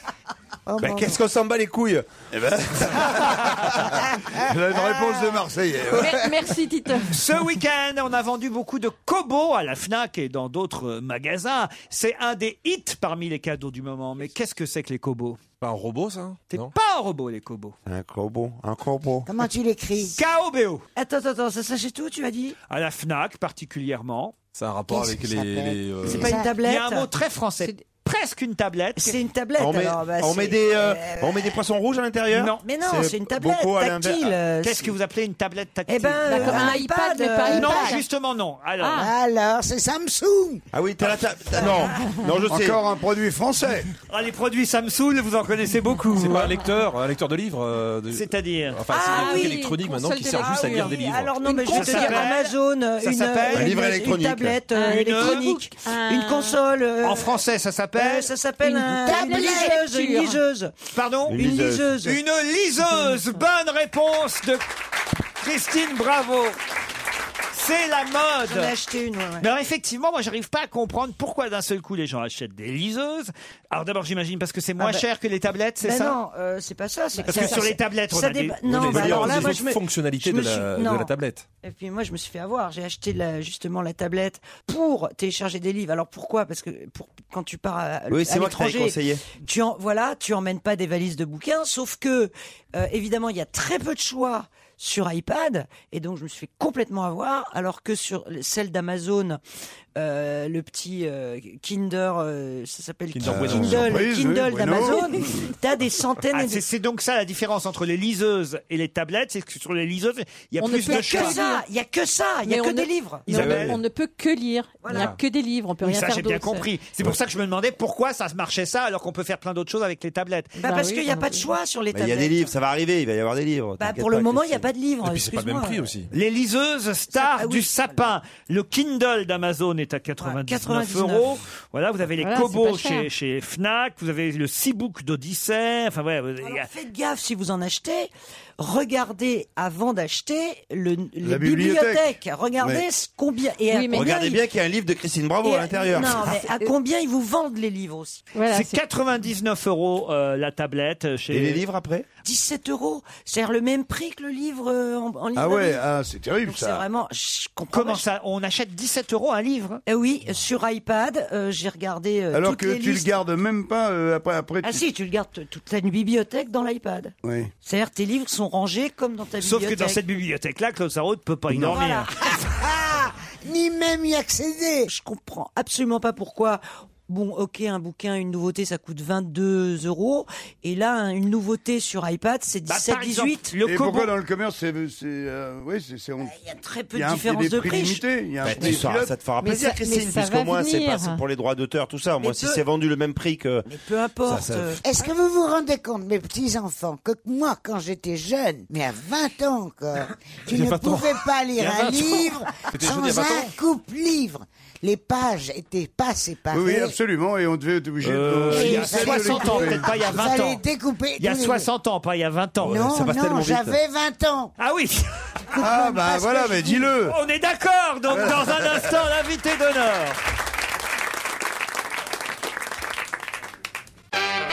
J: Oh,
F: Bah,
D: mon
F: Qu'est-ce qu'on s'en bat les couilles eh ben... Là, une réponse de Marseillais.
C: Merci Tito. Ce week-end, on a vendu beaucoup de Kobo à la Fnac et dans d'autres euh, magasins. C'est un des hits parmi les cadeaux du moment. Mais qu'est-ce que c'est que les Kobo Pas un robot, ça hein? C'est pas un robot, les Kobo.
A: Un corbeau, un corbeau.
D: Comment tu l'écris
C: KOBO.
J: Attends, attends, attends, ça s'achète tout, tu as dit
C: À la Fnac particulièrement. C'est un rapport
G: Qu'est-ce avec que les- ça peut être les, euh,
J: C'est pas une tablette
C: Il y a un mot très français. Presque une tablette.
J: C'est une tablette,
A: On met,
J: alors. bah,
A: on
J: c'est-
A: met des, euh,
J: Euh,
A: on met des poissons rouges à l'intérieur
C: Non.
J: Mais non, c'est une tablette tactile. euh,
C: Ah, Qu'est-ce que vous appelez une tablette tactile
J: Eh ben, D'accord, un un iPad, iPad, mais pas euh,
C: Non,
J: iPad. Ah.
C: justement non. Alors,
D: Alors, c'est Samsung
A: Ah oui, t'as la table. Non, non, je
J: Ah,
A: sais.
F: un produit français.
C: Ah, les produits Samsung, vous en connaissez beaucoup. hein.
G: C'est pas un lecteur, un lecteur de livres. euh, de-
C: C'est-à-dire
G: Enfin, c'est
J: Ah
G: un
J: oui,
G: truc électronique maintenant qui
J: console
G: sert
J: de-
G: juste
J: Ah
G: à lire
J: oui,
G: des
J: oui,
G: livres.
J: Alors non, mais je vais te
C: console.
J: dire Amazon, euh,
C: Ça
J: une,
C: s'appelle
J: euh,
C: Un livre
J: une-
C: électronique.
J: une tablette euh,
C: Une-
J: électronique,
C: Un-
J: une console. euh,
C: En français, ça s'appelle
J: euh, ça s'appelle
C: Une
J: un- une
C: tablette
J: liseuse. Une
C: lecture.
J: liseuse.
C: Pardon
J: Une liseuse.
C: Une liseuse. Bonne réponse de Christine Bravo. C'est la mode.
J: J'en ai acheté une, ouais, ouais.
C: Mais alors, effectivement, moi, j'arrive pas à comprendre pourquoi d'un seul coup les gens achètent des liseuses. Alors d'abord, j'imagine parce que c'est moins
J: bah-
C: cher que les tablettes, c'est
J: Ben
C: ça
J: non, euh, c'est pas ça. c'est
C: Parce que
J: ça-
C: sur les
J: ça-
C: tablettes, on
J: ça
C: a des-
J: déba-
C: Oui,
J: Non,
C: mais
J: bah
C: les
J: alors là,
C: autres
J: moi, je me-
G: fonctionnalités
J: je me
G: de la-
J: suis-
G: de
J: non.
G: la tablette.
J: Et puis moi, je me suis fait avoir. J'ai acheté la- justement la tablette pour télécharger des livres. Alors pourquoi Parce que pour, quand tu pars à,
A: Oui,
J: à
A: c'est moi qui t'avais
J: l'étranger,
A: conseillé.
J: Tu en, voilà, tu emmènes pas des valises de bouquins. Sauf que euh, évidemment, il y a très peu de choix sur iPad et donc je me suis fait complètement avoir alors que sur celle d'Amazon euh, le petit euh, Kinder euh, ça s'appelle
C: Kinder
J: Ki-
C: Bueno.
J: Kindle,
C: Surprise,
J: Kindle
C: oui, Bueno.
J: d'Amazon t'as des centaines
C: Ah,
J: et
C: c'est
J: des
C: c'est donc ça la différence entre les liseuses et les tablettes, c'est que sur les liseuses, il y a
J: On ne
C: plus
J: peut
C: de
J: que
C: choix.
J: ça, il y a que ça, il y a
L: Mais
J: que
L: on
J: des
L: ne-
J: livres.
L: non,
C: Isabelle.
L: on ne peut que lire. Il n'y a
C: Voilà.
L: que des livres. On peut
C: Oui,
L: rien
C: ça
L: faire
C: j'ai bien
L: d'autre.
C: compris. C'est pour ça que je me demandais pourquoi ça marchait ça alors qu'on peut faire plein d'autres choses avec les tablettes.
J: Bah, parce qu'il n'y a pas de choix sur les
A: Mais Bah, il y a
J: tablettes.
A: des livres, ça va arriver, il va y avoir des livres.
J: Bah,
A: t'inquiète
J: pour le
A: pas,
J: moment, il
A: Christine.
J: n'y a pas de livres. excuse-moi. Ah
G: aussi.
C: Les liseuses stars du sapin. Le Kindle d'Amazon est à 99,
J: 99.
C: euros. Voilà, vous avez les
J: Ah, Voilà, c'est
C: Kobo
J: pas cher.
C: chez, chez Fnac, vous avez le Seabook d'Odyssée. Enfin, ouais, vous- il y a-
J: Faites gaffe si vous en achetez. Regardez avant d'acheter le, les
A: La bibliothèque.
J: bibliothèques. Regardez
A: Oui.
J: ce- combien et à combien
A: Regardez
J: ils-
A: bien qu'il y a un livre de Christine Bravo
J: et-
A: à l'intérieur.
J: Non, mais à combien ils vous vendent les livres aussi
C: c'est 99 euros euh, la tablette. Chez...
A: Et les livres après
J: 17 euros, c'est-à-dire le même prix que le livre euh, en, en livre. à livre.
F: c'est
J: Donc C'est vraiment. je comprends
C: Comment
J: pas.
C: ça On achète 17 euros un livre
J: Eh oui, sur iPad, euh, j'ai regardé. euh,
F: Alors
J: toutes
F: que
J: les
F: tu le
J: listes.
F: gardes même pas euh, après. après
J: Ah
F: tu-
J: si, tu le gardes t- toute la bibliothèque dans l'iPad.
F: Oui.
J: C'est-à-dire tes livres sont rangés comme dans ta
C: Sauf que
J: bibliothèque.
C: dans cette bibliothèque-là, Claude Sarraud ne peut pas y
J: Non.
C: dormir.
J: Voilà. Ni même y accéder. Je comprends absolument pas pourquoi. Bon, ok, un bouquin, une nouveauté, ça coûte 22 euros. Et là, un- une nouveauté sur iPad, c'est
C: Bah,
J: 17, 18.
F: Et pourquoi dans le commerce, c'est. c'est, euh, oui, c'est. c'est-
J: Bah,
F: on- Il y a
J: très
A: peu
J: de différence
F: des
J: de
F: prix
J: prix.
F: limités, Il y a un
A: Bah,
F: prix
A: tu sauras,
F: pilote.
A: ça te fera plaisir, Christine, puisqu'au moins, c'est pas c'est pour les droits d'auteur, tout ça. Au moins,
D: Mais
A: si
D: peu-
A: c'est vendu le même prix que.
J: Peu importe.
A: Ça, ça-
J: euh,
D: Est-ce que vous vous rendez compte, mes petits-enfants, que moi, quand j'étais jeune, mais à 20 ans encore, tu
A: Il y a
D: ne
A: 20 ans.
D: pouvais pas
A: Il y
D: lire
A: a
D: un
A: 20 ans.
D: livre
F: C'était jeune il y a
D: sans
F: 20 ans.
D: un coupe-livre. Les pages étaient pas séparées.
F: Oui, oui, absolument. Et on devait être obligé
C: Euh,
F: de.
C: il y a 60 ans, peut-être pas il y a 20
D: Fallait
C: ans.
D: découper
C: Il y a
D: tous les-
C: 60 ans, pas il y a 20 ans.
D: Non, non, j'avais 20 ans.
C: Ah oui
F: Ah bah
C: Parce que
F: voilà,
C: je
F: mais
C: dis-
F: dis-le.
C: On est d'accord, donc dans un instant, l'invité d'honneur.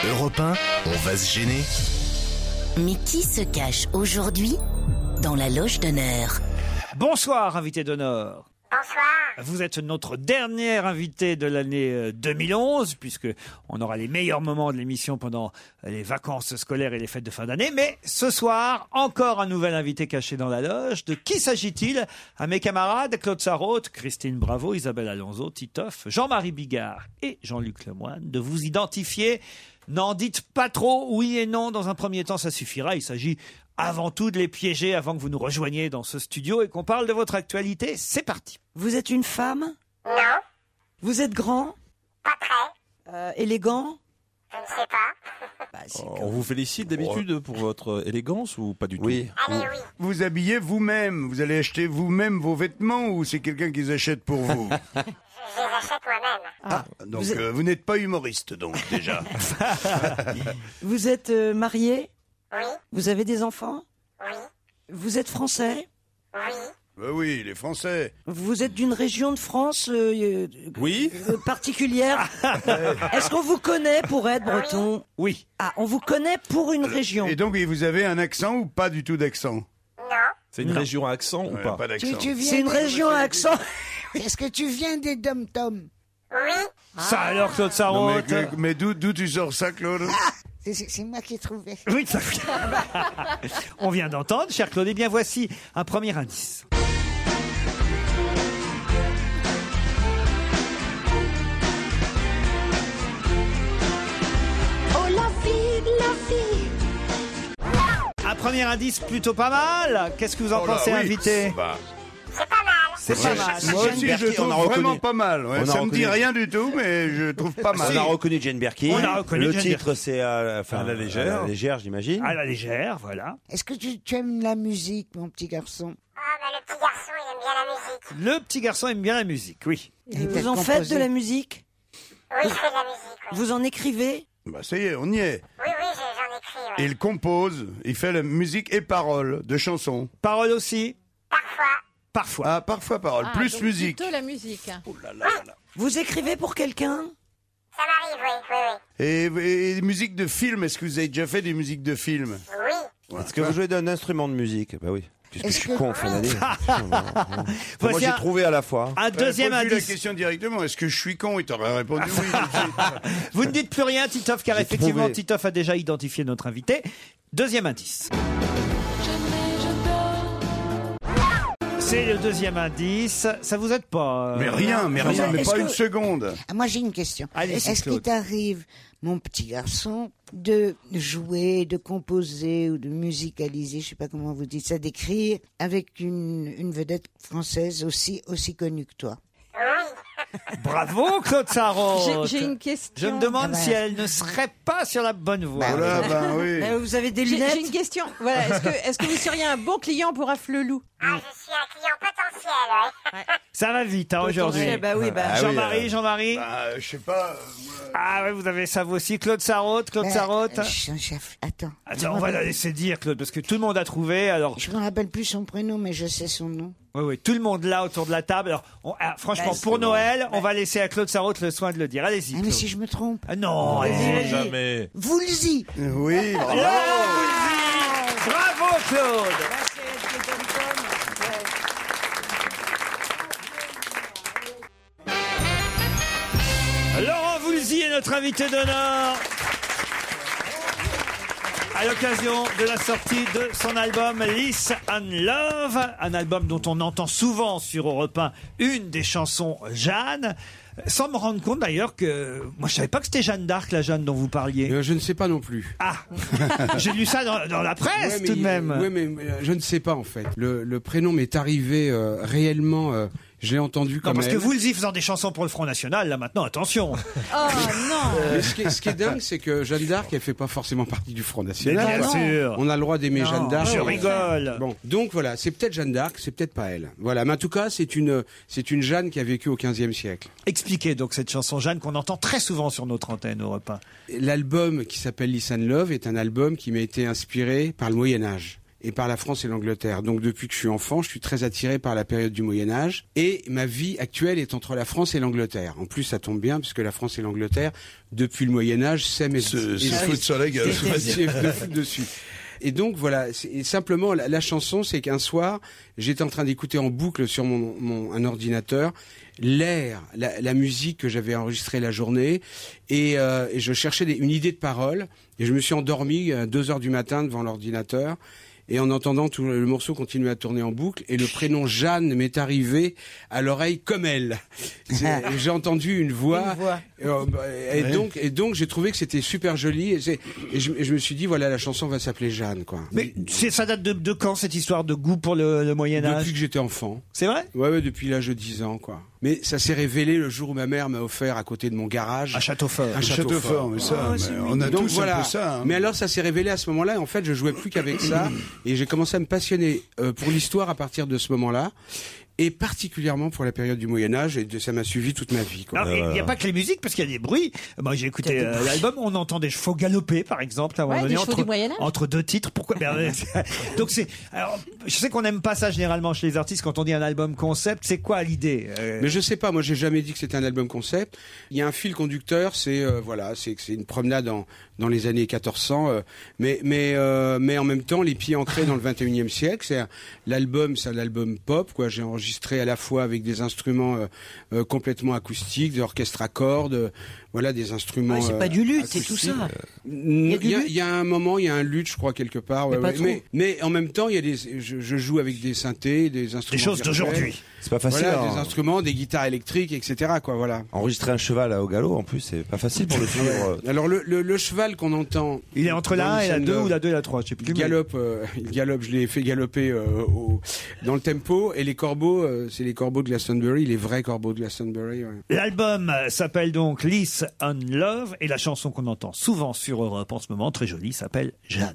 B: Europe 1, on va se gêner.
C: Mais qui se cache aujourd'hui dans la loge d'honneur Bonsoir, invité d'honneur. Bonsoir. Vous êtes notre dernier invité de l'année euh, 2011, puisque on aura les meilleurs moments de l'émission pendant euh, les vacances scolaires et les fêtes de fin d'année. Mais ce soir, encore un nouvel invité caché dans la loge. De qui s'agit-il À mes camarades Claude Sarraute, Christine Bravo, Isabelle Alonso, Titoff, Jean-Marie Bigard et Jean-Luc Lemoine, de vous identifier. N'en dites pas trop, oui et non, dans un premier temps, ça suffira. Il s'agit avant tout de les piéger avant que vous nous rejoigniez dans ce studio et qu'on parle de votre actualité. C'est parti.
J: Vous êtes une femme
O: Non,
J: Vous êtes grand
O: pas très.
J: Euh, Élégant
O: Je ne sais pas.
G: Oh, On vous félicite d'habitude pour votre élégance ou pas du tout
F: Oui.
O: Eh
F: Vous habillez vous-même, vous allez acheter vous-même vos vêtements ou c'est quelqu'un qui les achète pour vous
O: Je les achète moi-même.
F: Ah, donc euh, vous, n'êtes pas humoriste donc déjà.
J: Vous êtes euh, marié
O: Oui.
J: Vous avez des enfants
O: Oui.
J: Vous êtes français
O: Oui.
F: Ben oui, il est français.
J: Vous êtes d'une région de France euh, euh,
F: Oui.
J: euh, particulière. Euh, Est-ce qu'on vous connaît pour être breton
C: Oui.
J: Ah, on vous connaît pour une région.
F: Et donc, vous avez un accent ou pas du tout d'accent
G: C'est une région à accent ou pas
F: Pas
D: Tu-
F: d'accent.
D: tu viens
J: C'est une
D: des-
J: région à accent.
D: Est-ce que tu viens des dom-toms
C: Ça alors, Claude
F: Non, mais
C: Sarraute
F: que- mais d'où d'où tu sors ça, Claude
D: C'est- C'est c'est moi qui ai trouvé.
C: Ah, Oui, ça- On vient d'entendre, cher Claude. Eh bien, voici un premier indice.
O: Oh la vie, la vie.
C: Un premier indice plutôt pas mal. Qu'est-ce que vous en
F: Oh là,
C: pensez,
F: oui.
C: invité
F: Bah,
C: C'est pas
F: ouais.
C: mal.
F: Moi aussi, je trouve vraiment pas mal.
A: On a
F: ouais. Ça me
A: reconnu. Ah,
F: dit rien du tout, mais je trouve pas mal.
A: On a reconnu Jane Birkin.
C: On a reconnu
A: Le
C: Jane
A: titre, c'est à, la- enfin,
G: À la légère.
A: À la légère, j'imagine.
C: À la légère, voilà.
D: Est-ce que tu, tu aimes la musique, mon petit garçon
O: Ah, bah, le petit garçon, il aime bien la musique.
C: Le petit garçon aime bien la musique, oui.
D: Il
J: Vous
D: peut-être
J: en faites
D: composer.
J: de la musique
O: Oui, je fais de la musique. Oui,
J: Vous en écrivez
F: Bah, ça y est, on y est.
O: oui, oui j'ai- j'en écris. ouais.
F: Il compose, il fait la musique et paroles de chansons.
C: Parole aussi
O: Parfois.
C: Parfois.
F: Ah, parfois paroles,
L: Ah,
F: plus
L: donc
F: musique. Oh
L: Plutôt la musique.
J: Vous écrivez pour quelqu'un
O: Ça m'arrive, oui, oui, oui.
F: Et, et musique de film, est-ce que vous avez déjà fait des musiques de film
O: Oui,
A: Est-ce que vous jouez d'un instrument de musique Bah oui. Qu'est-ce que je
D: Est-ce
A: suis
D: que-
A: con, fin d'année. Enfin, Moi,
C: Voici
A: j'ai
C: un,
A: trouvé à la fois.
C: un deuxième
F: J'aurais posé la
C: indice.
F: question directement, est-ce que je suis con Il t'aurait répondu oui.
C: Vous ne dites plus rien, Titoff, car
A: J'ai
C: effectivement,
A: trouvé.
C: Titoff a déjà identifié notre invité. Deuxième indice. C'est le deuxième indice. Ça vous aide pas euh,
F: mais rien, mais rien, mais
D: Est-ce
F: pas
D: que-
F: une seconde.
D: Ah, Moi, j'ai une question.
C: Allez-y,
D: Est-ce qu'il
C: Claude.
D: t'arrive, mon petit garçon, de jouer, de composer ou de musicaliser, je sais pas comment vous dites ça, d'écrire avec une, une vedette française aussi, aussi connue que toi
C: Bravo, Claude Sarraud
L: J'ai- J'ai une question.
C: Oh, Je me demande
D: Ah bah.
C: si elle ne serait pas sur la bonne voie.
F: Voilà,
E: Ah,
F: ben oui.
E: bah
J: Euh, Vous avez des
L: J'ai j'ai une
J: lunettes
L: question. Voilà, est-ce que, est-ce que vous seriez un bon client pour Afflelou
O: ah, je suis un client potentiel. ouais.
C: Ça va vite hein, aujourd'hui.
J: Eh Bah oui, bah.
F: Ah oui,
C: Jean-Marie,
F: euh,
C: Jean-Marie.
F: Bah, euh, je sais pas. euh, moi-
C: Ah ouais, vous avez ça vous aussi. Claude Sarraute, Claude
D: Ben,
C: Sarraute.
D: euh, ch- chef, attends. Je
C: Attends,
D: me
C: on va la
D: rappelle-
C: laisser dire, Claude, parce que tout le monde a trouvé. Alors,
D: Je me rappelle plus son prénom, mais je sais son nom.
C: oui, oui, tout le monde là autour de la table. Alors, on- ah, franchement, pour Noël, on va laisser à Claude Sarraute le soin de le dire. Allez-y.
D: Ah, mais
C: Claude.
D: si je me trompe.
C: Ah non, allez-y. Ah,
G: Jamais.
D: Voulzy
F: Oui, bravo.
C: Oh. Bravo, Claude. Laurent Voulzy est notre invité d'honneur. À l'occasion de la sortie de son album Lisse and Love, un album dont on entend souvent sur Europe 1 une des chansons Jeanne, sans me rendre compte d'ailleurs que moi je savais pas que c'était Jeanne d'Arc, la Jeanne dont vous parliez.
P: Euh, je ne sais pas non plus.
C: Ah, j'ai lu ça dans, dans la presse
P: Ouais, mais-
C: tout de même.
P: ouais, mais, mais, euh, je ne sais pas en fait. Le, le prénom m'est arrivé euh, réellement. euh, je l'ai entendu
C: Non,
P: comme
C: parce que
P: elle.
C: vous y faisant des chansons pour le Front National, là maintenant, attention.
L: Oh non
C: Euh,
P: Euh, Mais ce, qui, ce qui est dingue, c'est que Jeanne d'Arc, elle fait pas forcément partie du Front National.
C: bien
P: quoi.
C: sûr.
P: On a le droit d'aimer
C: Non,
P: Jeanne d'Arc.
C: je
P: Euh,
C: rigole.
P: Bon, donc voilà, c'est peut-être Jeanne d'Arc, c'est peut-être pas elle. Voilà, mais en tout cas, c'est une, c'est une Jeanne qui a vécu au XVe siècle.
C: Expliquez donc cette chanson Jeanne qu'on entend très souvent sur notre antenne Europe 1.
P: L'album qui s'appelle Listen Love est un album qui m'a été inspiré par le Moyen Âge et par la France et l'Angleterre. Donc depuis que je suis enfant, je suis très attiré par la période du Moyen Âge et ma vie actuelle est entre la France et l'angleterre. En plus, ça tombe bien puisque la France et l'Angleterre, depuis le Moyen Âge, s'aiment et
F: Ce,
P: et-
F: ce foutre sur la gueule.
P: et- et- de foutre dessus. Et donc voilà, c'est- et simplement la, la chanson, c'est qu'un soir, j'étais en train d'écouter en boucle sur mon, mon- un ordinateur l'air, la, la musique que j'avais enregistrée la journée, et, euh, et je cherchais des- une idée de parole, et je me suis endormi à 2 heures du matin devant l'ordinateur, et en entendant tout le, le morceau continuer à tourner en boucle, et le prénom Jeanne m'est arrivé à l'oreille comme elle. C'est- J'ai entendu une voix. Euh, bah, Et, donc, et donc j'ai trouvé que c'était super joli, et, c'est- et je, et je me suis dit voilà la chanson va s'appeler Jeanne quoi.
C: Mais c'est ça date de, de quand cette histoire de goût pour le, le Moyen
P: Depuis
C: Âge
P: que j'étais enfant.
C: C'est vrai
P: Ouais, ouais, depuis l'âge de 10 ans, quoi. Mais ça s'est révélé le jour où ma mère m'a offert à côté de mon garage
C: À château fort.
P: un château,
F: Château
P: fort.
F: fort, mais ça, mais on a
P: Donc
F: tous
P: voilà.
F: un peu ça. hein.
P: Mais alors ça s'est révélé à ce moment-là. En fait, je jouais plus qu'avec ça et j'ai commencé à me passionner euh, pour l'histoire à partir de ce moment-là. et particulièrement pour la période du Moyen Âge, et de- ça m'a suivi toute ma vie. quoi.
C: Non, Il n'y a pas que les musiques, parce qu'il y a des bruits. Moi, j'ai écouté euh, l'album, on entend des chevaux galoper, par exemple, à un moment
P: Ouais, des
C: donné,
P: chevaux du
C: entre,
P: Moyen Âge.
C: entre deux titres. Pourquoi Ben, euh, Donc, c'est. alors, Je sais qu'on n'aime pas ça généralement chez les artistes quand on dit un album concept. C'est quoi l'idée Euh,
P: Mais je sais pas, moi j'ai jamais dit que c'était un album concept. Il y a un fil conducteur, c'est euh, voilà, c'est que c'est une promenade en- dans les années 1400, euh, mais mais euh, mais en même temps les pieds ancrés dans le 21e siècle. C'est un- l'album, c'est un album pop quoi. J'ai enregistré à la fois avec des instruments euh, euh, complètement acoustiques, de l'orchestre à cordes, euh, voilà des instruments. euh,
J: Ouais, c'est pas du luth, c'est tout
P: acoustiques.
J: ça.
P: Il
J: y a du
P: y, a-
J: luth
P: il y a un moment, il y a un luth, je crois quelque part.
J: Mais
P: ouais,
J: pas
P: ouais.
J: trop.
P: mais, mais en même temps, il y a des, je, je joue avec des synthés, des instruments.
A: choses
P: virtuels.
A: d'aujourd'hui. C'est pas facile,
P: Voilà,
A: hein.
P: des instruments, des guitares électriques, etc. Quoi, voilà.
A: Enregistrer un cheval euh, au galop, en plus, c'est pas facile pour le suivre. euh,
P: Alors le, le- le cheval qu'on entend,
C: Il est entre la
P: dans
C: 1 et la
P: Nissan
C: 2
P: Dove,
C: ou la 2 et la 3, je sais plus.
P: Il galope, euh, il galope. Je l'ai fait galoper euh, au- dans le tempo. Et les corbeaux, euh, c'est les corbeaux de Glastonbury, les vrais corbeaux de Glastonbury. ouais.
C: L'album euh, s'appelle donc Lys on Love et la chanson qu'on entend souvent sur Europe en ce moment, très jolie, s'appelle Jeanne.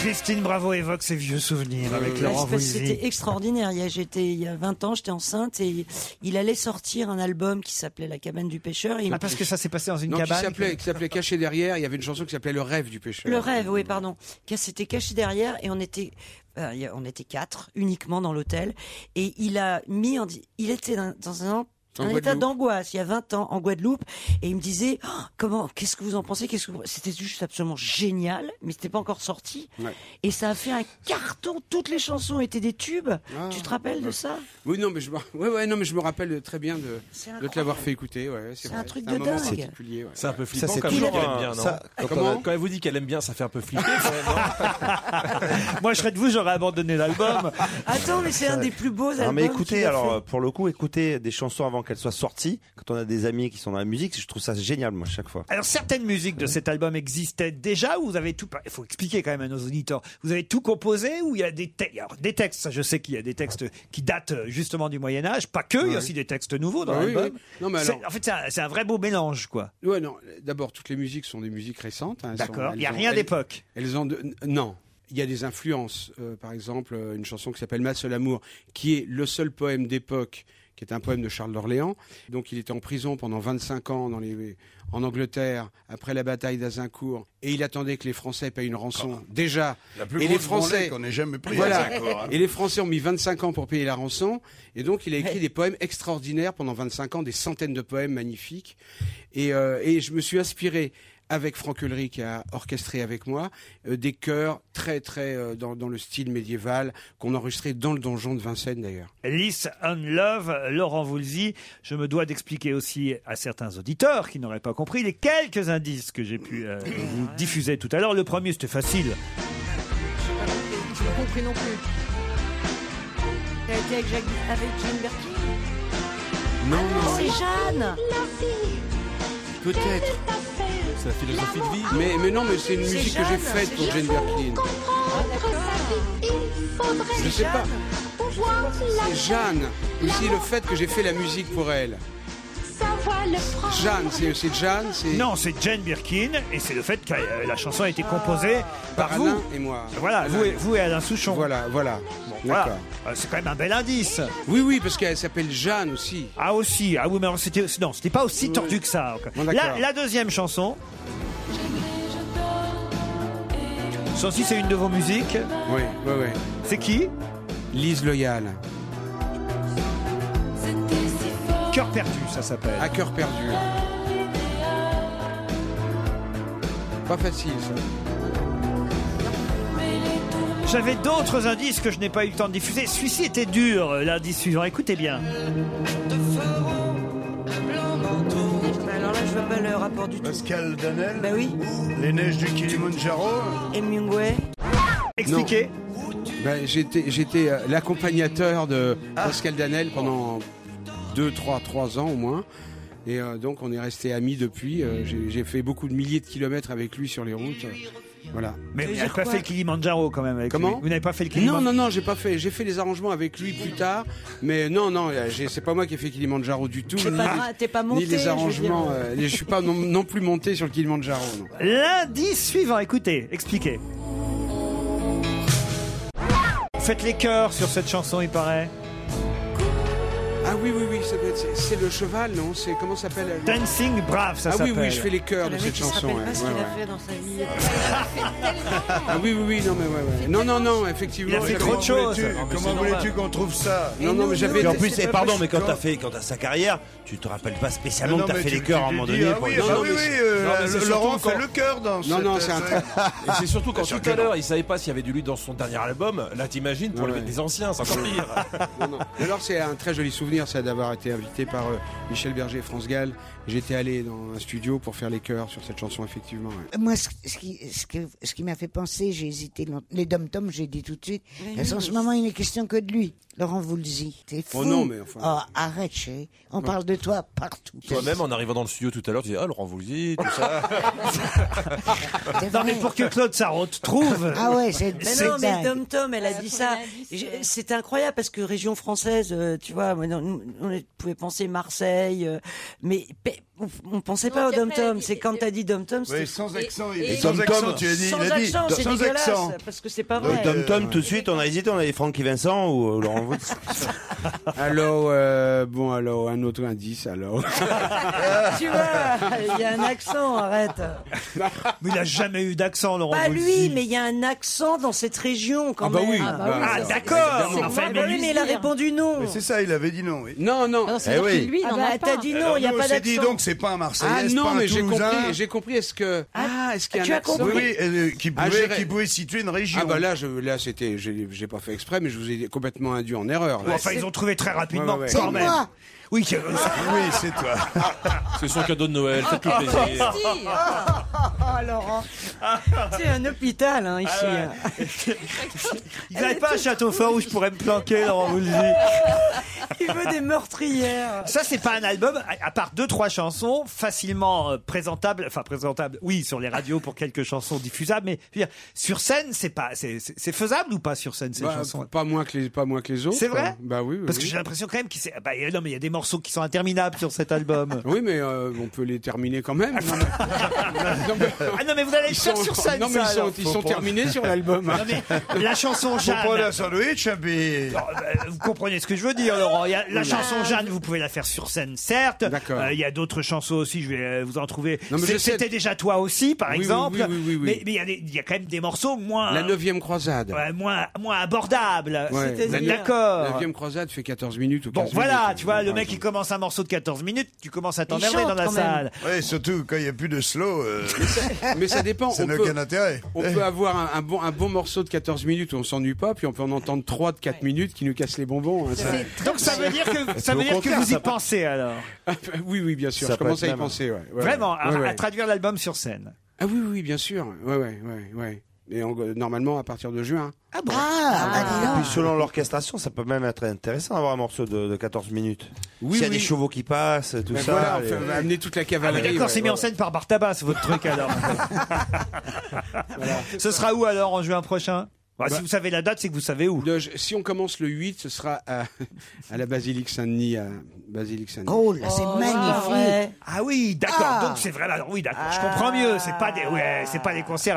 C: Christine Bravo évoque ses vieux souvenirs avec
P: Euh,
J: Ouais,
C: Laurent
J: c'est parce que
C: Voulzy.
J: C'était extraordinaire. Il y a, j'étais, il y a 20 ans, j'étais enceinte et il allait sortir un album qui s'appelait La cabane du pêcheur. Et
C: Ah, parce que ça s'est passé dans une
P: non, qui
C: cabane
P: s'appelait, qui s'appelait Caché derrière. Il y avait une chanson qui s'appelait Le rêve du pêcheur.
J: Le rêve, oui, pardon. Qui s'était caché derrière et on était, euh, il y a- on était quatre uniquement dans l'hôtel. Et il a mis, en di- il était dans, dans un,
P: En
J: un état
P: Guadeloupe.
J: d'angoisse il y a 20 ans en Guadeloupe et il me disait Oh, comment, qu'est-ce que vous en pensez Qu'est-ce que vous- C'était juste absolument génial, mais c'était pas encore sorti.
P: Ouais.
J: Et ça a fait un carton. Toutes les chansons étaient des tubes. tu te rappelles de ça
P: Ah, bah. Oui, non, mais je me, ouais, ouais, non, mais je me rappelle très bien de,
J: C'est
P: de te l'avoir fait écouter. Ouais,
J: C'est
P: vrai.
J: un truc
P: un
J: de
P: moment
J: dingue.
P: particulier, ouais.
G: C'est un peu flippant
A: c'est
G: comme
A: toujours
G: genre qu'elle
A: un-
G: aime bien, non
A: ça-
G: quand,
A: Comment
G: on- quand elle vous dit qu'elle aime bien, ça fait un peu flipper. quand même, non
C: Moi, je serais de vous, j'aurais abandonné l'album.
J: Attends, mais c'est un des plus beaux
A: Non,
J: albums.
A: mais
J: qu'il
A: écoutez,
J: a
A: alors
J: fait.
A: euh, pour le coup, écoutez des chansons avant qu'elles soient sorties. Quand on a des amis qui sont dans la musique, je trouve ça génial, moi, chaque fois.
C: Alors certaines musiques de cet album existaient déjà ou vous avez tout il faut expliquer quand même à nos auditeurs. Vous avez tout composé ou il y a des textes des textes, ça, je sais qu'il y a des textes qui datent euh, justement du Moyen Âge, pas que, il y
P: Ouais.
C: a aussi des textes nouveaux dans
P: Ah oui,
C: l'album.
P: oui. Non, mais
C: C'est-
P: alors-
C: En fait, c'est un, c'est un vrai beau mélange quoi.
P: Ouais, non. D'abord, toutes les musiques sont des musiques récentes. hein, elles
C: D'accord.
P: sont-
C: Il y a
P: elles ont-
C: rien
P: elles-
C: d'époque.
P: Elles ont de- n- non. Il y a des influences. Euh, par exemple, euh, une chanson qui s'appelle Ma seule amour, qui est le seul poème d'époque, qui est un poème de Charles d'Orléans. Donc, il était en prison pendant 25 ans dans les, en Angleterre après la bataille d'Azincourt, et il attendait que les Français payent une rançon. Déjà.
F: La plus
P: et les
F: grosse branlée
P: Français
F: qu'on ait jamais pris à
P: Voilà.
F: Azincourt, hein.
P: Et les Français ont mis 25 ans pour payer la rançon. Et donc, il a écrit des poèmes extraordinaires pendant 25 ans, des centaines de poèmes magnifiques. Et, euh, et je me suis inspiré avec Franck Ulrich qui a orchestré avec moi euh, des chœurs très très euh, dans, dans le style médiéval qu'on enregistrait dans le donjon de Vincennes d'ailleurs.
C: Lys on Love, Laurent Voulzy. Je me dois d'expliquer aussi à certains auditeurs qui n'auraient pas compris les quelques indices que j'ai pu euh, vous diffuser tout à l'heure. Le premier, c'était facile.
M: J'ai pas compris non plus.
J: T'as été avec Jacques, avec Jane Birkin
P: Non,
G: Ah,
J: non, c'est Jeanne.
P: Peut-être.
G: C'est la philosophie de vie.
P: Mais, mais non, mais c'est une
G: C'est
P: musique que j'ai
G: Jeanne,
P: faite
G: c'est
P: pour
G: Jeanne.
P: Jane Birkin. Je sais pas. C'est Jeanne. Aussi le fait que j'ai fait la musique pour elle. Jeanne, c'est c'est Jeanne, c'est
C: Non, c'est Jane Birkin, et c'est le fait que euh, la chanson a été composée par,
P: par
C: vous.
P: Alain et moi.
C: Voilà,
P: Alain.
C: vous et, vous et Alain Souchon.
P: Voilà, voilà.
C: Voilà.
P: D'accord.
C: Euh, C'est quand même un bel indice.
P: Oui, oui, parce qu'elle s'appelle Jeanne aussi.
C: Ah aussi, ah oui, mais alors c'était non, c'était pas aussi tordu que ça. la,
P: d'accord.
C: la deuxième chanson. Ça aussi, c'est une de vos musiques.
P: Oui, oui, oui.
C: C'est qui
P: Lise Loyal.
C: Cœur perdu, ça s'appelle.
P: À cœur perdu. Pas facile, ça.
C: J'avais d'autres indices que je n'ai pas eu le temps de diffuser. Celui-ci était dur, euh, l'indice suivant. Écoutez bien.
J: Alors là, je vois pas le rapport du tout.
F: Pascal Danel. Bah
J: oui.
F: Les neiges du Kilimanjaro.
J: Hemingway.
C: Expliquez.
P: Ben, j'étais, j'étais euh, l'accompagnateur de Pascal Danel pendant 2, 3, 3 ans au moins. Et euh, donc, on est resté amis depuis. Euh, j'ai, j'ai fait beaucoup de milliers de kilomètres avec lui sur les routes. Voilà.
C: Mais vous
P: j'ai
C: n'avez pas fait le Kilimanjaro quand même. Avec
P: Comment
C: lui. Vous n'avez pas fait le
P: Non,
C: Kilimanjaro.
P: non, non, j'ai pas fait. J'ai fait les arrangements avec lui plus tard, mais non, non, euh, j'ai- c'est pas moi qui ai fait Kilimanjaro du tout.
J: T'es
P: ni
J: pas
P: les-
J: gra- t'es pas monté,
P: Ni
J: je veux
P: les
J: dire.
P: arrangements. euh, Je, suis pas non, non plus monté sur le Kilimanjaro. non.
C: L'indice suivant, écoutez, expliquez. Faites les chœurs sur cette chanson, il paraît.
P: Ah oui, oui, oui, ça doit être- c'est- c'est le cheval, non C'est comment ça s'appelle euh,
C: Dancing Brave, ça
P: Ah oui, oui,
C: s'appelle.
P: je fais les chœurs de cette chanson. ouais, ouais, ouais.
J: dans sa vie.
P: Ah oui, oui, oui, non, mais ouais, ouais. Non, non, non, effectivement.
A: Il a fait
P: j'avais-
A: trop de choses.
P: Comment voulais-tu-
A: Non, mais
P: Comment
A: c'est
P: voulais-tu
A: normal.
P: qu'on trouve ça
A: Et
P: Non, non,
A: nous,
P: mais j'avais.
A: nous, En plus,
P: c'est
A: et
P: pas
A: pardon, mais quand
P: quand-
A: t'as fait, quand t'as sa carrière, tu te rappelles pas spécialement
P: Non,
A: que t'as
P: mais
A: fait
P: tu-
A: les chœurs à
P: tu
A: un moment
P: dis,
A: donné.
P: ah
A: pour
P: oui,
F: bah
A: le-
P: ah oui,
A: mais
P: oui,
A: c'est-
P: euh,
A: Non, mais c'est
P: Laurent
A: surtout
P: fait
A: quand-
P: le chœur dans
A: Non,
P: cette-
A: non, c'est un
P: cette-
G: Et c'est surtout quand
P: Bien
G: tout
P: sûr
G: à
P: que non.
G: l'heure il savait pas s'il y avait du lui dans son dernier album. Là t'imagines pour les, les anciens, c'est encore pire.
P: Mais Alors c'est un très joli souvenir ça d'avoir été invité par euh, Michel Berger et France Gall. J'étais allé dans un studio pour faire les chœurs sur cette chanson effectivement. ouais.
D: Moi, ce, ce qui, ce que- ce qui m'a fait penser, j'ai hésité longtemps. Les dom-toms, j'ai dit tout de suite.
P: Oui,
D: Parce
P: oui,
D: qu'en
P: oui.
D: ce moment, il n'est question que de lui. Laurent Voulzy. T'es fou.
G: Oh non, mais enfin.
D: Oh, arrête, chérie. On parle de toi partout.
G: Toi-même en arrivant dans le studio tout à l'heure, tu dis ah Laurent Voulzy, tout ça.
C: Non, mais pour que Claude Sarraute trouve.
J: Mais non, mais Tom Tom, elle a euh. dit ça. J'ai- C'est incroyable parce que région française, euh, tu vois, moi, non, nous, on pouvait penser Marseille, euh, mais pe- on, on pensait pas au Dom Tom. C'est quand t'as dit Dom Tom, c'était
F: sans accent, il-
A: Et-
F: sans
A: Tom
F: accent,
A: Tom.
F: tu as dit,
J: sans
F: il a dit,
J: accent, c'est
F: sans
J: dégueulasse,
F: accent.
J: parce que c'est pas
A: Le
J: vrai.
A: Tom Tom, tout de suite, on a hésité, on avait Francky Vincent ou euh, Laurent Voulzy.
P: Alors euh, bon alors un autre indice alors.
J: tu vois, il y a un accent, arrête.
C: Mais il a jamais eu d'accent, Laurent
J: Pas
C: Voulzy.
J: Bah, lui, mais il y a un accent dans cette région quand
C: Ah bah
J: même.
C: oui, Ah bah bah oui, ah, ça, d'accord. évidemment.
J: C'est
C: Enfin,
J: vrai,
C: mais
J: bah oui,
C: lui
J: mais il a
F: hein.
C: dire.
J: répondu non.
F: Mais c'est ça, il avait dit non. Oui.
P: Non, non. Eh
J: Ah non, c'est-à-dire que lui, il
F: Ah
J: n'en
F: bah,
J: a pas.
F: t'as dit non,
J: Alors
F: il y a
J: nous, on
F: pas
J: s'est
F: d'accent.
J: dit donc, c'est pas un Marseillais,
F: Ah
J: c'est
F: non,
J: pas un
F: mais j'ai
J: Toulousain.
F: compris.
P: J'ai compris est-ce que ah est-ce qu'il y a
F: tu
P: un
F: as
P: accent
F: compris Oui, oui, euh, qui pouvait- qui pouvait
P: situer une région. Ah bah là je là c'était j'ai j'ai pas fait exprès mais je vous ai complètement induit en erreur.
C: Bon, enfin, ils ont trouvé très rapidement,
P: Ouais, ouais, ouais.
C: quand même. Oui, que-
P: Oui, c'est toi.
C: ah,
G: C'est son cadeau de Noël,
P: Ah,
G: faites-le plaisir.
J: Ah, Laurent, c'est un hôpital hein, ici.
C: Ah, Il n'avait pas un château fort où je pourrais me planquer, Laurent Voulzy.
J: Il veut des meurtrières.
C: Ça, c'est pas un album, à- à part deux, trois chansons, facilement euh, présentables, enfin présentables, oui, sur les radios pour quelques chansons diffusables, mais je veux dire, sur scène, c'est pas, c'est- c'est c'est faisable ou pas sur scène ces
P: Bah,
C: chansons
P: Pas moins que les pas moins que les autres.
C: C'est vrai
P: Bah oui. oui,
C: Parce que
P: oui.
C: j'ai l'impression quand même qu'il s'est- bah, non, mais il y a des morceaux qui sont interminables sur cet album.
P: Oui, mais euh, on peut les terminer quand même.
C: Ah non, mais vous allez le
P: Ils
C: faire
P: sont-
C: sur scène.
P: non, mais
C: ça,
P: ils sont-
C: alors.
P: ils sont terminés sur l'album.
C: Non, mais la chanson
P: Faut
C: Jeanne.
P: prendre un
C: sandwich,
F: bah,
C: Vous comprenez ce que je veux dire, Laurent. Il y a la
P: Oui.
C: chanson Jeanne, vous pouvez la faire sur scène, certes.
P: D'accord.
C: Euh, il y a d'autres chansons aussi, je vais euh, vous en trouver.
P: Non, mais
C: C'est-
P: je sais-
C: C'était déjà toi aussi, par
P: Oui, oui,
C: exemple.
P: oui, oui, oui, oui.
C: Mais mais il y a des- il y, a quand même des morceaux moins.
P: La neuvième croisade.
C: ouais, moins, moins abordables.
P: Ouais.
C: Ah, C'était-
P: La neu- La
C: D'accord.
P: neuvième croisade fait 14 minutes ou
C: Bon,
P: 15
C: voilà,
P: minutes.
C: tu vois, le
P: Par
C: mec, il commence un morceau de 14 minutes, tu commences à t'emmerder
P: chante
C: dans la
P: quand même.
C: salle.
F: Oui, surtout quand il n'y a plus de slow. euh,
P: Mais ça dépend.
F: Ça
P: on
F: n'a
P: peut-
F: aucun intérêt.
P: On peut avoir un, un bon, un bon morceau de 14 minutes où on s'ennuie pas, puis on peut en entendre 3 de 4 minutes qui nous cassent les bonbons. hein, ça.
C: Donc ça veut dire que, ça
P: Au
C: veut dire que
P: contraire,
C: vous
P: ça
C: y
P: peut-
C: pensez alors.
P: Ah, bah Oui, oui, bien sûr.
A: Ça
P: je
A: peut
P: commence
A: être
P: à y
A: même.
P: penser. ouais, ouais, ouais.
C: Vraiment, à,
P: Ouais, ouais.
C: à traduire l'album sur scène.
P: Ah oui, oui, bien sûr. Ouais, ouais, ouais, ouais. Et en- normalement à partir de juin.
C: Ah bon
A: Puis selon l'orchestration, ça peut même être intéressant d'avoir un morceau de, de 14 minutes.
P: Oui,
A: S'il y a
P: oui.
A: des chevaux qui passent, tout
P: Ben
A: ça.
P: voilà,
A: les-
P: on fait- on va amener toute la
C: Ah oui,
P: cavalerie.
C: D'accord,
P: ouais,
C: c'est mis
P: ouais,
C: en scène par Bartabas, votre truc alors. Ce sera où alors en juin prochain Bah, Si vous savez la date, c'est que vous savez où.
P: Si on commence le 8, ce sera à, à la Basilique Saint-Denis. À Basilique Saint-Denis.
D: Oh là, c'est magnifique.
C: Ah oui, d'accord.
D: Ah.
C: Donc c'est vraiment. Alors oui, d'accord.
F: Ah.
C: Je comprends mieux. C'est pas des. Ouais, c'est pas des concerts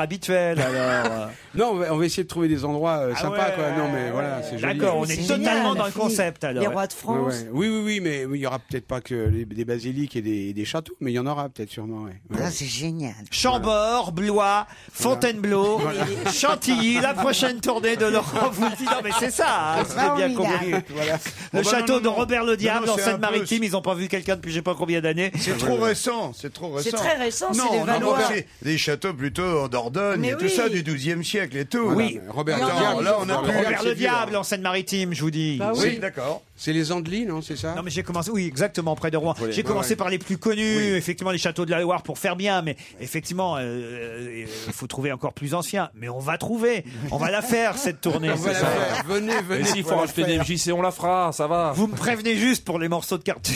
C: habituels. Alors.
P: euh, Non, on va, on va essayer de trouver des endroits euh,
C: Ah
P: sympas,
C: ouais,
P: quoi. Non,
C: ouais,
P: mais
C: ouais.
P: voilà, c'est joli.
C: D'accord, on est C'est totalement génial, dans le concept, alors. Les rois de
P: Ouais,
C: France.
P: ouais. Oui, oui, oui, mais il y aura peut-être pas que les- des basiliques et des, et des châteaux, mais il y en aura peut-être sûrement. Ouais. Ouais.
D: Ah, c'est génial.
C: Chambord, Blois, Fontainebleau,
P: Voilà.
C: Chantilly, la prochaine tournée de Laurent Voulzy. Non, mais c'est ça, hein, si j'ai bien compris.
D: Formidable.
C: Voilà.
F: Bon,
C: Le
F: bah,
C: château
F: non, non,
C: de
F: non.
C: Robert
F: Non,
C: le Diable
F: non,
C: en
F: c'est un peu-
C: Seine-Maritime, ils n'ont pas vu quelqu'un depuis je sais pas combien d'années. Euh,
F: C'est trop récent, c'est trop récent.
J: C'est très récent, c'est
F: Non,
J: les
F: on a
J: Valois.
F: inventé des châteaux plutôt en Dordogne
J: Mais
F: et tout
J: oui.
F: ça du 12e siècle et tout.
C: Oui.
P: Robert
F: Attends,
P: le Diable,
F: là, on a plus-
C: Robert
F: c'est
C: le
F: vieux,
C: Diable
F: là.
C: en Seine-Maritime, je vous dis.
P: Bah oui.
C: C'est-
F: D'accord.
P: C'est les Andelys, non C'est ça
C: Non mais j'ai commencé, oui exactement près de Rouen. J'ai
P: Ouais,
C: commencé
P: ouais.
C: par les plus connus, effectivement les châteaux de la Loire pour faire bien, mais effectivement euh, il faut trouver encore plus anciens. Mais on va trouver, on va la faire cette tournée.
G: On va
C: c'est
G: la
C: ça.
G: faire.
P: Venez, venez.
G: Mais s'il faut
P: Voilà,
G: rajouter des
P: frère.
G: MJC, on la fera, ça va.
C: Vous me prévenez juste pour les morceaux de cartes.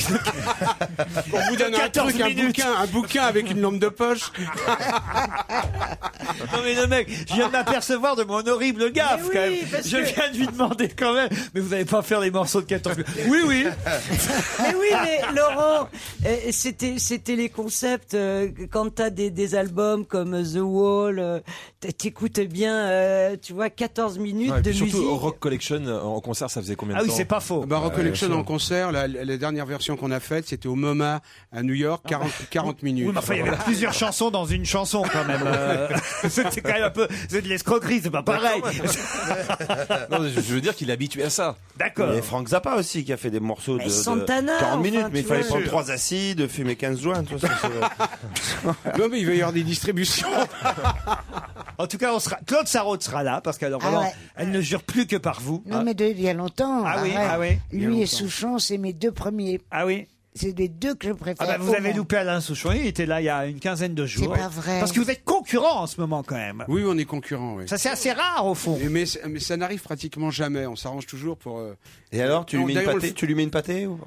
P: On vous donne un
C: 14
P: truc, un
C: minutes.
P: bouquin, un bouquin avec une lampe de poche.
C: non mais le mec, je viens de m'apercevoir de mon horrible gaffe
J: Mais oui,
C: quand même.
J: parce
C: Je
J: que-
C: viens de lui demander quand même. Mais vous n'allez pas faire les morceaux de
G: sens. Oui, oui.
J: mais oui, mais Laurent, euh, c'était c'était les concepts. euh, quand t'as des, des albums comme The Wall, euh, t- t'écoutes bien, euh, tu vois, 14 minutes
G: Ouais, et
J: de
G: puis
J: musique.
G: surtout Rock Collection euh, en concert, ça faisait combien
C: Ah
G: de temps
P: Bah, Rock
G: Ouais,
P: Collection
G: bien sûr.
P: en concert, la, la dernière version qu'on a faite, c'était au MoMA à New York, 40, 40 minutes.
C: Ah bah. Oui, mais enfin, il y avait plusieurs chansons dans une chanson quand même. Euh, C'était quand même un peu. C'est de l'escroquerie, c'est pas pareil.
G: Non, je, je veux dire qu'il est habitué à ça.
C: D'accord.
A: Euh, Et Frank Zappa aussi qui a fait des morceaux de,
G: Mais
A: de
G: Santana,
A: 40 minutes,
G: enfin,
A: mais il
G: tu
A: fallait
G: vois.
A: prendre
G: Sûr.
A: trois acides, fumer 15 joints. tout ça, c'est-
P: Non, mais il va y avoir des distributions.
C: En tout cas, on sera... Claude Sarraute sera là parce qu'elle
D: Ah
C: vraiment,
D: ouais.
C: elle ne jure plus que par vous.
D: Non, mais de- il y a longtemps.
C: Ah oui,
D: arrête.
C: ah oui. Il y a
D: Lui
C: longtemps.
D: et Souchon, c'est mes deux premiers.
C: Ah oui.
D: C'est les deux que je
C: Ah
D: préfère.
C: bah, vous
D: au
C: avez
D: monde.
C: loupé Alain Souchon, il était là il y a une quinzaine de jours.
D: pas vrai.
C: Parce que vous êtes concurrent en ce moment quand même.
P: Oui, on est concurrent. Oui.
C: Ça, c'est assez rare au fond.
P: Mais, mais c- mais ça n'arrive pratiquement jamais. On s'arrange toujours pour. euh,
A: Et alors, tu lui
P: on-
A: mets une
P: d'ailleurs, on le
A: pâtée,
P: fait-
A: tu lui mets une pâtée ou-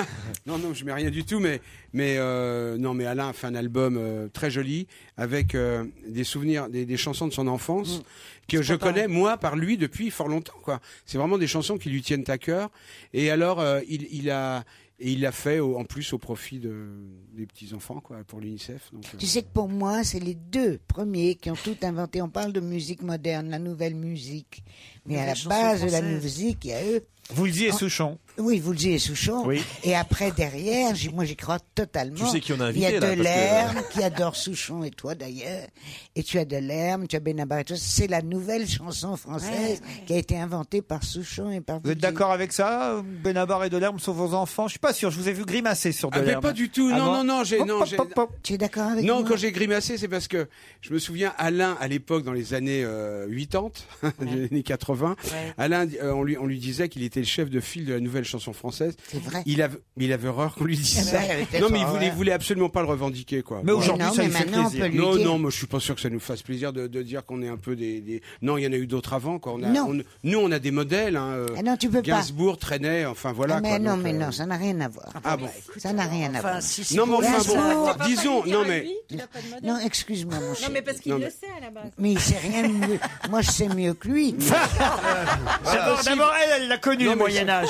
P: non, non, je mets rien du tout, mais, mais euh, non, mais Alain a fait un album euh, très joli avec euh, des souvenirs, des, des chansons de son
D: Mm.
P: enfance que je connais moi par lui depuis fort longtemps. Quoi, c'est vraiment des chansons qui lui tiennent à cœur. Et alors, euh, il, il a, et il l'a fait au- en plus au profit de, des petits enfants, quoi, pour l'UNICEF. donc, euh,
D: Tu sais que pour moi, c'est les deux premiers qui ont tout inventé. On parle de musique moderne, la nouvelle musique. Mais
C: Mais
D: à
C: la
D: la
C: chanson
D: base de la
C: française.
D: musique, il y a eux.
C: Voulzy et Souchon.
D: Oui, Voulzy et Souchon. Et après, derrière, j'ai- moi j'y crois totalement.
G: Tu sais qui on a
D: Il y a
G: invité, là,
D: Delerme
G: parce
D: qui adore Souchon et toi d'ailleurs. Et tu as Delerme, tu as Benabar et toi. C'est la nouvelle chanson française qui a été inventée par Souchon et par
C: Vous êtes d'accord avec ça Benabar et Delerme sont vos enfants Je suis pas sûr, je vous ai vu grimacer sur
P: Ah,
C: Delerme.
P: mais pas du tout.
C: Ah
P: non,
C: bon
P: non, non, j'ai,
C: Hop,
P: non,
C: hop,
P: j'ai-
C: hop, hop.
D: Tu es d'accord avec
P: non,
D: moi
P: quand j'ai grimacé, c'est parce que je me souviens, Alain, à l'époque, dans les années euh, 80, les années 80, Alain, euh, on, lui, on lui disait qu'il était le chef de file de la nouvelle chanson française.
D: C'est vrai.
P: Il avait, il avait horreur qu'on lui dise
D: Eh ben,
P: ça.
D: il avait peut-être
P: non, mais il
D: horreur.
P: voulait, il voulait absolument pas le revendiquer, quoi.
C: Mais aujourd'hui, Mais non, ça lui mais fait maintenant, on plaisir. peut lui
P: non,
C: dire.
P: non, moi, je suis pas sûr que ça nous fasse plaisir de, de dire qu'on est un peu des, des- Non, il y en a eu d'autres avant, quoi. On a-
D: Non.
P: on- nous, on a des modèles. Hein, euh,
D: Ah non, tu peux pas.
P: Gainsbourg traînait, enfin voilà.
D: Ah, mais
P: quoi,
D: non,
P: donc,
D: mais
P: euh,
D: non, ça n'a rien à voir.
P: Ah bon.
D: Ça n'a rien à
P: Enfin,
D: voir.
P: si, si, Non, mais pour enfin, bon, Gainsbourg. pas disons, non, mais-
D: Non, excuse-moi, mon cher.
P: Non, mais-
D: à la base. Mais il sait rien de mieux. Moi, je sais mieux que lui.
P: Ah,
C: D'abord, d'abord, elle, elle l'a connu le Moyen-Âge.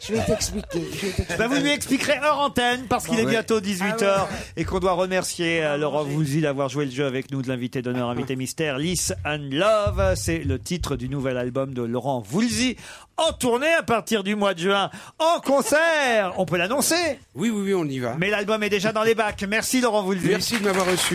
D: Je vais t'expliquer. je vais t'expliquer. Ah
C: Bah, vous lui expliquerez hors antenne parce
P: Ah
C: qu'il est
D: Ouais.
C: bientôt 18h et qu'on doit remercier
D: Ah,
C: euh, Laurent Voulzy d'avoir joué le jeu avec nous de l'invité d'honneur, invité mystère, Lys and Love. C'est le titre du nouvel album de Laurent Voulzy en tournée à partir du mois de juin en concert. On peut l'annoncer
P: Oui, oui, oui, on y va.
C: Mais l'album est déjà dans les bacs. Merci Laurent Voulzy.
P: Merci de m'avoir reçu.